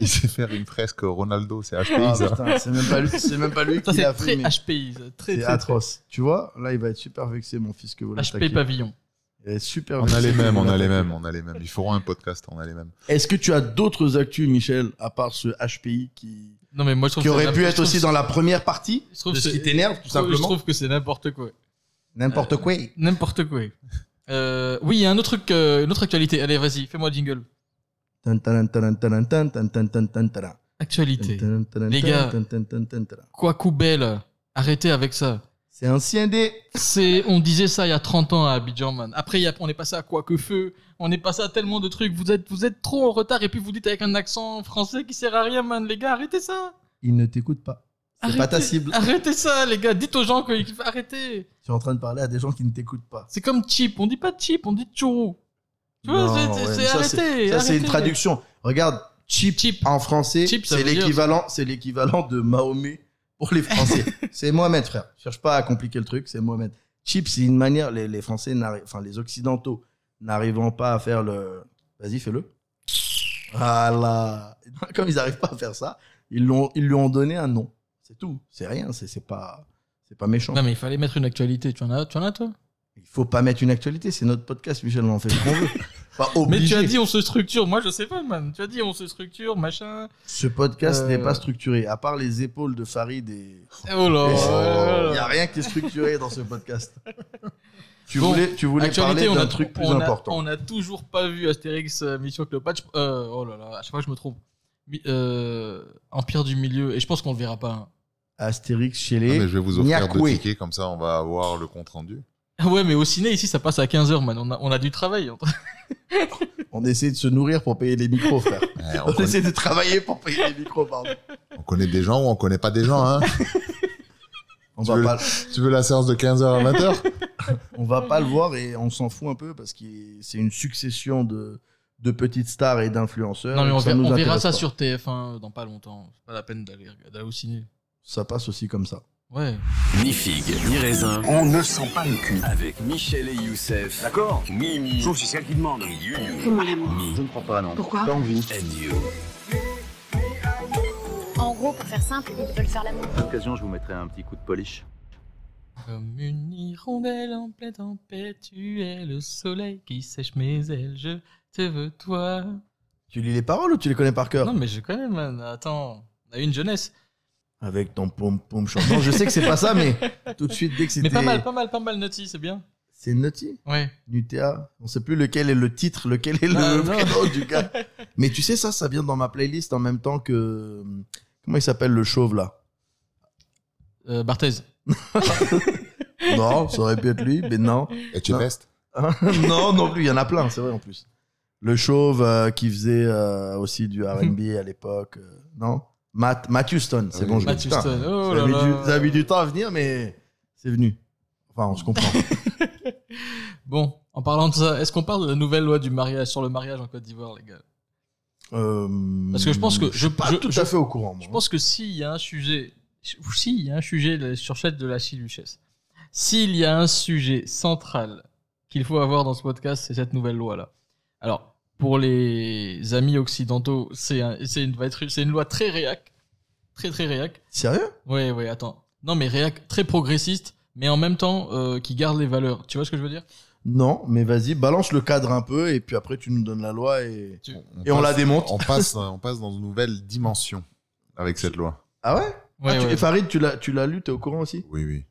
Speaker 9: il sait faire une fresque Ronaldo, c'est HPI
Speaker 8: Ah,
Speaker 9: ça.
Speaker 8: putain, c'est même pas lui, c'est même pas lui
Speaker 7: Ça,
Speaker 8: qui l'a
Speaker 7: c'est très
Speaker 8: fait. mais
Speaker 7: HPI. ça, Très,
Speaker 8: C'est
Speaker 7: très,
Speaker 8: atroce. Tu vois, là, il va être super vexé, mon fils, que vous
Speaker 7: très HPI
Speaker 8: l'attaquez.
Speaker 7: pavillon.
Speaker 8: Il est super
Speaker 9: On a
Speaker 8: vexé
Speaker 9: les
Speaker 8: que
Speaker 9: mêmes,
Speaker 8: vous
Speaker 9: on a les
Speaker 8: l'attaquez.
Speaker 9: mêmes, on a les mêmes. Ils feront un podcast, on a les mêmes.
Speaker 8: Est-ce que tu as d'autres actus, Michel, à part ce HPI qui,
Speaker 7: Non, mais moi, je trouve
Speaker 8: qui
Speaker 7: que
Speaker 8: aurait
Speaker 7: c'est-
Speaker 8: pu
Speaker 7: je
Speaker 8: être
Speaker 7: trouve
Speaker 8: aussi
Speaker 7: que-
Speaker 8: dans la première partie
Speaker 7: je trouve
Speaker 8: de ce
Speaker 7: que
Speaker 8: qui
Speaker 7: c'est-
Speaker 8: t'énerve, tout
Speaker 7: je trouve- Je
Speaker 8: simplement
Speaker 7: trouve que c'est n'importe quoi. Euh.
Speaker 8: N'importe quoi.
Speaker 7: N'importe quoi. Euh, oui, il y a un autre truc, euh, une autre actualité. Allez, vas-y, fais-moi jingle.
Speaker 8: Tan, tan, tan, tan, tan, tan, tan, tan, tan, tan.
Speaker 7: Actualité.
Speaker 8: Tan, tan, tan,
Speaker 7: Les
Speaker 8: tan,
Speaker 7: gars.
Speaker 8: tan, tan, tan, tan, tan.
Speaker 7: Kwaku Bell, arrêtez avec ça.
Speaker 8: C'est un CND.
Speaker 7: C'est, on disait ça il y a 30 ans à Abidjan, man. Après, il y a- on est passé à quoi que feu. On est passé à tellement de trucs. Vous êtes, vous êtes trop en retard et puis vous dites avec un accent français qui sert à rien, man. Les gars, arrêtez ça.
Speaker 8: Il ne t'écoute pas. C'est pas
Speaker 7: Arrêtez-
Speaker 8: ta cible.
Speaker 7: Arrêtez ça, les gars. Dites aux gens que, arrêtez.
Speaker 8: Tu es en train de parler à des gens qui ne t'écoutent pas.
Speaker 7: C'est comme cheap. On dit pas cheap, on dit chourou. Tu vois, c'est,
Speaker 8: Non, ouais,
Speaker 7: c'est-
Speaker 8: mais
Speaker 7: c'est
Speaker 8: ça, c'est-
Speaker 7: arrêtez.
Speaker 8: Ça, c'est une
Speaker 7: arrêtez.
Speaker 8: traduction. Regarde, cheap,
Speaker 7: Cheap.
Speaker 8: en français,
Speaker 7: Cheap, ça
Speaker 8: c'est
Speaker 7: veut dire-
Speaker 8: l'équivalent, c'est l'équivalent de Mahomet pour les Français. c'est Mohamed, frère. Cherche pas à compliquer le truc, c'est Mohamed. Cheap, c'est une manière, les, les Français, n'arri- enfin, les Occidentaux, n'arrivant pas à faire le. Vas-y, fais-le. Voilà. Comme ils n'arrivent pas à faire ça, ils, l'ont, ils lui ont donné un nom. C'est tout. C'est rien, c'est, c'est pas. C'est pas méchant.
Speaker 7: Non, mais il fallait mettre une actualité. Tu en as, tu en as, toi?
Speaker 8: Il faut pas mettre une actualité, c'est notre podcast, Michel, on en fait ce qu'on veut. Pas obligé.
Speaker 7: Mais tu as dit on se structure, moi je sais pas man, tu as dit on se structure, machin.
Speaker 8: Ce podcast
Speaker 7: Euh.
Speaker 8: n'est pas structuré, à part les épaules de Farid et.
Speaker 7: Oh là,
Speaker 8: Il
Speaker 7: oh
Speaker 8: n'y a
Speaker 7: là.
Speaker 8: rien qui est structuré dans ce podcast. Tu
Speaker 7: Bon,
Speaker 8: voulais, tu voulais
Speaker 7: Actualité,
Speaker 8: parler
Speaker 7: on a
Speaker 8: d'un truc plus
Speaker 7: on a-
Speaker 8: important.
Speaker 7: On a toujours pas vu Astérix euh, Mission Cléopâtre. Je- euh, oh là là, à chaque fois je me trompe. Mi- euh, Empire du milieu et je pense qu'on le verra pas. hein.
Speaker 8: Astérix chez
Speaker 9: Ah,
Speaker 8: les.
Speaker 9: mais je vais vous offrir deux
Speaker 8: Niakoué.
Speaker 9: tickets, comme ça on va avoir le compte rendu.
Speaker 7: Ah ouais, mais au ciné ici ça passe à 15h man, on a, on a du travail.
Speaker 8: On essaie de se nourrir pour payer les micros, frère.
Speaker 9: Eh, on,
Speaker 8: On
Speaker 9: connaît,
Speaker 8: essaie de travailler pour payer les micros, pardon.
Speaker 9: on connaît des gens ou on connaît pas des gens. Hein.
Speaker 8: On
Speaker 9: Tu
Speaker 8: va,
Speaker 9: veux-
Speaker 8: pas,
Speaker 9: tu veux la séance de 15h à 20h
Speaker 8: on va pas le voir et on s'en fout un peu parce que c'est une succession de, de petites stars et d'influenceurs.
Speaker 7: non mais
Speaker 8: et
Speaker 7: on,
Speaker 8: ça
Speaker 7: verra,
Speaker 8: nous
Speaker 7: on verra
Speaker 8: intéresse
Speaker 7: ça
Speaker 8: pas.
Speaker 7: sur TF1 dans pas longtemps, c'est pas la peine d'aller d'aller au ciné.
Speaker 8: Ça passe aussi comme ça.
Speaker 7: Ouais.
Speaker 6: Ni figue, ni raisin.
Speaker 4: On ne sent pas le cul.
Speaker 6: Avec Michel et Youssef.
Speaker 4: D'accord
Speaker 6: Mimi.
Speaker 4: Sauf si c'est elle qui demande.
Speaker 6: You, you.
Speaker 11: Fais-moi l'amour.
Speaker 6: Me
Speaker 5: ne crois pas, non.
Speaker 11: Pourquoi
Speaker 5: T'as envie.
Speaker 6: and you.
Speaker 11: En gros, pour faire simple, ils veulent faire l'amour.
Speaker 5: À l'occasion, je vous mettrai un petit coup de polish.
Speaker 7: Comme une hirondelle en pleine tempête, tu es le soleil qui sèche mes ailes, je te veux toi.
Speaker 8: Tu lis les paroles ou tu les connais par cœur
Speaker 7: Non, mais je connais, man. Attends, on a eu une jeunesse.
Speaker 8: Avec ton pom pom chantant. Je sais que c'est pas ça, mais tout de suite, dès que c'était.
Speaker 7: Mais pas mal, pas mal, pas mal, Naughty, c'est bien.
Speaker 8: C'est Nutty
Speaker 7: Ouais.
Speaker 8: Nutea, on sait plus lequel est le titre, lequel est le
Speaker 7: Ah, non.
Speaker 8: prénom du gars. Mais tu sais ça, ça vient dans ma playlist en même temps que comment il s'appelle le chauve là
Speaker 7: Euh, Barthez.
Speaker 8: Non, ça aurait pu être lui, mais non.
Speaker 9: Et tu
Speaker 8: Non.
Speaker 9: restes
Speaker 8: non, non plus, il y en a plein, c'est vrai en plus. Le chauve euh, qui faisait euh, aussi du R&B à l'époque, euh, non Matt Matthew Stone, c'est
Speaker 9: Oui,
Speaker 8: bon, je
Speaker 7: Matthew
Speaker 8: putain,
Speaker 7: Stone. Oh
Speaker 8: ça a
Speaker 7: là
Speaker 8: mis du-
Speaker 7: là.
Speaker 8: ça a mis du temps à venir mais c'est venu. Enfin, on se comprend.
Speaker 7: Bon, en parlant de ça, est-ce qu'on parle de la nouvelle loi du mariage sur le mariage en Côte d'Ivoire, les gars
Speaker 8: Euh,
Speaker 7: Parce que je pense que je,
Speaker 8: suis pas
Speaker 7: je,
Speaker 8: tout
Speaker 7: je-
Speaker 8: à fait au courant. Moi.
Speaker 7: je pense que s'il y a un sujet, ou s'il y a un sujet de la surchette de la Chiluchesse, s'il y a un sujet central qu'il faut avoir dans ce podcast, c'est cette nouvelle loi-là. Alors, pour les amis occidentaux, c'est un- c'est une, va être une- c'est une loi très réac. Très, très réac.
Speaker 8: Sérieux
Speaker 7: Ouais, ouais, attends. Non, mais réac très progressiste, mais en même temps euh, qui garde les valeurs. Tu vois ce que je veux dire
Speaker 8: Non, mais vas-y, balance le cadre un peu et puis après tu nous donnes la loi et.
Speaker 7: Tu-
Speaker 8: Et on
Speaker 9: passe-
Speaker 8: la démonte.
Speaker 9: On passe, on passe dans une nouvelle dimension avec cette loi.
Speaker 8: Ah ouais,
Speaker 7: Ouais,
Speaker 8: Ah, tu-
Speaker 7: ouais.
Speaker 8: et Farid, tu l'as, tu l'as lu, t'es au courant aussi
Speaker 9: Oui, oui.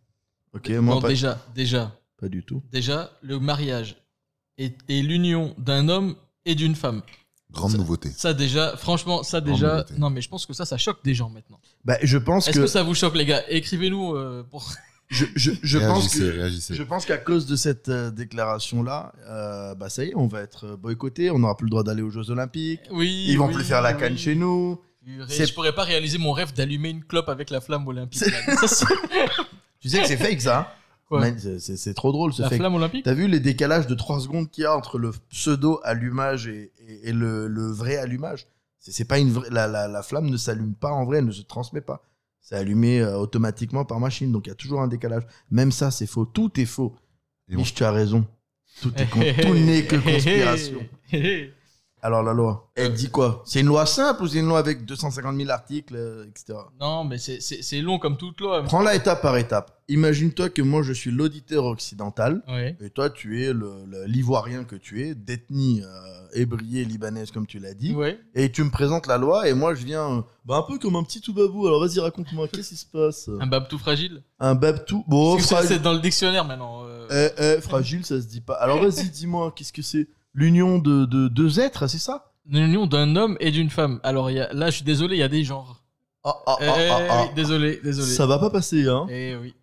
Speaker 8: Ok,
Speaker 7: Non,
Speaker 8: moi pas,
Speaker 7: déjà, déjà,
Speaker 8: pas du tout.
Speaker 7: déjà, le mariage est, est l'union d'un homme et d'une femme.
Speaker 9: Grande
Speaker 7: Ça-
Speaker 9: nouveauté.
Speaker 7: Ça déjà, franchement, ça
Speaker 9: Grande
Speaker 7: déjà.
Speaker 9: nouveauté.
Speaker 7: Non, mais je pense que ça, ça choque des gens maintenant.
Speaker 8: Bah, je pense
Speaker 7: Est-ce que
Speaker 8: que,
Speaker 7: ça vous choque, les gars Écrivez-nous euh, pour.
Speaker 8: je, je, je pense
Speaker 9: réagissez,
Speaker 8: que
Speaker 9: réagissez.
Speaker 8: je pense qu'à cause de cette euh, déclaration là, bah ça y est, on va être boycotté, on n'aura plus le droit d'aller aux Jeux Olympiques,
Speaker 7: Oui.
Speaker 8: ils vont
Speaker 7: oui,
Speaker 8: plus faire la
Speaker 7: oui.
Speaker 8: canne chez nous.
Speaker 7: Purée,
Speaker 8: C'est-
Speaker 7: Je pourrais pas réaliser mon rêve d'allumer une clope avec la flamme olympique.
Speaker 8: C'est-
Speaker 7: man. Ça, c'est-
Speaker 8: Tu sais que c'est fake ça. hein
Speaker 7: Quoi
Speaker 8: Man, c'est- C'est c'est trop drôle ce
Speaker 7: La
Speaker 8: fait.
Speaker 7: flamme olympique
Speaker 8: T'as vu les décalages de 3 secondes qu'il y a entre le pseudo allumage et, et- et le, le vrai allumage C'est c'est pas une vraie- la, la- la flamme ne s'allume pas en vrai, elle ne se transmet pas. C'est allumé euh, automatiquement par machine, donc il y a toujours un décalage. Même ça, c'est faux. Tout est faux. Mich, tu as raison. Tout est con- tout n'est que conspiration. Alors la loi, elle dit quoi C'est une loi simple ou c'est une loi avec 250 000 articles, euh, etc.
Speaker 7: Non, mais c'est- c'est c'est long comme toute loi.
Speaker 8: Prends-la étape par étape. Imagine-toi que moi je suis l'auditeur occidental
Speaker 7: Ouais.
Speaker 8: et toi tu es le- le- l'ivoirien que tu es, d'ethnie euh, hébraïe libanaise comme tu l'as dit. Et tu me présentes la loi et moi je viens euh, bah, un peu comme un petit toubabou. Alors vas-y raconte-moi qu'est-ce qui se passe
Speaker 7: Un bab tout fragile.
Speaker 8: Un babtou.
Speaker 7: Parce
Speaker 8: Bon,
Speaker 7: Ah, que c'est-
Speaker 8: fragile.
Speaker 7: c'est dans le dictionnaire maintenant. euh.
Speaker 8: Eh, eh, fragile ça se dit pas. Alors vas-y dis-moi qu'est-ce que c'est L'union de, de deux êtres, c'est ça
Speaker 7: L'union d'un homme et d'une femme. Alors il y a- là, je suis désolé, il y a des genres.
Speaker 8: ah,
Speaker 7: Eh
Speaker 8: ah, ah.
Speaker 7: oui, Désolé, désolé.
Speaker 8: Ça va pas passer hein.
Speaker 7: Eh oui.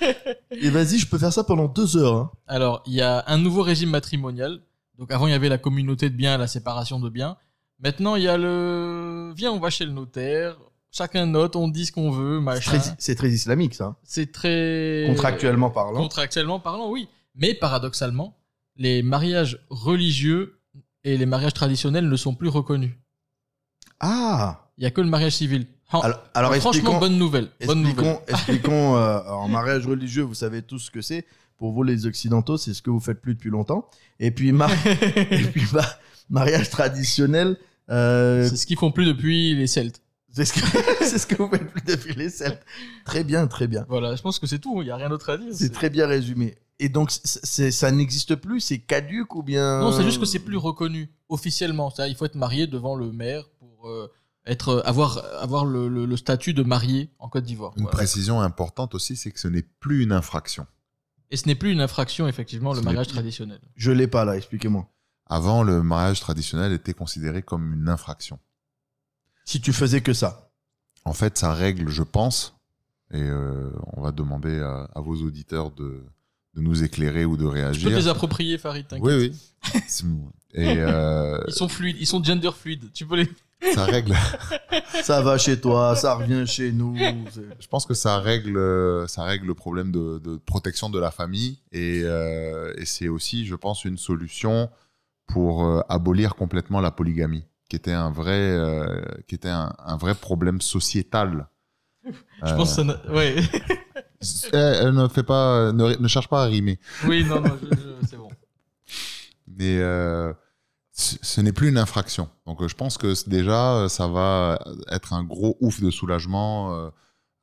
Speaker 7: Eh.
Speaker 8: Et vas-y je peux faire ça pendant deux heures. hein.
Speaker 7: Alors, il y a un nouveau régime matrimonial. Donc, avant, il y avait la communauté de biens, la séparation de biens. Maintenant, il y a le. Viens, on va chez le notaire. Chacun note, on dit ce qu'on veut,
Speaker 8: C'est
Speaker 7: machin.
Speaker 8: très- C'est très islamique ça. hein.
Speaker 7: C'est très.
Speaker 8: Contractuellement parlant.
Speaker 7: Contractuellement parlant, oui. Mais paradoxalement, les mariages religieux et les mariages traditionnels ne sont plus reconnus.
Speaker 8: Ah
Speaker 7: Il n'y a que le mariage civil. Ah,
Speaker 8: Alors, alors
Speaker 7: franchement,
Speaker 8: expliquons-
Speaker 7: bonne nouvelle. Bonne
Speaker 8: expliquons,
Speaker 7: nouvelle.
Speaker 8: expliquons, euh, en mariage religieux, vous savez tous ce que c'est. Pour vous, les Occidentaux, c'est ce que vous faites plus depuis longtemps. Et puis, mar- et puis, bah, mariage traditionnel. euh,
Speaker 7: C'est ce qu'ils font plus depuis les Celtes.
Speaker 8: C'est ce, que... c'est ce que vous faites plus depuis les Celtes. Très bien, très bien.
Speaker 7: Voilà, je pense que c'est tout. hein. Il n'y a rien d'autre à dire.
Speaker 8: C'est très bien résumé. Et donc, c'est- c'est- ça n'existe plus C'est caduque ou bien.
Speaker 7: Non,
Speaker 9: Euh.
Speaker 7: c'est juste que c'est plus reconnu officiellement. C'est-à-dire, il faut être marié devant le maire pour euh, être, avoir, avoir le, le- le statut de marié en Côte d'Ivoire.
Speaker 9: Une
Speaker 7: Voilà.
Speaker 9: précision importante aussi, c'est que ce n'est plus une infraction.
Speaker 7: Et ce n'est plus une infraction, effectivement, le
Speaker 9: Ce n'est
Speaker 7: mariage
Speaker 9: plus-
Speaker 7: traditionnel.
Speaker 8: Je l'ai pas là, expliquez-moi.
Speaker 9: Avant, le mariage traditionnel était considéré comme une infraction.
Speaker 8: Si tu faisais que ça.
Speaker 9: En fait, sa règle, je pense, et euh, on va demander à, à vos auditeurs de, de nous éclairer ou de
Speaker 7: Tu peux
Speaker 9: réagir.
Speaker 7: te les approprier, Farid, t'inquiète.
Speaker 9: Oui, oui. C'est- Et euh,
Speaker 7: Ils sont fluides, ils sont gender fluides. Tu peux les.
Speaker 9: sa règle,
Speaker 8: Ça va chez toi, ça revient chez nous. c'est-
Speaker 9: je pense que ça règle, euh, ça règle le problème de, de protection de la famille et, euh, et c'est aussi, je pense, une solution pour euh, abolir complètement la polygamie, qui était un vrai, euh, qui était un, un vrai problème sociétal.
Speaker 7: Je pense que ça.
Speaker 9: Euh.
Speaker 7: n'a- Ouais.
Speaker 9: Eh, elle ne fait pas, euh, ne, ne cherche pas à rimer.
Speaker 7: oui, non, non, je- je- c'est bon.
Speaker 9: Mais euh, ce ce n'est plus une infraction. Donc euh, je pense que c- déjà, euh, ça va être un gros ouf de soulagement euh,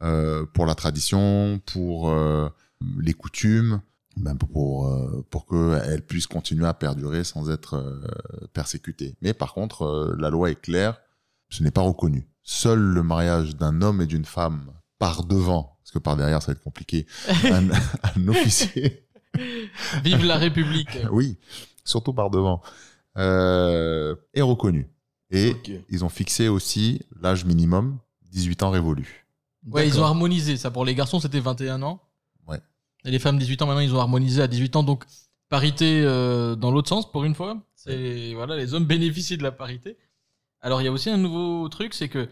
Speaker 9: euh, pour la tradition, pour euh, les coutumes, même pour, euh, pour qu'elles puissent continuer à perdurer sans être euh, persécutées. Mais par contre, euh, la loi est claire, ce n'est pas reconnu. Seul le mariage d'un homme et d'une femme par devant, parce que par derrière, ça va être compliqué, un- un officier
Speaker 7: Vive la République.
Speaker 9: oui, surtout par devant, euh, est reconnu. Et
Speaker 8: Ok.
Speaker 9: ils ont fixé aussi l'âge minimum, 18 ans révolu.
Speaker 7: Ouais, ils ont
Speaker 8: D'accord.
Speaker 7: harmonisé ça. Pour les garçons, c'était 21 ans.
Speaker 9: Ouais.
Speaker 7: Et les femmes, 18 ans. Maintenant, ils ont harmonisé à 18 ans. Donc, parité euh, dans l'autre sens, pour une fois. C'est voilà, les hommes bénéficient de la parité. Alors, il y a aussi un nouveau truc, c'est que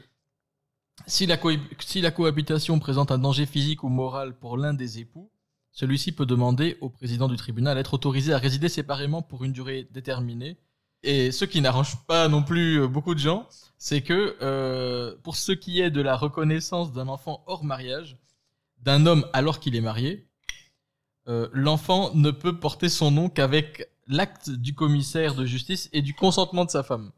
Speaker 7: si la, cohab- si la cohabitation présente un danger physique ou moral pour l'un des époux, celui-ci peut demander au président du tribunal d'être autorisé à résider séparément pour une durée déterminée. Et ce qui n'arrange pas non plus euh, beaucoup de gens, c'est que euh, pour ce qui est de la reconnaissance d'un enfant hors mariage, d'un homme alors qu'il est marié, euh, l'enfant ne peut porter son nom qu'avec l'acte du commissaire de justice et du consentement de sa femme.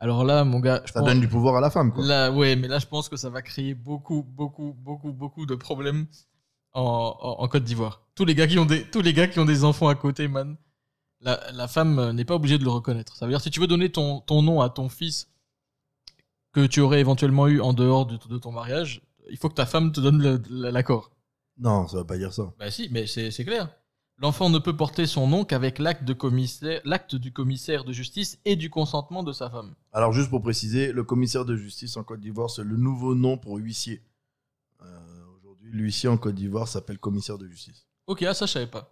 Speaker 7: Alors là, mon gars, je
Speaker 8: Ça
Speaker 7: pense-
Speaker 8: donne du pouvoir à la femme, quoi.
Speaker 7: Là, ouais, mais là, je pense que ça va créer beaucoup, beaucoup, beaucoup, beaucoup de problèmes en, en- en Côte d'Ivoire. Tous les gars qui ont des, tous les gars qui ont des enfants à côté, man, la, la femme euh, n'est pas obligée de le reconnaître. Ça veut dire si tu veux donner ton, ton nom à ton fils que tu aurais éventuellement eu en dehors de, de ton mariage, il faut que ta femme te donne le- le- l'accord.
Speaker 8: Non, ça va pas dire ça.
Speaker 7: Bah si, mais c'est c'est clair. L'enfant ne peut porter son nom qu'avec l'acte de commissaire, l'acte du commissaire de justice et du consentement de sa femme.
Speaker 8: Alors, juste pour préciser, le commissaire de justice en Côte d'Ivoire, c'est le nouveau nom pour huissier. Euh, Aujourd'hui, l'huissier en Côte d'Ivoire s'appelle commissaire de justice.
Speaker 7: Ok, ah, ça je savais pas.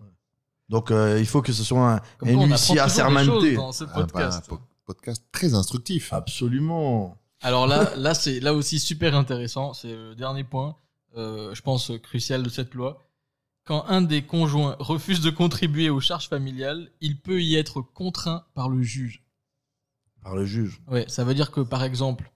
Speaker 8: Donc, euh, il faut que ce soit un,
Speaker 7: Comme
Speaker 8: un
Speaker 7: quoi, on apprend toujours
Speaker 8: huissier
Speaker 7: des choses hein.
Speaker 8: assermenté.
Speaker 7: dans ce
Speaker 9: Ah bah,
Speaker 7: podcast. Ah,
Speaker 9: po- podcast très instructif.
Speaker 8: Absolument.
Speaker 7: Alors là, là c'est là aussi super intéressant. C'est le dernier point, euh, je pense euh, crucial de cette loi. Quand un des conjoints refuse de contribuer aux charges familiales, il peut y être contraint par le juge.
Speaker 8: Par le juge.
Speaker 7: Ouais, ça veut dire que par exemple,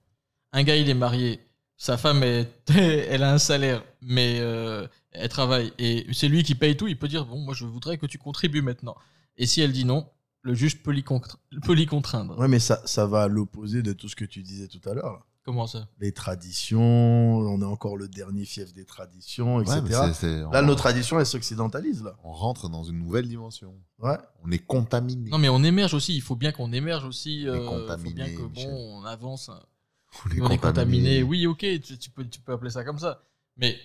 Speaker 7: un gars il est marié, sa femme est, elle a un salaire, mais euh, elle travaille et c'est lui qui paye tout. Il peut dire bon, moi je voudrais que tu contribues maintenant. Et si elle dit non, le juge peut l'y contra- peut l'y contraindre.
Speaker 8: Ouais, mais ça, ça va à l'opposé de tout ce que tu disais tout à l'heure. là.
Speaker 7: Comment ça
Speaker 8: Les traditions, on est encore le dernier fief des
Speaker 7: bah,
Speaker 8: traditions, etc.
Speaker 9: Ouais, mais c'est- c'est-
Speaker 8: Là,
Speaker 9: on-
Speaker 8: nos traditions, elles s'occidentalisent. Là.
Speaker 9: On rentre dans une nouvelle dimension.
Speaker 8: Ouais.
Speaker 9: On est contaminé.
Speaker 7: Non, mais on émerge aussi. Il faut bien qu'on émerge aussi. euh, faut bien
Speaker 9: contaminé,
Speaker 7: que
Speaker 9: Michel.
Speaker 7: bon, on avance. hein.
Speaker 9: On est
Speaker 7: Oui, On, est contaminé. Oui, ok, tu, tu peux, tu peux appeler ça comme ça. Mais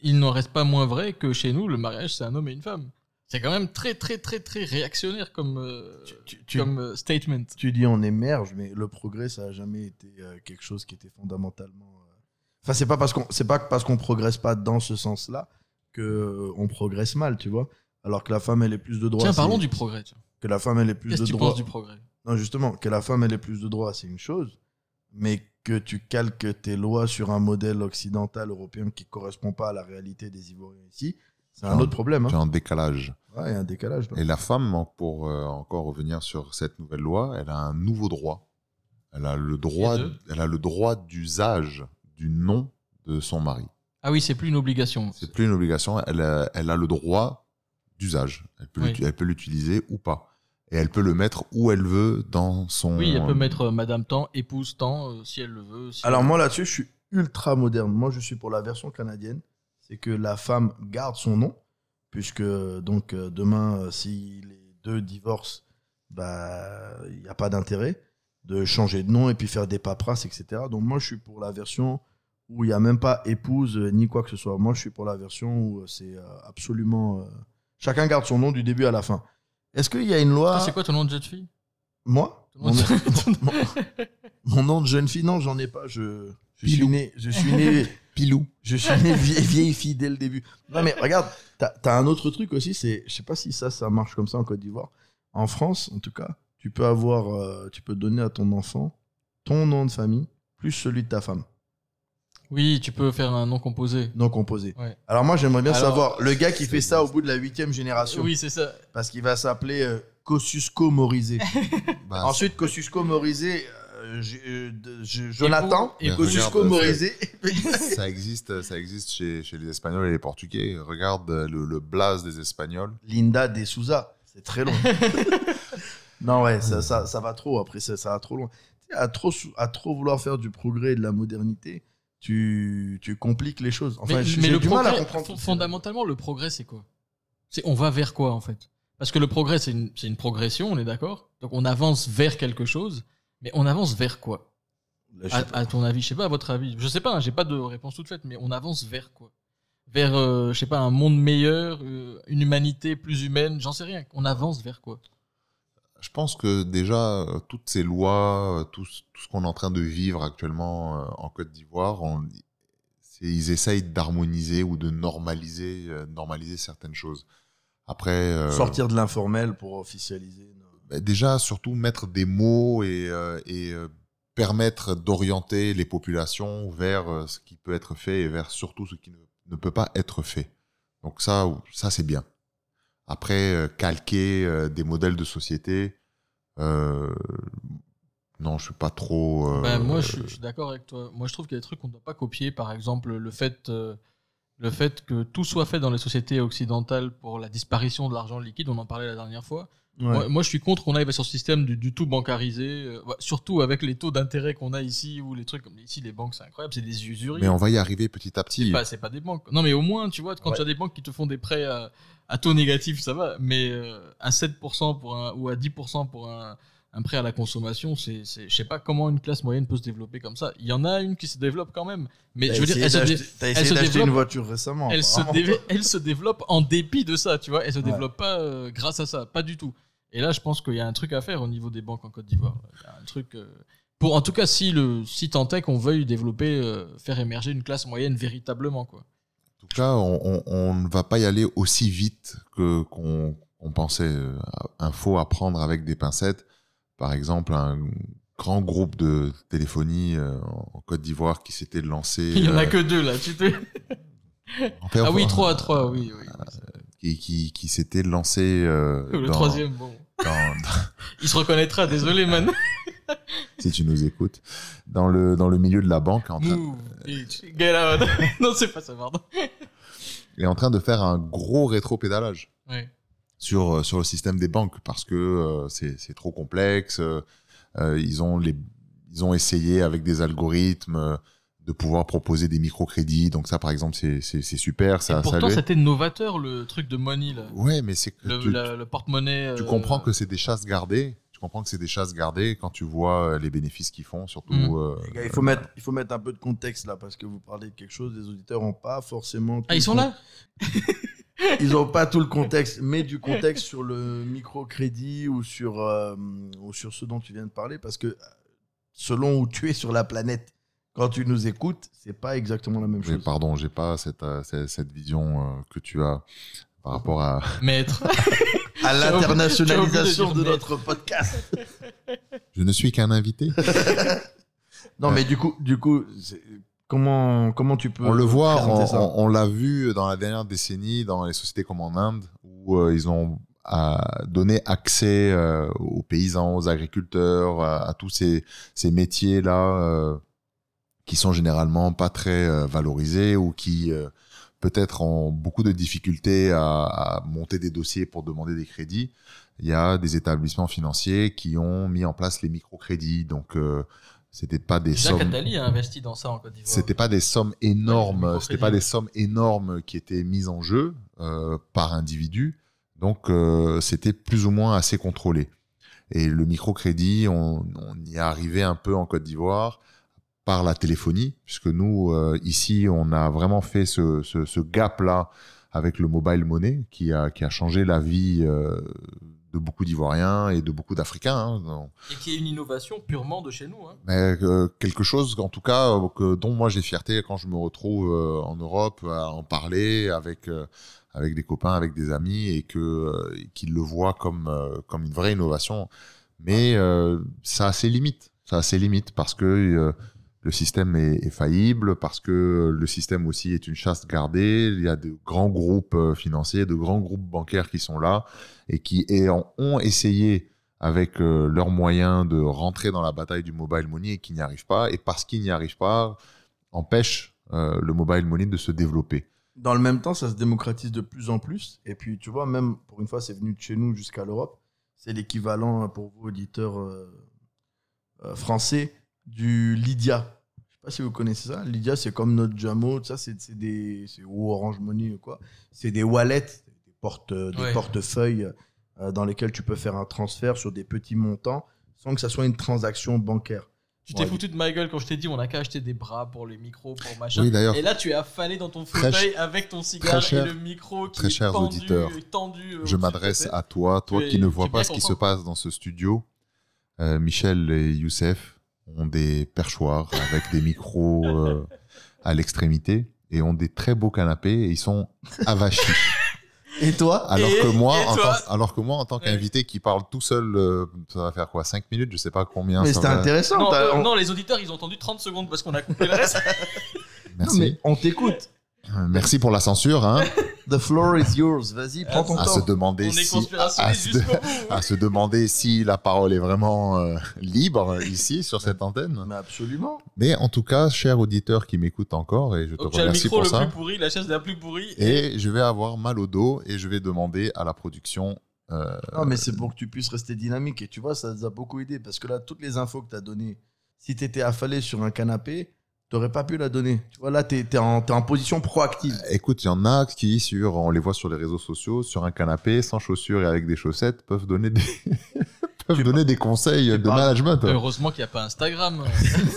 Speaker 7: il n'en reste pas moins vrai que chez nous, le mariage, c'est un homme et une femme. C'est quand même très, très, très, très réactionnaire comme, euh,
Speaker 8: tu-
Speaker 7: comme euh, statement.
Speaker 8: Tu dis on émerge, mais le progrès, ça a jamais été euh, quelque chose qui était fondamentalement. euh, Enfin, c'est pas parce qu'on c'est pas parce qu'on progresse pas dans ce sens-là que euh, on progresse mal, tu vois. Alors que la femme, elle est plus de droits.
Speaker 7: Tiens,
Speaker 8: c'est-
Speaker 7: parlons du progrès. tiens.
Speaker 8: Que la femme, elle est plus
Speaker 7: Qu'est-ce
Speaker 8: de
Speaker 7: que tu
Speaker 8: droits.
Speaker 7: penses du progrès
Speaker 8: Non, justement, que la femme, elle ait plus de droits, c'est une chose, mais que tu calques tes lois sur un modèle occidental européen qui ne correspond pas à la réalité des Ivoiriens ici, c'est un autre problème. hein.
Speaker 9: Tu as un décalage.
Speaker 8: Ouais, il y a un décalage. là.
Speaker 9: Et la femme, en- pour euh, encore revenir sur cette nouvelle loi, elle a un nouveau droit. Elle a le droit,
Speaker 7: de
Speaker 9: elle a le droit d'usage du nom de son mari.
Speaker 7: Ah oui, c'est plus une obligation.
Speaker 9: C'est plus une obligation. Elle a, elle a le droit d'usage. Elle peut
Speaker 7: Oui.
Speaker 9: l'uti- elle peut l'utiliser ou pas. Et elle peut le mettre où elle veut dans son.
Speaker 7: Oui, elle peut mettre euh, Madame Tant, épouse Tant, euh, si elle le veut. si-
Speaker 8: Alors moi là-dessus, je suis ultra moderne. Moi, je suis pour la version canadienne, c'est que la femme garde son nom, puisque donc euh, demain, euh, si les deux divorcent, bah il n'y a pas d'intérêt de changer de nom et puis faire des paperasses, etc. Donc moi, je suis pour la version où il n'y a même pas épouse euh, ni quoi que ce soit. Moi, je suis pour la version où euh, c'est euh, absolument... euh, chacun garde son nom du début à la fin. Est-ce qu'il y a une loi...
Speaker 7: Toi, c'est quoi ton nom de jeune fille
Speaker 8: Moi
Speaker 7: Ton nom de-
Speaker 8: mon, mon- mon nom de jeune fille, non, j'en ai pas. Je, je suis
Speaker 7: Pilou.
Speaker 8: né, je suis né, pilou. Je suis né vieille, vieille fille dès le début. Non mais regarde, t'as as un autre truc aussi. C'est, je sais pas si ça, ça marche comme ça en Côte d'Ivoire. En France, en tout cas, tu peux avoir, euh, tu peux donner à ton enfant ton nom de famille plus celui de ta femme,
Speaker 7: Oui, tu peux faire un nom composé.
Speaker 8: non composé.
Speaker 7: Ouais.
Speaker 8: Alors moi, j'aimerais bien
Speaker 7: Alors,
Speaker 8: savoir le gars qui fait ça au bout de la huitième génération,
Speaker 7: Oui, c'est ça.
Speaker 8: parce qu'il va s'appeler euh, Kosciusko Morizé.
Speaker 9: Bah,
Speaker 8: Ensuite, Kosciusko Morizé, euh, j'ai- euh, de- je- Jonathan,
Speaker 7: Et vous- et
Speaker 9: vous-
Speaker 8: Kosciusko
Speaker 9: Regarde, euh,
Speaker 8: Morizé.
Speaker 9: ça existe, ça existe chez, chez les Espagnols et les Portugais. Regarde le, le blaze des Espagnols.
Speaker 8: Linda de Souza, c'est très long. non, ouais, ça, ça, ça va trop. Après, ça, ça va trop loin. Tu sais, à trop, sou- à trop vouloir faire du progrès et de la modernité, tu, tu compliques les choses. Enfin,
Speaker 7: mais
Speaker 8: j'ai
Speaker 7: mais
Speaker 8: j'ai
Speaker 7: le
Speaker 8: du
Speaker 7: progrès,
Speaker 8: mal à comprendre.
Speaker 7: fon-
Speaker 8: tout ça.
Speaker 7: fondamentalement, le progrès, c'est quoi C'est on va vers quoi en fait Parce que le progrès, c'est une, c'est une progression, on est d'accord Donc on avance vers quelque chose, mais on avance vers quoi
Speaker 8: Là, je
Speaker 7: à,
Speaker 8: sais
Speaker 9: Ah,
Speaker 8: pas.
Speaker 7: à ton avis, je sais pas, à votre avis, je sais pas, hein, j'ai pas de réponse toute faite, mais on avance vers quoi Vers, euh, je sais pas, un monde meilleur, euh, une humanité plus humaine, j'en sais rien. On avance vers quoi
Speaker 9: Je pense que déjà, euh, toutes ces lois, euh, tout, ce- tout ce qu'on est en train de vivre actuellement euh, en Côte d'Ivoire, on- c'est- ils essayent d'harmoniser ou de normaliser, euh, normaliser certaines choses. Après, euh,
Speaker 8: Sortir de l'informel pour officialiser. nos-
Speaker 9: bah, déjà, surtout mettre des mots et, euh, et, euh, permettre d'orienter les populations vers euh, ce qui peut être fait et vers surtout ce qui ne, ne peut pas être fait. Donc ça, ça c'est bien. Après, euh, calquer euh, des modèles de société, euh, non, je suis pas trop... euh,
Speaker 7: Ben, moi, je, suis- je suis d'accord avec toi. Moi, je trouve qu'il y a des trucs qu'on ne doit pas copier. Par exemple, le fait, euh, le fait que tout soit fait dans les sociétés occidentales pour la disparition de l'argent liquide. On en parlait la dernière fois.
Speaker 8: Ouais.
Speaker 7: Moi, moi, je suis contre qu'on aille sur ce système du, du tout bancarisé, euh, ouais, surtout avec les taux d'intérêt qu'on a ici ou les trucs comme ici, les banques, c'est incroyable, c'est des usuries.
Speaker 9: Mais on va y arriver petit à petit.
Speaker 7: C'est pas, c'est pas des banques. Non, mais au moins, tu vois, quand
Speaker 8: Ouais.
Speaker 7: tu as des banques qui te font des prêts à, à taux négatif, ça va. Mais euh, à 7% pour un, ou à 10% pour un, un prêt à la consommation, c'est, c'est- je sais pas comment une classe moyenne peut se développer comme ça. Il y en a une qui se développe quand même. Mais
Speaker 8: T'as
Speaker 7: je veux dire,
Speaker 8: essayé
Speaker 7: elle se, dé-
Speaker 8: Bah, d'acheter- t'as
Speaker 7: elle
Speaker 8: essayé
Speaker 7: se
Speaker 8: d'acheter une
Speaker 7: développe-
Speaker 8: voiture récemment.
Speaker 7: elle se
Speaker 8: apparemment.
Speaker 7: dé- elle se développe en dépit de ça, tu vois. Elle se
Speaker 8: Ouais.
Speaker 7: développe pas euh, grâce à ça, pas du tout. Et là, je pense qu'il y a un truc à faire au niveau des banques en Côte d'Ivoire. Il y a un truc. euh, Pour, en tout cas, si, le, si tant est qu'on veuille développer, euh, faire émerger une classe moyenne véritablement, quoi.
Speaker 9: En tout cas, on- on on ne va pas y aller aussi vite que qu'on qu'on pensait. Euh, Un faux à prendre avec des pincettes. Par exemple, un grand groupe de téléphonie euh, en Côte d'Ivoire qui s'était lancé.
Speaker 7: Il y en a
Speaker 9: euh,
Speaker 7: que deux là, tu te.
Speaker 9: en fait,
Speaker 7: Ah oui,
Speaker 9: enfin,
Speaker 7: 3 à 3, oui. oui.
Speaker 9: qui, qui, qui s'était lancé. euh,
Speaker 7: Le
Speaker 9: dans-
Speaker 7: troisième, bon.
Speaker 9: dans-
Speaker 7: Il se reconnaîtra, désolé, man.
Speaker 9: si tu nous écoutes, dans le, dans le milieu de la banque, en train,
Speaker 7: Move, bitch, get out. non, c'est pas ça, pardon.
Speaker 9: est en train de faire un gros rétro-pédalage
Speaker 7: Ouais.
Speaker 9: sur, euh, sur le système des banques parce que euh, c'est c'est trop complexe. euh, euh, ils, ont les, ils ont essayé avec des algorithmes euh, de pouvoir proposer des microcrédits. Donc, ça, par exemple, c'est c'est- c'est super. Ça,
Speaker 7: Pourtant,
Speaker 9: salué.
Speaker 7: c'était novateur, le truc de money, là.
Speaker 9: Ouais, mais c'est que
Speaker 7: Le,
Speaker 9: tu-
Speaker 7: la- le porte-monnaie.
Speaker 9: Tu
Speaker 7: euh,
Speaker 9: comprends que c'est des chasses gardées. Tu comprends que c'est des chasses gardées quand tu vois euh, les bénéfices qu'ils font, surtout.
Speaker 7: Mm.
Speaker 9: euh,
Speaker 8: Les gars, il faut, mettre, il faut mettre un peu de contexte là, parce que vous parlez de quelque chose, les auditeurs n'ont pas forcément. tout
Speaker 7: Ah, ils
Speaker 8: le
Speaker 7: sont
Speaker 8: con-
Speaker 7: là
Speaker 8: Ils n'ont pas tout le contexte, mais du contexte sur le microcrédit ou sur, euh, ou sur ce dont tu viens de parler, parce que euh, selon où tu es sur la planète, quand tu nous écoutes, c'est pas exactement la même
Speaker 9: Mais
Speaker 8: chose.
Speaker 9: pardon, j'ai pas cette, euh, cette, cette vision euh, que tu as par rapport à.
Speaker 7: Maître.
Speaker 8: À
Speaker 7: J'ai oublié-
Speaker 8: l'internationalisation
Speaker 7: j'ai
Speaker 8: de
Speaker 7: oublié dire
Speaker 8: notre podcast.
Speaker 9: Je ne suis qu'un invité.
Speaker 8: Non, mais du coup, du coup c'est- comment, comment tu peux.
Speaker 9: On le voit,
Speaker 8: présenter
Speaker 9: on,
Speaker 8: ça
Speaker 9: on- on l'a vu dans la dernière décennie dans les sociétés comme en Inde, où euh, ils ont à donné accès euh, aux paysans, aux agriculteurs, à, à tous ces, ces métiers-là euh, qui sont généralement pas très euh, valorisés ou qui euh, peut-être ont beaucoup de difficultés à, à monter des dossiers pour demander des crédits. Il y a des établissements financiers qui ont mis en place les microcrédits. Donc, euh, c'était pas des
Speaker 7: Jacques
Speaker 9: sommes.
Speaker 7: Attali a investi dans ça en Côte d'Ivoire.
Speaker 9: C'était pas des sommes énormes, c'était pas des sommes énormes qui étaient mises en jeu euh, par individu, donc euh, c'était plus ou moins assez contrôlé. Et le microcrédit, on, on y est arrivé un peu en Côte d'Ivoire par la téléphonie, puisque nous, euh, ici, on a vraiment fait ce, ce- ce gap-là avec le mobile money qui a, qui a changé la vie euh, de beaucoup d'Ivoiriens et de beaucoup d'Africains. hein. On-
Speaker 7: Et qui est une innovation purement de chez nous. Hein.
Speaker 9: mais euh, quelque chose, en tout cas, euh, que- dont moi j'ai fierté quand je me retrouve euh, en Europe à en parler avec, euh, avec des copains, avec des amis, et que euh, qu'ils le voient comme, euh, comme une vraie innovation. Mais euh, ça a ses limites. Ça a ses limites parce que euh, le système est, est faillible, parce que le système aussi est une chasse gardée. Il y a de grands groupes euh, financiers, de grands groupes bancaires qui sont là et qui ayant- ont essayé avec euh, leurs moyens de rentrer dans la bataille du mobile money et qui n'y arrivent pas. Et parce qu'ils n'y arrivent pas, empêchent euh, le mobile money de se développer.
Speaker 8: dans le même temps, ça se démocratise de plus en plus. Et puis, tu vois, même pour une fois, c'est venu de chez nous jusqu'à l'Europe. C'est l'équivalent hein, pour vous, auditeurs euh, euh, français, du Lydia. Je sais pas si vous connaissez ça. Lydia, c'est comme notre Jamo. tout Ça, c'est c'est des c'est ou Orange Money ou quoi. C'est des wallets, des, porte, des
Speaker 7: Ouais.
Speaker 8: portefeuilles euh, dans lesquels tu peux faire un transfert sur des petits montants sans que ça soit une transaction bancaire.
Speaker 7: Tu
Speaker 8: Bon,
Speaker 7: t'es
Speaker 8: elle-
Speaker 7: foutu de ma gueule quand je t'ai dit on a qu'à acheter des bras pour les micros, pour machin.
Speaker 9: Oui, d'ailleurs.
Speaker 7: et là, tu es affalé dans ton
Speaker 9: Très
Speaker 7: fauteuil
Speaker 9: ch-
Speaker 7: avec ton cigare
Speaker 9: Très cher,
Speaker 7: et le micro qui
Speaker 9: très
Speaker 7: est
Speaker 9: chers
Speaker 7: tendu,
Speaker 9: auditeurs,
Speaker 7: tendu, euh, au-dessus
Speaker 9: je
Speaker 7: de ta
Speaker 9: m'adresse
Speaker 7: tête.
Speaker 9: à toi, toi
Speaker 7: Tu es-
Speaker 9: qui ne
Speaker 7: tu es
Speaker 9: vois
Speaker 7: bien
Speaker 9: pas ce qui se
Speaker 7: content.
Speaker 9: passe dans ce studio. Euh, Michel et Youssef ont des perchoirs avec des micros euh, à l'extrémité et ont des très beaux canapés et ils sont avachis.
Speaker 8: Et toi
Speaker 9: Alors
Speaker 8: Et-
Speaker 9: que moi,
Speaker 8: et
Speaker 9: en
Speaker 8: toi
Speaker 9: tant, alors que moi, en tant qu'invité qui parle tout seul, euh, ça va faire quoi 5 minutes Je sais pas combien.
Speaker 8: Mais
Speaker 9: ça
Speaker 8: c'était
Speaker 9: va-
Speaker 8: intéressant.
Speaker 7: Non,
Speaker 8: t'as-
Speaker 7: euh,
Speaker 8: on-
Speaker 7: non, les auditeurs, ils ont entendu 30 secondes parce qu'on a coupé le reste.
Speaker 9: Merci.
Speaker 8: mais on t'écoute.
Speaker 9: Euh, Merci pour la censure. Hein.
Speaker 8: The floor is yours. Vas-y, prends ton
Speaker 9: à
Speaker 8: temps.
Speaker 9: se demander
Speaker 8: On est
Speaker 9: si Ah, à,
Speaker 8: conspirationniste
Speaker 9: se
Speaker 8: jusqu'au bout,
Speaker 9: à se demander si la parole est vraiment euh, libre ici sur cette antenne.
Speaker 8: Ah, absolument.
Speaker 9: Mais en tout cas, cher auditeur qui m'écoute encore et je te
Speaker 7: Donc, j'ai le
Speaker 9: remercie
Speaker 7: micro
Speaker 9: pour
Speaker 7: le
Speaker 9: ça.
Speaker 7: plus pourri, la chaise la plus pourrie.
Speaker 9: Et je vais avoir mal au dos et je vais demander à la production. euh,
Speaker 8: Non, mais c'est pour que tu puisses rester dynamique. Et tu vois, ça nous a beaucoup aidé. Parce que là, toutes les infos que tu as données, si tu étais affalé sur un canapé, tu n'aurais pas pu la donner. Tu vois, là, tu es, en t'es en position proactive.
Speaker 9: Écoute, il y en a qui, sur, on les voit sur les réseaux sociaux, sur un canapé, sans chaussures et avec des chaussettes, peuvent donner des, peuvent donner des conseils de management.
Speaker 7: Euh, Heureusement qu'il n'y a pas Instagram.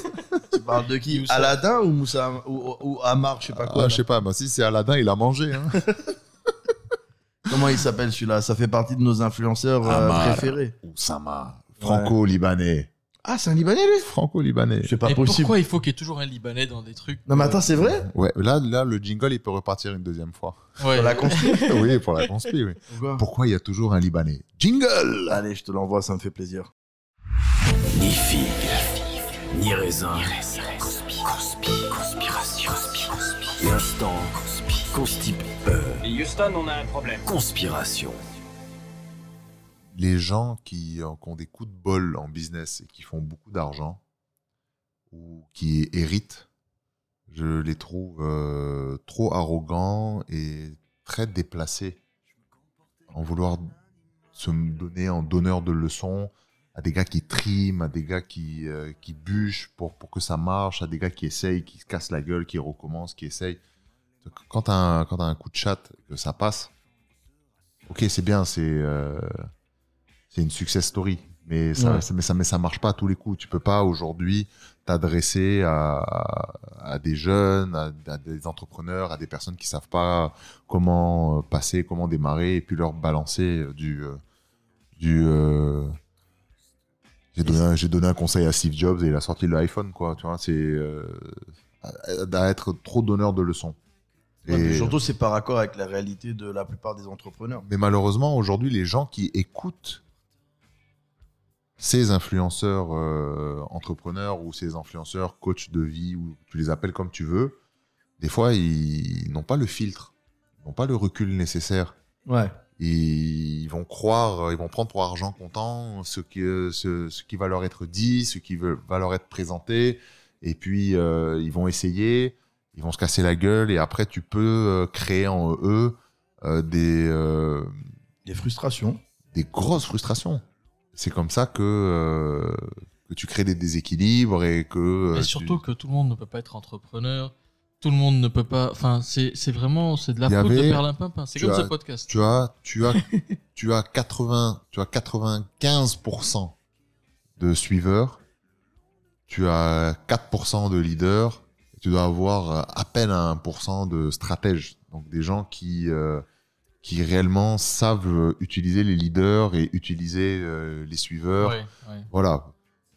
Speaker 8: tu parles de qui Aladdin ou Moussa ou, ou- ou Amar, je sais pas quoi.
Speaker 9: Ah,
Speaker 8: là.
Speaker 9: je sais pas, moi, si c'est Aladdin, il a mangé. hein.
Speaker 8: Comment il s'appelle celui-là Ça fait partie de nos influenceurs euh,
Speaker 9: Amar.
Speaker 8: préférés.
Speaker 9: Oussama. Franco-libanais.
Speaker 8: Ah, c'est un Libanais, lui
Speaker 9: Franco-libanais.
Speaker 8: C'est pas
Speaker 7: Et
Speaker 8: possible.
Speaker 7: pourquoi il faut qu'il y ait toujours un Libanais dans des trucs
Speaker 8: Non, mais attends, c'est vrai
Speaker 9: Ouais, là, là, le jingle, il peut repartir une deuxième fois.
Speaker 7: Ouais. Pour la
Speaker 8: conspi
Speaker 9: Oui, pour la conspi, oui.
Speaker 8: Pourquoi
Speaker 9: Pourquoi il y a toujours un Libanais Jingle
Speaker 8: Allez, je te l'envoie, ça me fait plaisir.
Speaker 6: Ni figue, ni raisin.
Speaker 4: Conspiration. Conspiration.
Speaker 6: L'instant constipé.
Speaker 2: Et Houston, on a un problème.
Speaker 6: Conspiration.
Speaker 9: les gens qui, euh, qui ont des coups de bol en business et qui font beaucoup d'argent ou qui héritent, je les trouve euh, trop arrogants et très déplacés. En vouloir se donner en donneur de leçons à des gars qui triment, à des gars qui, euh, qui bûchent pour, pour que ça marche, à des gars qui essayent, qui se cassent la gueule, qui recommencent, qui essayent. Donc, Quand t'as un, quand t'as un coup de chat, que ça passe, ok, c'est bien, c'est euh, c'est une success story. Mais ça,
Speaker 8: Ouais.
Speaker 9: ça- mais, ça, mais ça marche pas à tous les coups. Tu peux pas aujourd'hui t'adresser à, à- à des jeunes, à, à des entrepreneurs, à des personnes qui savent pas comment euh, passer, comment démarrer, et puis leur balancer euh, du. euh, du euh, j'ai donné, un- j'ai donné un conseil à Steve Jobs et il a sorti l'iPhone, quoi. Tu vois, c'est euh, à- à être trop donneur de leçons.
Speaker 8: Ouais, mais
Speaker 9: Et-
Speaker 8: surtout, c'est par accord avec la réalité de la plupart des entrepreneurs.
Speaker 9: mais malheureusement, aujourd'hui, les gens qui écoutent ces influenceurs euh, entrepreneurs ou ces influenceurs coachs de vie, ou tu les appelles comme tu veux, des fois, ils, ils n'ont pas le filtre, ils n'ont pas le recul nécessaire.
Speaker 8: Ouais.
Speaker 9: Ils, ils vont croire, ils vont prendre pour argent comptant ce qui, euh, ce, ce qui va leur être dit, ce qui veut- va leur être présenté, et puis euh, ils vont essayer, ils vont se casser la gueule, et après, tu peux euh, créer en eux euh, des. euh,
Speaker 8: Des frustrations.
Speaker 9: des grosses frustrations. C'est comme ça que, euh, que tu crées des déséquilibres et que. euh,
Speaker 7: Et surtout que tout le monde ne peut pas être entrepreneur. Tout le monde ne peut pas. Enfin, c'est c'est vraiment c'est de
Speaker 9: tu-
Speaker 7: la
Speaker 9: il y
Speaker 7: faute
Speaker 9: avait-
Speaker 7: de Perlimpinpin. C'est
Speaker 9: tu
Speaker 7: comme
Speaker 9: as-
Speaker 7: ce podcast.
Speaker 9: Tu as, tu as, tu as 80, tu as 95% de suiveurs, tu as 4% de leaders, et tu dois avoir euh, à peine un 1% de stratèges. Donc des gens qui, euh, qui réellement savent euh, utiliser les leaders et utiliser euh, les suiveurs.
Speaker 7: Ouais, ouais.
Speaker 9: Voilà.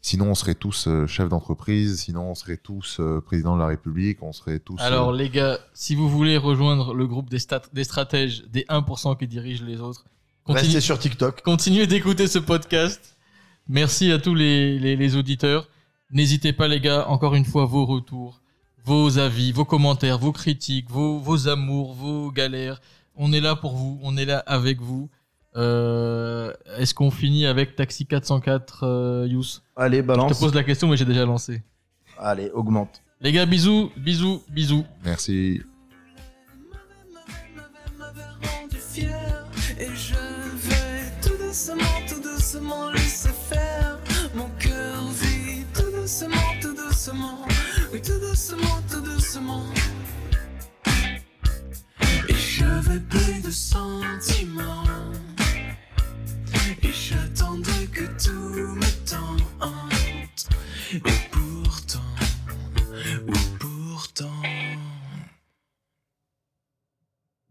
Speaker 9: Sinon, on serait tous euh, chefs d'entreprise, sinon, on serait tous euh, président de la République, on serait tous.
Speaker 7: Alors
Speaker 9: euh,
Speaker 7: les gars, si vous voulez rejoindre le groupe des, stat- des stratèges, des 1% qui dirigent les autres,
Speaker 8: Restez sur TikTok.
Speaker 7: Continuez d'écouter ce podcast. Merci à tous les, les- les auditeurs. N'hésitez pas les gars, encore une fois, vos retours, vos avis, vos commentaires, vos critiques, vos, vos amours, vos galères. On est là pour vous, on est là avec vous. Euh, Est-ce qu'on finit avec Taxi 404, euh, Youss
Speaker 8: Allez, balance.
Speaker 7: Je te pose la question, mais j'ai déjà lancé.
Speaker 8: Allez, augmente.
Speaker 7: Les gars, bisous, bisous, bisous.
Speaker 9: Merci.
Speaker 12: rendu fier et je vais tout doucement, tout doucement laisser faire. Mon cœur vit tout doucement, tout doucement, oui tout doucement, tout doucement. Et je veux plus de sentiments. Et j'attendais que tout me tente. Et